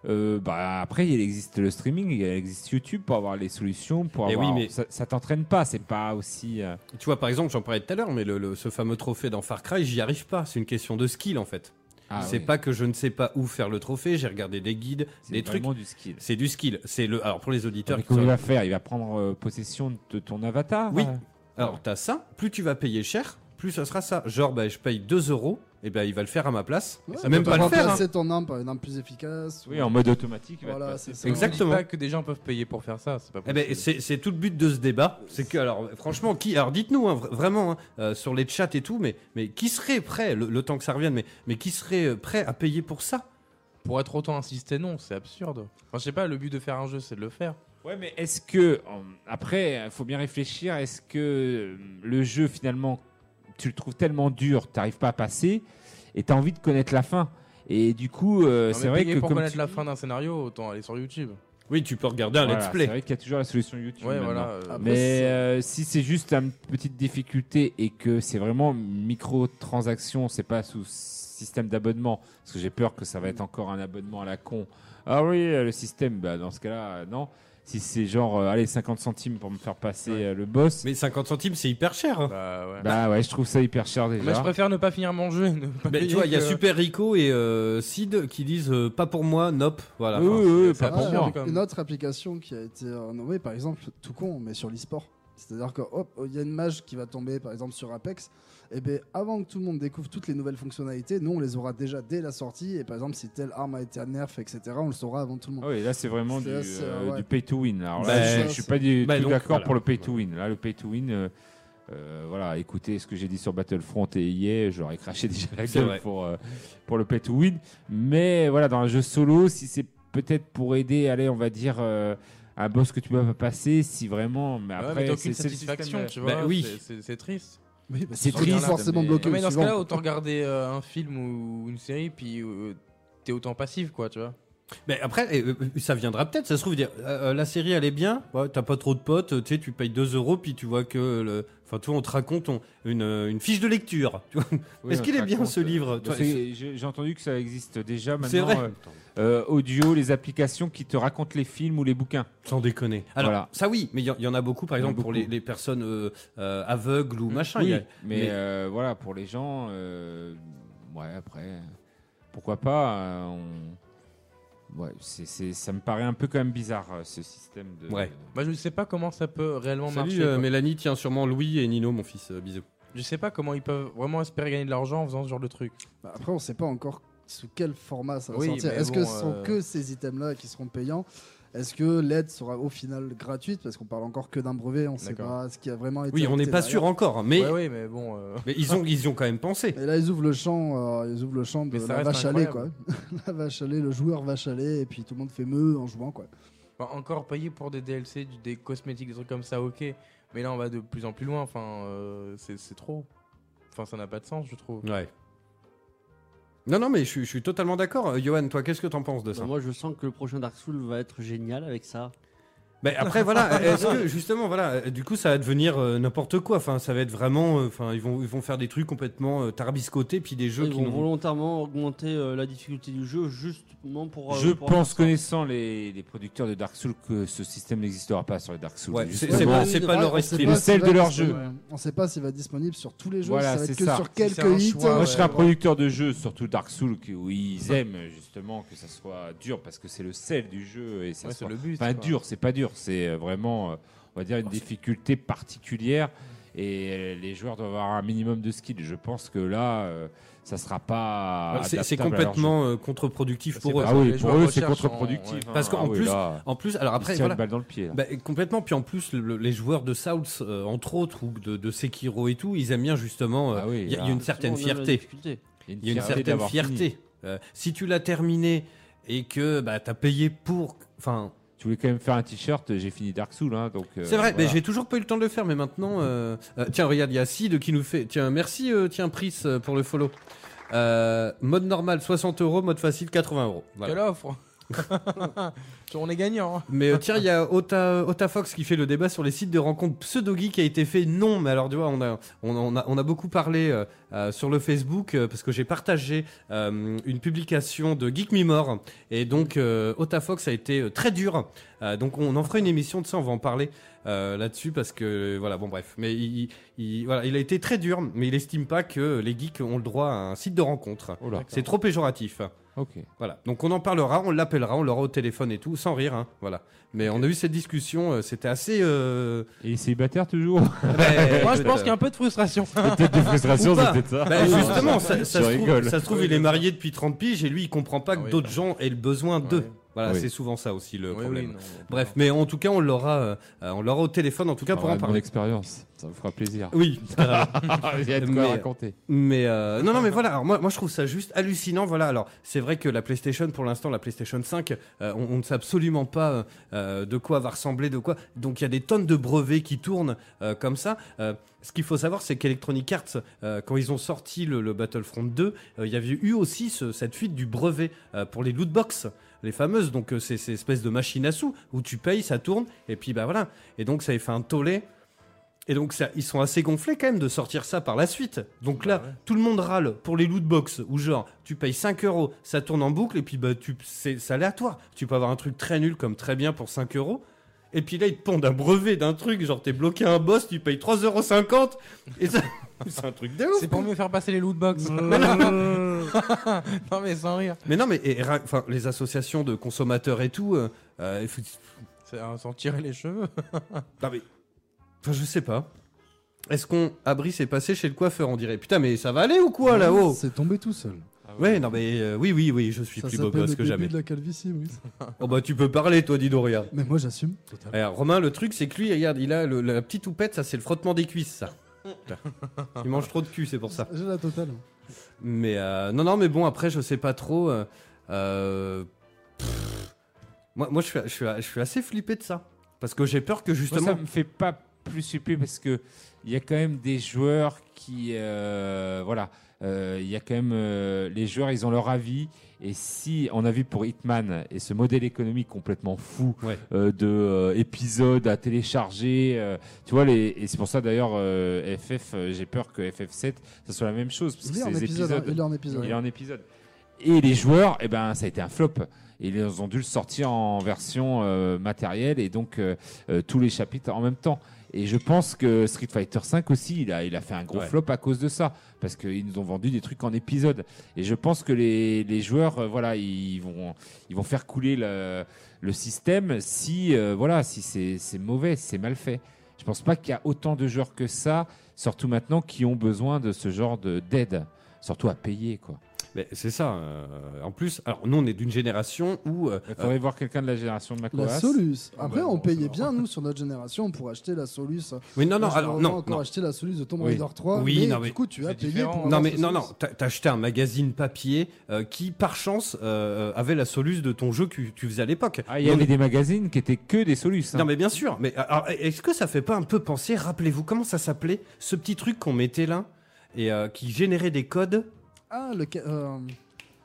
E: euh, bah après il existe le streaming, il existe YouTube pour avoir les solutions, pour
D: Eh oui,
E: avoir
D: mais-
E: ça, ça t'entraîne pas, c'est pas aussi euh,
D: Tu vois par exemple j'en parlais tout à l'heure mais le, le- ce fameux trophée dans Far Cry j'y arrive pas c'est une question de skill en fait.
E: ah
D: c'est
E: ouais,
D: pas que je ne sais pas où faire le trophée j'ai regardé des guides
E: c'est
D: des trucs.
E: vraiment du skill.
D: C'est du skill c'est le alors pour les auditeurs
E: Mais
D: qui
E: comment
D: sont-
E: il va faire Il va prendre euh, possession de ton avatar
D: Oui.
E: euh,
D: Alors, t'as ça, plus tu vas payer cher, plus ça sera ça. Genre, bah, je paye 2 euros, et ben il va le faire à ma place.
H: Ouais,
D: ça même
H: peut
D: pas le faire. hein.
H: remplacer ton arme par une arme plus efficace.
E: Oui, en mode automatique. il va
H: Voilà,
E: te
H: c'est
E: passer.
H: ça.
D: Exact. Exactement.
F: On dit pas que des gens peuvent payer pour faire ça, c'est pas
D: Eh
F: possible.
D: ben, c'est c'est tout le but de ce débat. C'est que, alors, franchement, qui. Alors, dites-nous, hein, vra- vraiment, hein, euh, sur les chats et tout, mais, mais qui serait prêt, le, le temps que ça revienne, mais, mais qui serait euh, prêt à payer pour ça
F: Pour être autant insisté, non, c'est absurde. Enfin, je sais pas, le but de faire un jeu, c'est de le faire.
E: Ouais, mais est-ce que euh, après, il faut bien réfléchir. Est-ce que euh, le jeu finalement, tu le trouves tellement dur, t'arrives pas à passer, et t'as envie de connaître la fin. Et du coup, euh,
F: Non,
E: c'est
F: mais
E: vrai
F: payer
E: que
F: pour
E: comme
F: connaître
E: tu
F: la
E: dis-
F: fin d'un scénario, autant aller sur YouTube.
D: Oui, tu peux regarder un
E: Voilà,
D: let's
E: c'est
D: play.
E: vrai qu'il y a toujours la solution YouTube.
F: Ouais,
E: maintenant.
F: voilà. euh,
H: Ah,
E: Mais euh, si c'est juste une petite difficulté et que c'est vraiment micro-transaction, c'est pas sous système d'abonnement, parce que j'ai peur que ça va être encore un abonnement à la con. Ah oui, euh, le système, bah, dans ce cas-là, euh, non. Si c'est genre, euh, allez, 50 centimes pour me faire passer euh, le boss.
D: Mais 50 centimes, c'est hyper cher. hein.
F: Bah ouais.
E: Bah ouais, je trouve ça hyper cher déjà.
F: Moi, je préfère ne pas finir mon jeu. et ne pas
D: Mais
F: payer
D: Ben, tu vois, il y a
F: que-
D: Super Rico et euh, Sid qui disent euh, pas pour moi, nope. Voilà.
E: Oui,
D: Enfin,
E: oui, oui,
F: ça
E: pas pour
F: va.
E: moi.
F: comme-
H: Une autre application qui a été euh, nommée, par exemple, tout con, mais sur l'e-sport. C'est-à-dire que hop, il y a une mage qui va tomber, par exemple, sur Apex. Et bien, avant que tout le monde découvre toutes les nouvelles fonctionnalités, nous, on les aura déjà dès la sortie. Et par exemple, si telle arme a été à nerf, etc., on le saura avant tout le monde.
E: Ah oui, là c'est vraiment
H: C'est
E: du,
H: assez,
E: euh,
H: ouais.
E: du pay to win. Alors là,
D: Bah,
E: je, je suis pas du
D: bah
E: tout
D: donc,
E: d'accord
D: voilà.
E: pour le pay to win. Là, le pay to win, euh, euh, voilà, écoutez ce que j'ai dit sur Battlefront et EA, j'aurais craché déjà la
D: C'est
E: gueule
D: vrai.
E: pour, euh, pour le pay to win. Mais voilà, dans un jeu solo, si c'est peut-être pour aider, allez, on va dire. euh, un boss que tu peux pas passer si vraiment mais
F: Ouais,
E: après
F: mais t'as
E: c'est
F: aucune
E: c'est le système.
F: satisfaction, tu
D: Bah
F: vois.
D: oui.
F: c'est- c'est- C'est triste.
H: Oui, bah,
E: C'est
H: tu regardes
E: triste,
H: forcément
E: mais-
H: bloqué.
F: Non, mais
H: au
F: dans ce
H: suivant.
F: cas-là, autant regarder euh, un film ou une série, puis euh, t'es autant passif, quoi, tu vois.
D: Mais après, euh, euh, ça viendra peut-être. Ça se trouve, dire euh, euh, la série elle est bien. Ouais, t'as pas trop de potes. euh, Tu sais, tu payes 2 euros puis tu vois que le. Enfin, toi, on te raconte on- une, euh, une fiche de lecture. Tu vois
E: Oui,
D: Est-ce
E: on
D: qu'il
E: se
D: est bien,
E: raconte,
D: ce
E: euh,
D: livre
E: bah, c'est- J'ai j'ai entendu que ça existe déjà maintenant.
D: C'est vrai.
E: euh, euh, audio, les applications qui te racontent les films ou les bouquins.
D: Sans déconner. Alors
E: Voilà.
D: ça oui, mais il y, en- il y en a beaucoup. Par
E: Il y en a
D: exemple, pour
E: beaucoup.
D: les, les personnes euh, euh, aveugles ou machin. il y a-
E: mais,
D: mais-
E: euh, voilà, pour les gens, euh, ouais, après, pourquoi pas euh, on- ouais, c'est- c'est- ça me paraît un peu quand même bizarre euh, ce système de.
D: Ouais.
F: Bah, je sais pas comment ça peut réellement
D: Salut
F: marcher.
D: euh,
F: quoi.
D: Mélanie, tiens sûrement Louis et Nino, mon fils. euh, bisous.
F: Je sais pas comment ils peuvent vraiment espérer gagner de l'argent en faisant ce genre de truc.
H: Bah, après, on sait pas encore sous quel format ça va
F: Oui,
H: sortir.
F: mais
H: Est-ce que
F: bon,
H: ce sont
F: euh,
H: que ces items-là qui seront payants Est-ce que l'aide sera au final gratuite Parce qu'on parle encore que d'un brevet, on sait
F: D'accord.
H: pas ce qui a vraiment été.
D: Oui, on n'est
H: opté
D: pas
H: derrière.
D: sûr encore, hein, mais,
F: Ouais, ouais, mais bon. euh,
D: mais ils ont ils y ont quand même pensé.
H: Et là, ils ouvrent le champ, euh, ils ouvrent le champ de
F: Mais ça
H: la
F: reste
H: vache à lait, quoi.
F: incroyable.
H: la vache à lait, le joueur vache à lait, et puis tout le monde fait meuh en jouant, quoi.
F: bah, encore payer pour des DLC, du- des cosmétiques, des trucs comme ça, ok. Mais là, on va de plus en plus loin. Enfin, euh, c'est c'est trop. Enfin, ça n'a pas de sens, je trouve.
D: Ouais. Non non, mais je, suis- je suis totalement d'accord. Euh, Johan, toi, qu'est-ce que t'en penses de ça
G: Bah, moi, je sens que le prochain Dark Souls va être génial avec ça.
D: Mais après, voilà, est-ce que justement, voilà, euh, du coup, ça va devenir euh, n'importe quoi. Enfin, ça va être vraiment, euh, enfin, ils vont, ils vont faire des trucs complètement euh, tarbiscotés, puis des jeux
G: Ils
D: qui
G: vont
D: nous.
G: volontairement augmenter euh, la difficulté du jeu justement pour. euh,
E: Je
G: pour
E: pense,
G: avoir ça.
E: connaissant les, les producteurs de Dark Souls, que ce système n'existera pas sur les Dark Souls.
D: Ouais, c'est
E: justement.
D: c'est pas,
H: Ouais,
D: c'est
H: c'est
D: pas
H: vrai,
D: leur
H: on sait
D: esprit.
H: pas
E: Le
H: si
E: sel
H: va
E: de
H: être
E: leur
H: disponible.
E: jeu.
H: On sait pas s'il va être disponible sur tous les jeux,
E: Voilà,
H: ça va
E: c'est
H: être que
E: ça.
H: sur
F: Si c'est un
H: quelques hits.
F: choix,
E: Moi,
F: ouais.
E: je serais un producteur de jeux, surtout Dark Souls, qui- où ils aiment justement que ça soit dur parce que c'est le sel du jeu et ça
F: Ouais,
E: soit
F: c'est le but.
E: Enfin,
F: quoi.
E: dur, c'est pas dur, c'est euh, vraiment, euh, on va dire, une difficulté particulière. Et euh, les joueurs doivent avoir un minimum de skill. Je pense que là, euh, ça sera pas.
D: Ah, C'est- C'est
E: adaptable à leur jeu.
D: complètement euh, contre-productif
F: C'est
D: pour eux.
F: pas-
E: Ah oui,
F: Les
E: pour
F: joueurs
E: eux, c'est
F: recherchent en-
E: contre-productif.
F: ouais.
E: hein.
D: Parce qu'en
E: Ah oui,
D: plus-
E: là,
D: En plus,
E: ils
D: alors
E: se
D: après,
E: tirent une
D: voilà.
E: balle dans le pied. là.
D: Bah, et complètement, puis en plus, le- le- les joueurs de Souls, euh, entre autres, ou de, de Sekiro et tout, ils aiment bien justement. euh,
E: Ah
D: Il
E: oui,
D: y, a- il y
E: là.
D: a une certaine
G: Tout le monde aime la
D: fierté.
G: difficulté.
D: Il y a une
E: fierté
D: certaine
E: d'avoir fini.
D: fierté. Euh, si tu l'as terminé et que bah, t'as payé pour. Enfin,
E: Tu voulais quand même faire un t-shirt, j'ai fini Dark Souls. hein, donc, euh,
D: C'est vrai, mais
E: voilà.
D: j'ai toujours pas eu le temps de le faire, mais maintenant. euh, euh, tiens, regarde, il y a Sid qui nous fait. Tiens, merci, euh, tiens, Pris, euh, pour le follow. Euh, mode normal 60 euros, mode facile 80 euros. Voilà.
F: Quelle offre On est gagnant. hein.
D: Mais euh, tiens, il y a Ota, Ota Fox qui fait le débat sur les sites de rencontres pseudo qui a été fait. Non, mais alors tu vois, on a, on, a- on a, on a beaucoup parlé euh, euh, sur le Facebook euh, parce que j'ai partagé euh, une publication de Geek Me More et donc euh, Ota Fox a été euh, très dur. Euh, donc on en fera une émission de ça, on va en parler euh, là-dessus parce que voilà, bon bref. Mais il, il- il- voilà, il a été très dur, mais il estime pas que les geeks ont le droit à un site de rencontre.
E: Oh là,
D: C'est trop péjoratif.
E: ok.
D: Voilà. Donc on en parlera, on l'appellera, on l'aura au téléphone et tout, sans rire. hein. Voilà. Mais on a eu cette discussion, euh, c'était assez. euh,
E: Et célibataire toujours
D: ben,
F: Moi, je pense
D: euh,
F: qu'il y a un peu de frustration.
E: Peut-être de frustration,
D: Ou pas.
E: c'est peut-être ça.
D: ben, justement, ça, ça
E: Je
D: se trouve,
E: rigole.
D: ça se trouve, il est marié depuis 30 piges et lui, il comprend pas que
F: Ah oui.
D: d'autres gens aient le besoin d'eux.
F: Ouais.
D: Voilà,
E: Oui.
D: c'est souvent ça aussi le
F: Oui, oui,
D: problème.
F: non, non,
D: Bref,
F: non.
D: mais en tout cas, on l'aura, euh, euh, on l'aura au téléphone, en tout cas
E: On
D: pour
E: aura
D: en
E: de Ah mon
D: parler.
E: expérience, ça vous fera plaisir.
D: Oui.
E: Il y a de
D: Mais-
E: quoi raconter.
D: Mais euh, non, non, mais voilà. Alors moi, moi, je trouve ça juste hallucinant. Voilà. Alors, c'est vrai que la PlayStation, pour l'instant, la PlayStation 5, euh, on, on ne sait absolument pas euh, euh, de quoi va ressembler, de quoi. Donc, il y a des tonnes de brevets qui tournent euh, comme ça. Euh, ce qu'il faut savoir, c'est qu'Electronic Arts, euh, quand ils ont sorti le, le Battlefront 2, euh, il y avait eu aussi ce- cette fuite du brevet euh, pour les loot box. Les fameuses, donc euh, ces, ces espèces de machines à sous où tu payes, ça tourne, et puis bah voilà. Et donc ça avait fait un tollé. Et donc ça, ils sont assez gonflés quand même de sortir ça par la suite. Donc là,
F: Bah ouais.
D: tout le monde râle pour les loot box où genre tu payes 5 euros, ça tourne en boucle et puis bah tu c'est c'est aléatoire. Tu peux avoir un truc très nul comme très bien pour 5 euros. et puis là, ils te pondent un brevet d'un truc, genre t'es bloqué à un boss, tu payes 3,50€ et ça. C'est un truc de ouf.
F: C'est pour mieux faire passer les loot box. non mais sans rire.
D: Mais non, mais et ra- enfin, les associations de consommateurs et tout, euh, euh, il faut-
F: C'est un s'en tirer les cheveux.
D: Non, mais- Enfin, je sais pas. Est-ce qu'on. Abri s'est passé chez le coiffeur, on dirait. Putain, mais ça va aller ou quoi là-haut
H: C'est tombé tout seul.
D: Ouais, non, mais euh, oui, oui, oui, je suis
H: Ça
D: plus beau
H: s'appelle
D: gosse
H: le
D: que
H: début
D: jamais.
H: de la calvitie, oui.
D: Oh bah, tu peux parler, toi, Dido, regarde.
H: Mais moi, j'assume.
D: Alors, Romain, le truc, c'est que lui, regarde, il a le- la petite toupette, ça, c'est le frottement des cuisses, ça. Il mange trop de cul, c'est pour ça.
H: J'ai la totale.
D: Mais euh, non, non, mais bon, après, je sais pas trop. euh, euh, pff, moi, moi je, suis, je, suis, je suis assez flippé de ça. Parce que j'ai peur que
E: Moi, ça
D: justement.
E: me fait pas plus supplier parce que il y a quand même des joueurs qui, euh, voilà, euh, il y a quand même euh, les joueurs, ils ont leur avis. Et si on a vu pour Hitman et ce modèle économique complètement fou
D: Ouais.
E: euh, de euh, épisodes à télécharger, euh, tu vois, les, et c'est pour ça d'ailleurs euh, FF, euh, j'ai peur que FF7 ça soit la même chose parce que
H: Il est
E: c'est
H: en
E: des
H: épisode. hein,
E: épisodes.
H: Il est en épisode.
E: Il est en épisode. Et les joueurs, eh ben, ça a été un flop. Ils ont dû le sortir en version euh, matérielle et donc euh, euh, tous les chapitres en même temps. Et je pense que Street Fighter V aussi, il a, il a fait un gros
D: Ouais.
E: flop à cause de ça. Parce qu'ils nous ont vendu des trucs en épisode. Et je pense que les, les joueurs, euh, voilà, ils vont, ils vont faire couler le, le système si, euh, voilà, si c'est c'est mauvais, si c'est mal fait. Je pense pas qu'il y a autant de joueurs que ça, surtout maintenant, qui ont besoin de ce genre de- d'aide. Surtout à payer, quoi.
D: Mais c'est ça. euh, en plus, alors nous, on est d'une génération où. euh,
E: Il faudrait voir quelqu'un de la génération de
H: La
E: Macoas.
H: Solus. Après,
E: bah,
H: on
E: non,
H: payait
E: c'est
H: bien, nous, sur notre génération, pour acheter la Solus.
D: euh, oui, non, non,
H: Moi, je
D: alors
H: me
D: non.
H: vois encore
D: non.
H: acheter la solution de Tomb
E: Oui.
H: Raider 3.
D: Oui,
H: mais
D: non, mais
H: du coup, tu as
F: c'est
H: payé
F: différent.
H: pour.
D: Non
H: avoir
D: mais
H: cette
D: non non,
H: soluce.
D: t'as t'as acheté un magazine papier euh, qui par chance euh, avait la soluce de ton jeu que tu faisais à l'époque.
E: Ah, il y
D: Donc-
E: avait des magazines qui étaient que des solus. hein.
D: Non mais bien sûr. Mais alors, est-ce que ça fait pas un peu penser Rappelez-vous comment ça s'appelait ce petit truc qu'on mettait là et euh, qui générait des codes.
H: Ah, le. ca- euh,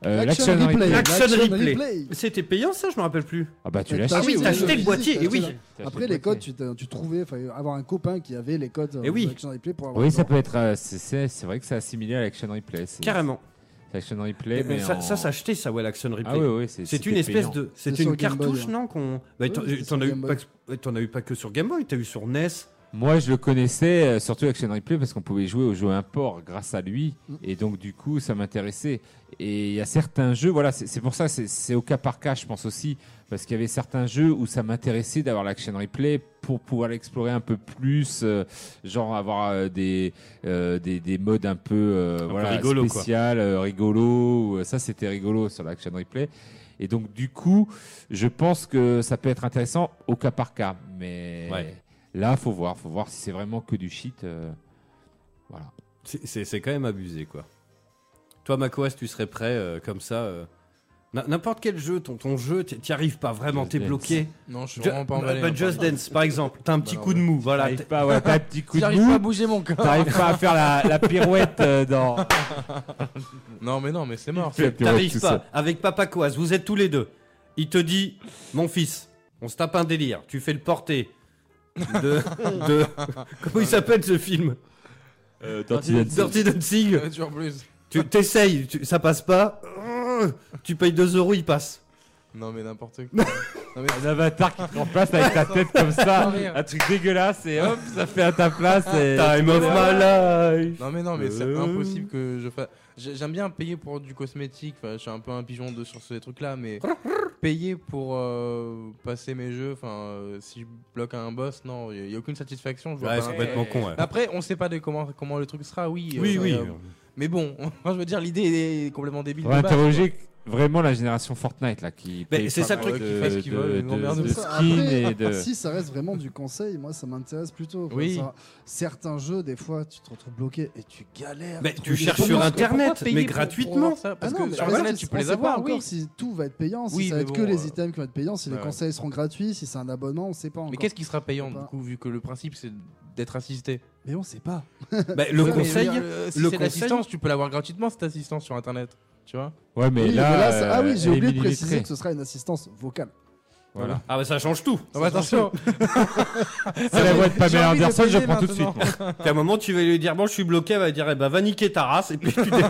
E: Euh,
H: Action
E: l'Action
H: Replay.
E: Replay.
D: Action
H: Action
D: Replay.
H: Replay.
D: C'était payant ça, je me rappelle plus.
E: Ah bah tu
H: t'as
E: l'as
D: Ah
H: acheté
D: oui,
H: le
D: t'as acheté le
H: physique,
D: boîtier,
H: t'as
D: et
H: acheté
D: oui.
H: la- Après, les codes, tu, t'as- tu trouvais, fallait avoir un copain qui avait les codes.
D: Eh
H: euh,
D: oui.
H: de Action Replay pour avoir
E: Oui,
H: le
E: ça
H: droit.
E: peut être. euh, c'est- C'est c'est vrai que c'est assimilé à l'Action Replay. c'est-
D: Carrément.
E: c'est Action Replay, mais.
D: mais ça,
E: en-
D: ça s'achetait ça ouais l'Action Replay.
E: Ah oui, oui, c'est
D: C'est
E: c'était
D: une espèce
E: payant.
D: de,
H: C'est
D: c'est une
H: sur Game Boy,
D: cartouche
H: hein.
D: non qu'on. Bah,
H: Oui,
D: t'en-
H: c'est
D: t'en
H: sur
D: as eu
H: Game
D: pas,
H: Boy.
D: que- t'en as eu pas que sur Game Boy, t'as eu sur E NES.
E: Moi, je le connaissais euh, surtout Action Replay parce qu'on pouvait jouer aux jeux import grâce à lui, et donc du coup, ça m'intéressait. Et il y a certains jeux, voilà, c'est c'est pour ça, c'est- c'est au cas par cas, je pense aussi, parce qu'il y avait certains jeux où ça m'intéressait d'avoir l'Action Replay pour pouvoir l'explorer un peu plus, euh, genre avoir euh, des, euh, des des modes un peu euh, voilà
D: rigolo, quoi.
E: spécial, euh, rigolo. ou, euh, ça, c'était rigolo sur l'Action Replay. Et donc du coup, je pense que ça peut être intéressant au cas par cas, mais
D: Ouais.
E: là, faut voir, faut voir si c'est vraiment que du shit. euh, voilà.
D: C'est- C'est c'est quand même abusé, quoi. Toi, Macoas, tu serais prêt euh, comme ça euh, n- N'importe quel jeu, ton, ton jeu, t'y t'y arrives pas vraiment,
E: Just
D: t'es
E: Dance.
D: bloqué.
F: Non, je suis
D: Ju-
F: vraiment pas
D: bah,
F: emballé. hein.
D: bah,
F: non,
D: Just
F: par contre.
D: Dance, par exemple, t'as un petit
F: Bah non,
D: coup de mou, voilà.
E: T'arrives pas, ouais, t'as un petit coup de
F: J'arrive pas à
E: mou,
F: bouger mon corps.
E: t'arrives pas à faire la, la pirouette euh, dans.
F: Non mais non mais c'est mort.
E: La
D: t'es-
E: pirouette
D: T'arrives
E: tout
D: pas.
E: seul.
D: Avec Papa Coas, vous êtes tous les deux. Il te dit, mon fils, on se tape un délire, tu fais le porté. De, de- Comment il s'appelle ce film
E: Dirty Dancing.
D: Dirty Dancing.
F: C'est toujours plus.
D: Tu t'essayes, tu- ça passe pas. euh, Tu payes 2 euros, il passe.
F: Non mais n'importe quoi. non mais
E: Un avatar qui te remplace avec ta tête comme ça,
F: Sans rire.
E: un truc dégueulasse et hop, ça fait à ta place. Et...
D: euh, Time of my life.
F: non mais, non, mais c'est
D: Euh.
F: impossible que je fasse. J'ai- J'aime bien payer pour du cosmétique. Enfin, je suis un peu un pigeon de sur ces trucs là, mais payer pour euh, passer mes jeux. Enfin, euh, si je bloque un boss, non, il y, a aucune satisfaction. Je vois
D: Ouais,
F: pas.
D: c'est complètement con. ouais.
F: Après, on sait pas de comment comment le truc sera. Oui. euh,
D: Oui,
F: mais,
D: oui.
F: euh, mais bon, je veux dire, l'idée est complètement débile.
E: On
F: de
E: va
F: base,
E: interroger vraiment la génération Fortnite là qui.
D: Mais
E: paye
D: c'est
E: pas
D: ça
E: mal
D: le
F: truc.
E: de-
F: Qui fait ce qu'ils veulent,
E: de-
F: ils nous emmerdent
E: de- de
F: tous.
E: skins
H: Après, ah,
E: et de.
H: Si ça reste vraiment du conseil, moi ça m'intéresse plutôt. quoi.
F: Oui.
H: Ça- certains jeux, des fois, tu te retrouves bloqué et tu galères.
D: Mais
H: à
D: tu
H: trouver
D: cherches
H: des
D: sur
H: trucs.
F: Pourquoi
D: Internet,
F: payer
D: mais
F: pour- pour
D: gratuitement.
F: avoir ça Parce
H: Ah non,
F: que
H: mais
F: sur
H: après,
F: Internet,
H: c'est-
F: tu peux
H: on
F: les
H: sait pas
F: avoir.
H: encore
F: Oui.
H: si tout va être payant, si
F: Oui,
H: ça va
F: mais
H: être
F: bon,
H: que les
F: euh,
H: items qui vont être payants, si les
F: ouais.
H: conseils seront gratuits, si c'est un abonnement, on sait pas encore.
F: Mais qu'est-ce qui sera payant
H: Pas.
F: du coup, vu que le principe c'est d'être assisté
H: Mais on sait pas.
D: Bah, le
F: Ouais, mais
D: conseil,
F: je veux dire, euh, si
D: le
F: c'est de
D: conseil-
F: l'assistance, tu peux l'avoir gratuitement cette assistance sur internet, tu vois
E: Ouais, mais
H: Oui,
E: là.
H: mais là, ça- ah
E: euh,
H: oui, j'ai
E: elle est
H: oublié de
E: millimétrée.
H: préciser que ce sera une assistance vocale.
E: Voilà.
D: Ah bah ça change tout.
F: Ah bah, attention
J: C'est la voix de
F: J'ai
J: Pamela
F: envie de
J: Anderson, je
F: payer
J: prends tout de suite.
F: maintenant.
D: Qu'à un moment tu vas lui dire bon je suis bloqué, elle va dire eh bah va niquer ta race et puis tu dé-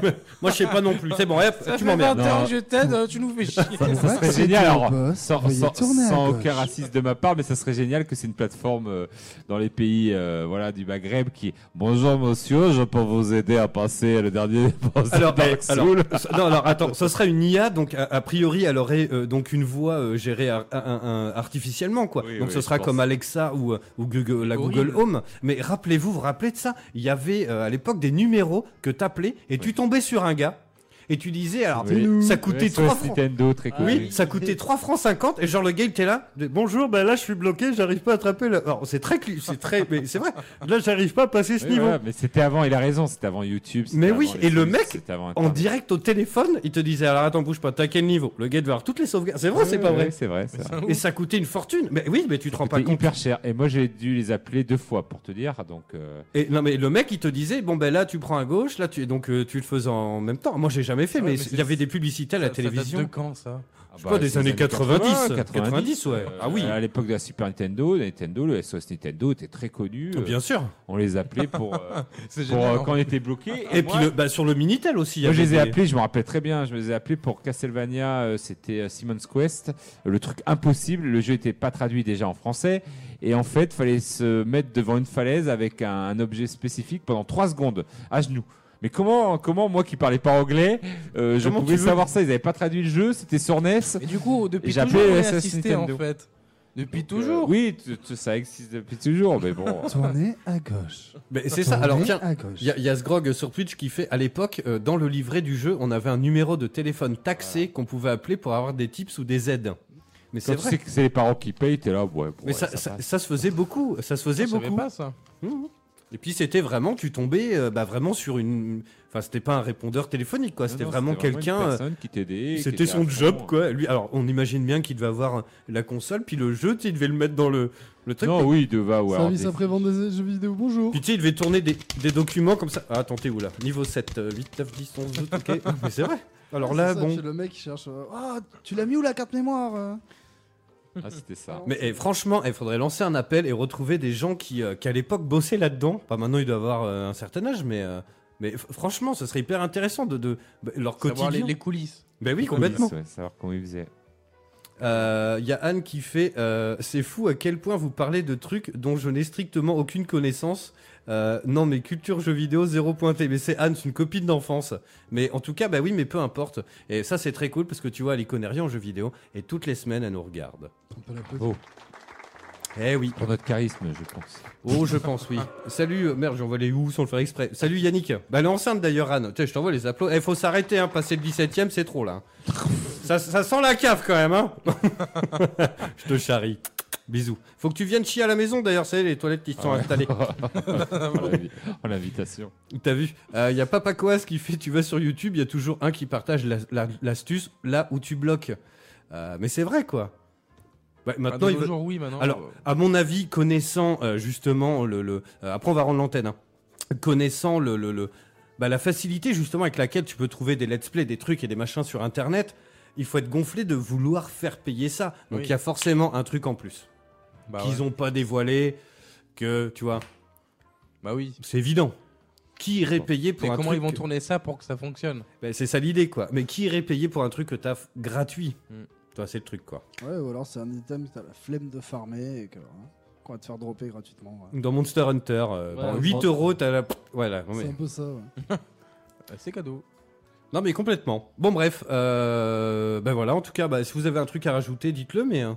D: moi je sais pas non plus. C'est bon, hop,
F: Ça
D: tu
F: fait
D: m'emmerdes.
F: 20 ans
E: Non.
F: que je t'aide, euh, tu nous fais chier.
E: Ça, ça serait
H: c'est
E: génial,
H: tout,
E: alors,
H: boss.
E: sans,
H: Veuillez
E: sans-
H: tourner à
E: sans
H: gauche.
E: aucun racisme de ma part, mais ça serait génial que c'est une plateforme euh, dans les pays euh, voilà, du Maghreb qui. Bonjour monsieur, je peux vous aider à passer le dernier boss de
D: Alors,
E: Dark
D: eh, alors,
E: Souls.
D: ça- non, alors attends, ce serait une IA, donc a, a priori elle aurait euh, donc une voix euh, gérée ar- un- un- un- artificiellement, quoi.
E: Oui,
D: donc
E: oui,
D: ce
E: je
D: sera
E: pense.
D: comme Alexa ou, euh, ou Google, la
F: Horrible.
D: Google Home. Mais rappelez-vous, vous vous rappelez de ça Il y avait euh, à l'époque des numéros que t'appelais et tu tombais sur un gars et tu disais alors
E: Oui.
D: ça coûtait
E: Ouais,
D: 3
E: SOS
D: francs.
E: Nintendo, très cool.
D: Oui, ça coûtait 3 francs 50 et genre le gars il était là, de- bonjour, ben là je suis bloqué, j'arrive pas à attraper le... Alors c'est très, cli- c'est très, mais c'est vrai, là j'arrive pas à passer ce
E: Oui,
D: niveau.
E: voilà, mais c'était avant, il a raison, c'était avant YouTube. c'était
D: Mais oui,
E: avant
D: et
E: les
D: le
E: services,
D: mec,
E: c'était avant
D: En
E: Internet.
D: direct au téléphone, il te disait alors attends bouge pas, t'as quel niveau Le gars devait avoir toutes les sauvegardes. C'est vrai, ou c'est
E: Ouais,
D: pas
E: ouais,
D: vrai.
E: C'est vrai, c'est vrai.
D: Et ça coûtait une fortune. Mais oui, mais tu te rends pas
E: C'était
D: compte.
E: hyper cher. Et moi, j'ai dû les appeler deux fois pour te dire. Donc, euh,
D: Et non mais le mec il te disait bon ben là tu prends à gauche, là tu et donc euh, tu le faisais en même temps. Moi j'ai jamais fait,
F: Ouais,
D: mais
F: mais
D: il
F: c'est-
D: y avait des publicités à la télévision.
F: Ça date de quand, ça
E: ah
D: Je sais
E: bah,
D: pas
E: c'est
D: des
E: les
D: années 90, 90, ouais.
E: euh,
D: ah oui,
E: À l'époque de la Super Nintendo, Nintendo, le SOS Nintendo était très connu. euh,
D: Ah, bien sûr.
E: On les appelait pour, euh,
F: C'est
E: pour euh,
F: génial.
E: quand on était bloqué.
D: Et puis le- bah, sur le minitel aussi. il y
E: Moi, je
D: avait
E: les ai
D: des-
E: appelés, je me rappelle très bien, je me les ai appelés pour Castlevania, euh, c'était euh, Simon's Quest, euh, le truc impossible, le jeu était pas traduit déjà en français, et en fait, fallait se mettre devant une falaise avec un, un objet spécifique pendant 3 secondes, à genoux. Mais comment, comment moi qui parlais pas anglais, euh, je
D: Comment
E: pouvais
D: tu veux
E: savoir ça Ils avaient pas traduit le jeu, c'était sur E NES.
F: Et du coup, depuis
E: J'ai
F: toujours,
E: appelé
F: on est
E: SS
F: assisté, en
E: Nintendo.
F: fait. Depuis
E: Donc, euh,
F: toujours
E: Oui, tu- tu- ça existe depuis toujours, mais bon.
H: Tournez à gauche.
D: Mais c'est ça.
H: Tournez
D: Alors tiens,
H: à gauche.
D: Il y, a- il y a ce grog sur Twitch qui fait, à l'époque, euh, dans le livret du jeu, on avait un numéro de téléphone taxé qu'on pouvait appeler pour avoir des tips ou des aides. Mais
E: Quand
D: c'est
E: tu
D: vrai.
E: sais que c'est les parents qui payent, t'es là, ouais, ouais,
D: Mais ça,
E: ça
D: ça-
E: passe.
D: ça se faisait beaucoup. Ça se faisait
F: Je savais
D: beaucoup.
F: pas ça.
D: Et puis c'était vraiment, tu tombais euh, bah, vraiment sur une. Enfin, c'était pas un répondeur téléphonique, quoi.
E: Non,
D: Bah, C'était
E: non,
D: vraiment
E: une
D: quelqu'un. euh,
E: personne qui t'aidait, qui
D: C'était
E: était à
D: son job,
E: fond. hein.
D: quoi. Lui, alors, on imagine bien qu'il devait avoir la console, puis le jeu, tu sais, il devait le mettre dans le, le truc.
E: Non, oui, de va, ouais. alors
H: Service
E: des-
H: après-vente des jeux vidéo, bonjour.
D: Puis tu sais, il devait tourner des, des documents comme ça. Ah, attends, t'es où là Niveau 7, euh, 8, 9, 10, 11, 12, ok. Mais c'est vrai. Alors
H: C'est
D: là,
H: ça,
D: bon.
H: puis Le mec qui cherche. euh, Ah, tu l'as mis où la carte mémoire euh
E: Ah, c'était ça.
D: Mais eh, franchement, il faudrait lancer un appel et retrouver des gens qui, euh, qui à l'époque bossaient là-dedans. Pas maintenant, ils doivent avoir euh, un certain âge, mais euh, mais f- franchement, ce serait hyper intéressant de, de bah, leur quotidien.
F: Savoir les, les coulisses.
D: Ben oui, complètement.
E: Ouais, savoir comment ils faisaient.
D: Euh, Il y a Anne qui fait euh, c'est fou à quel point vous parlez de trucs dont je n'ai strictement aucune connaissance. Euh, non, mais culture jeux vidéo zéro pointé. Mais c'est Anne, c'est une copine d'enfance. Mais en tout cas, bah oui, mais peu importe. Et ça, c'est très cool parce que tu vois, elle y connaît rien en jeux vidéo et toutes les semaines, elle nous regarde.
H: On peut l'appeler.
D: Eh oui.
E: Pour notre charisme, je pense.
D: Oh, je pense, oui. Salut, euh, merde, j'envoie les où sans le faire exprès. Salut Yannick. Bah, elle est enceinte d'ailleurs, Anne. Tiens, je t'envoie les applaudissements. Eh, faut s'arrêter, hein. Passer le 17 e c'est trop, là. ça, ça sent la cave quand même, hein. je te charrie. Bisous. Faut que tu viennes chier à la maison d'ailleurs, c'est les toilettes qui se sont installées.
E: Oh, l'invi- oh, l'invitation.
D: T'as vu Il y a Papa Coas qui fait tu vas sur YouTube, il y a toujours un qui partage la- la- l'astuce là où tu bloques. Euh, mais c'est vrai, quoi. Ouais, maintenant,
F: Maintenant,
D: il veut-
F: toujours, oui, maintenant.
D: Alors,
F: euh,
D: à mon avis, connaissant euh, justement le. le- euh, après, on va rendre l'antenne. hein. Connaissant le, le- le- bah, la facilité justement avec laquelle tu peux trouver des let's play, des trucs et des machins sur internet, il faut être gonflé de vouloir faire payer ça. Donc, il
F: Oui.
D: y a forcément un truc en plus
F: bah,
D: qu'ils
F: ouais.
D: n'ont pas dévoilé, que tu vois,
F: bah oui.
D: c'est évident. Qui irait payer pour
F: Mais
D: un
F: comment
D: truc
F: ils vont
D: que-
F: tourner ça pour que ça fonctionne
D: Bah, C'est ça l'idée quoi. Mais qui irait payer pour un truc que t'as f- gratuit
F: Mm.
D: Toi, c'est le truc quoi.
H: Ouais, ou alors c'est un item que t'as la flemme de farmer et que. hein, qu'on va te faire dropper gratuitement. ouais.
D: Dans Monster Hunter, euh,
G: Ouais,
D: bon,
G: on
D: 8
G: prend-
D: euros, t'as la. Voilà. non, mais-
H: C'est un peu ça. ouais.
F: Euh, C'est cadeau.
D: Non mais complètement. Bon bref, euh, ben voilà. En tout cas, bah, si vous avez un truc à rajouter, dites-le. Mais euh,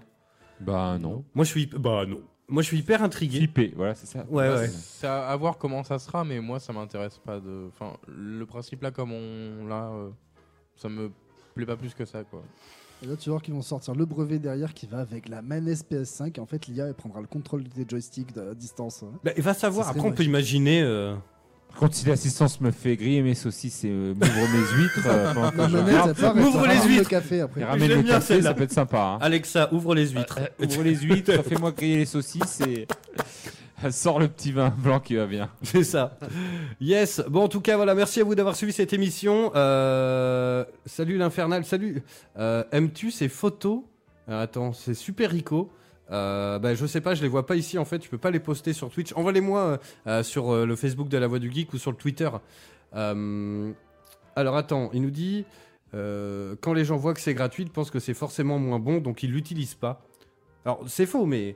E: Bah non.
D: moi je suis, bah non. Moi je suis hyper intrigué.
E: Flippé, voilà, c'est ça.
D: Ouais,
F: Bah,
D: Ah ouais.
F: C'est à, à voir comment ça sera, mais moi, ça m'intéresse pas de. Enfin, le principe là, comme on l'a, euh, ça me plaît pas plus que ça, quoi.
H: Et là, tu vas voir qu'ils vont sortir le brevet derrière qui va avec la manette PS5. Et en fait, l'IA, elle prendra le contrôle des joysticks de- à distance. ouais.
D: Bah, et va savoir.
H: Ça serait
D: Après, on peut imaginer. euh,
E: Quand si l'assistance me fait griller mes saucisses et euh, m'ouvre mes huîtres, euh,
D: Ah,
E: pendant que
H: La
E: je
H: manette,
E: regarde,
H: elle part et
D: M'ouvre
H: ça
D: les
H: ramène
D: huîtres.
H: le café après.
E: et ramène
D: J'aime
E: le
D: bien
E: café,
D: celle-là.
E: ça peut être sympa. hein.
D: Alexa, ouvre les huîtres.
E: Euh, ouvre les huîtres, fais-moi griller les saucisses et sors le petit vin blanc qui va bien.
D: C'est ça. Yes. Bon, en tout cas, voilà. Merci à vous d'avoir suivi cette émission. Euh, Salut l'infernal. Salut. Euh, Aimes-tu ces photos Euh, attends, c'est Super Rico. Euh, bah, je sais pas, je les vois pas ici en fait. Je peux pas les poster sur Twitch. Envoie-les-moi euh, euh, sur euh, le Facebook de La Voix du Geek ou sur le Twitter. Euh, alors attends, il nous dit euh, quand les gens voient que c'est gratuit, ils pensent que c'est forcément moins bon, donc ils l'utilisent pas. Alors c'est faux, mais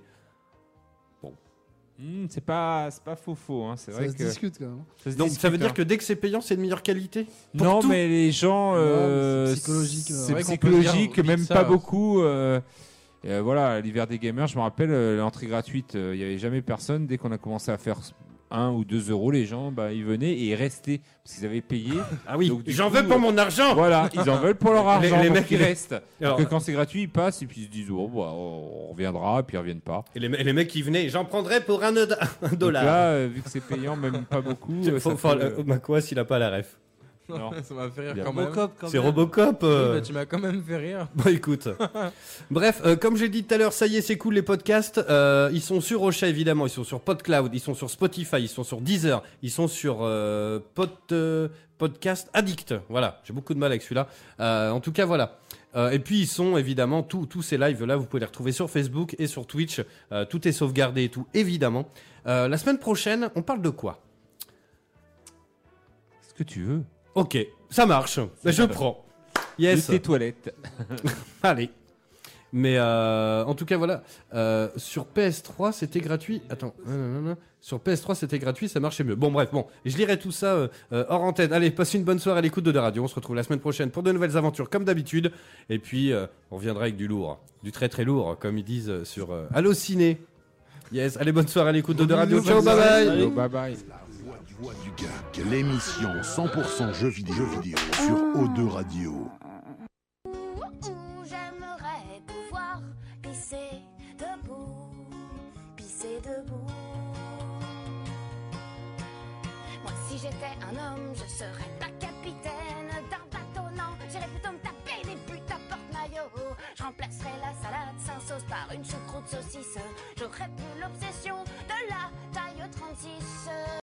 E: Hmm, c'est pas, c'est pas faux faux. Hein. C'est
H: Ça
E: vrai
H: se
E: que
H: discute quand même.
E: se
D: donc ça
E: discute,
D: veut
E: hein.
D: dire que dès que c'est payant, c'est de meilleure qualité. pour
E: non,
D: tout.
E: mais les gens, euh,
H: mais c'est psychologique,
E: C'est
H: euh. C'est
F: vrai qu'on peut
E: psychologique,
F: dire,
E: même
F: oublie ça,
E: pas
F: euh.
E: beaucoup. euh, et, euh, voilà, l'hiver des gamers, je me rappelle, euh, l'entrée gratuite, euh, il y avait jamais personne. Dès qu'on a commencé à faire 1 ou 2 euros, les gens, bah, ils venaient et ils restaient parce qu'ils avaient payé.
D: Ah oui,
E: Donc, du
D: j'en
E: coup,
D: veux pour
E: euh,
D: mon argent.
E: voilà, ils en veulent pour leur
D: Les-
E: argent,
D: les
E: donc
D: mecs,
E: ils
D: les-
E: restent.
D: Alors,
E: Alors, que quand c'est gratuit, ils passent et puis ils se disent, oh, bah, on reviendra, et puis ils reviennent pas.
D: et, les, me- et les mecs qui venaient, j'en prendrais pour un, oda- un
E: Donc
D: dollar.
E: là, euh, vu que c'est payant, même pas beaucoup. euh, ça
D: Faut-
E: peut-
D: faut- euh, Macquas, il a pas la ref.
E: Non.
F: ça m'a fait
E: Bien.
F: rire quand même.
G: Robocop, quand
D: C'est
G: même.
D: Robocop.
F: Oui,
D: euh.
F: bah, tu m'as quand même fait rire.
D: Bon, Bah, écoute. Bref, euh, comme j'ai dit tout à l'heure, ça y est, c'est cool les podcasts. Euh, ils sont sur Rocha évidemment, ils sont sur PodCloud, ils sont sur Spotify, ils sont sur Deezer, ils sont sur euh, Pod- euh, Podcast Addict. Voilà, j'ai beaucoup de mal avec celui-là. Euh, en tout cas, voilà. Euh, et puis ils sont évidemment tous tous ces lives là, vous pouvez les retrouver sur Facebook et sur Twitch. Euh, tout est sauvegardé et tout, évidemment. Euh, la semaine prochaine, on parle de quoi
E: Ce que tu veux.
D: Ok, ça marche. Je prends. Yes.
E: De tes toilettes.
D: Allez. Mais euh, en tout cas, voilà. Euh, sur PS3, c'était gratuit. Attends. Non, non, non, non. Sur PS3, c'était gratuit, ça marchait mieux. Bon, bref, bon. Je lirai tout ça euh, euh, hors antenne. Allez, passez une bonne soirée à l'écoute de la radio. On se retrouve la semaine prochaine pour de nouvelles aventures, comme d'habitude. Et puis, euh, on reviendra avec du lourd. Du très très lourd, comme ils disent euh, sur euh, Allo Ciné. Yes, allez, bonne soirée à l'écoute de, de radio. Ciao, bye bye.
E: Allô, Bye bye.
C: Voix du Geek, l'émission 100% jeux vidéo, jeux vidéo sur O2 Radio.
K: J'aimerais pouvoir pisser debout, pisser debout. Moi, si j'étais un homme, je serais pas capitaine d'un bateau, non. J'irais plutôt me taper des putes à porte-maillot. Je remplacerais la salade sans sauce par une choucroute saucisse. J'aurais plus l'obsession de la taille 36.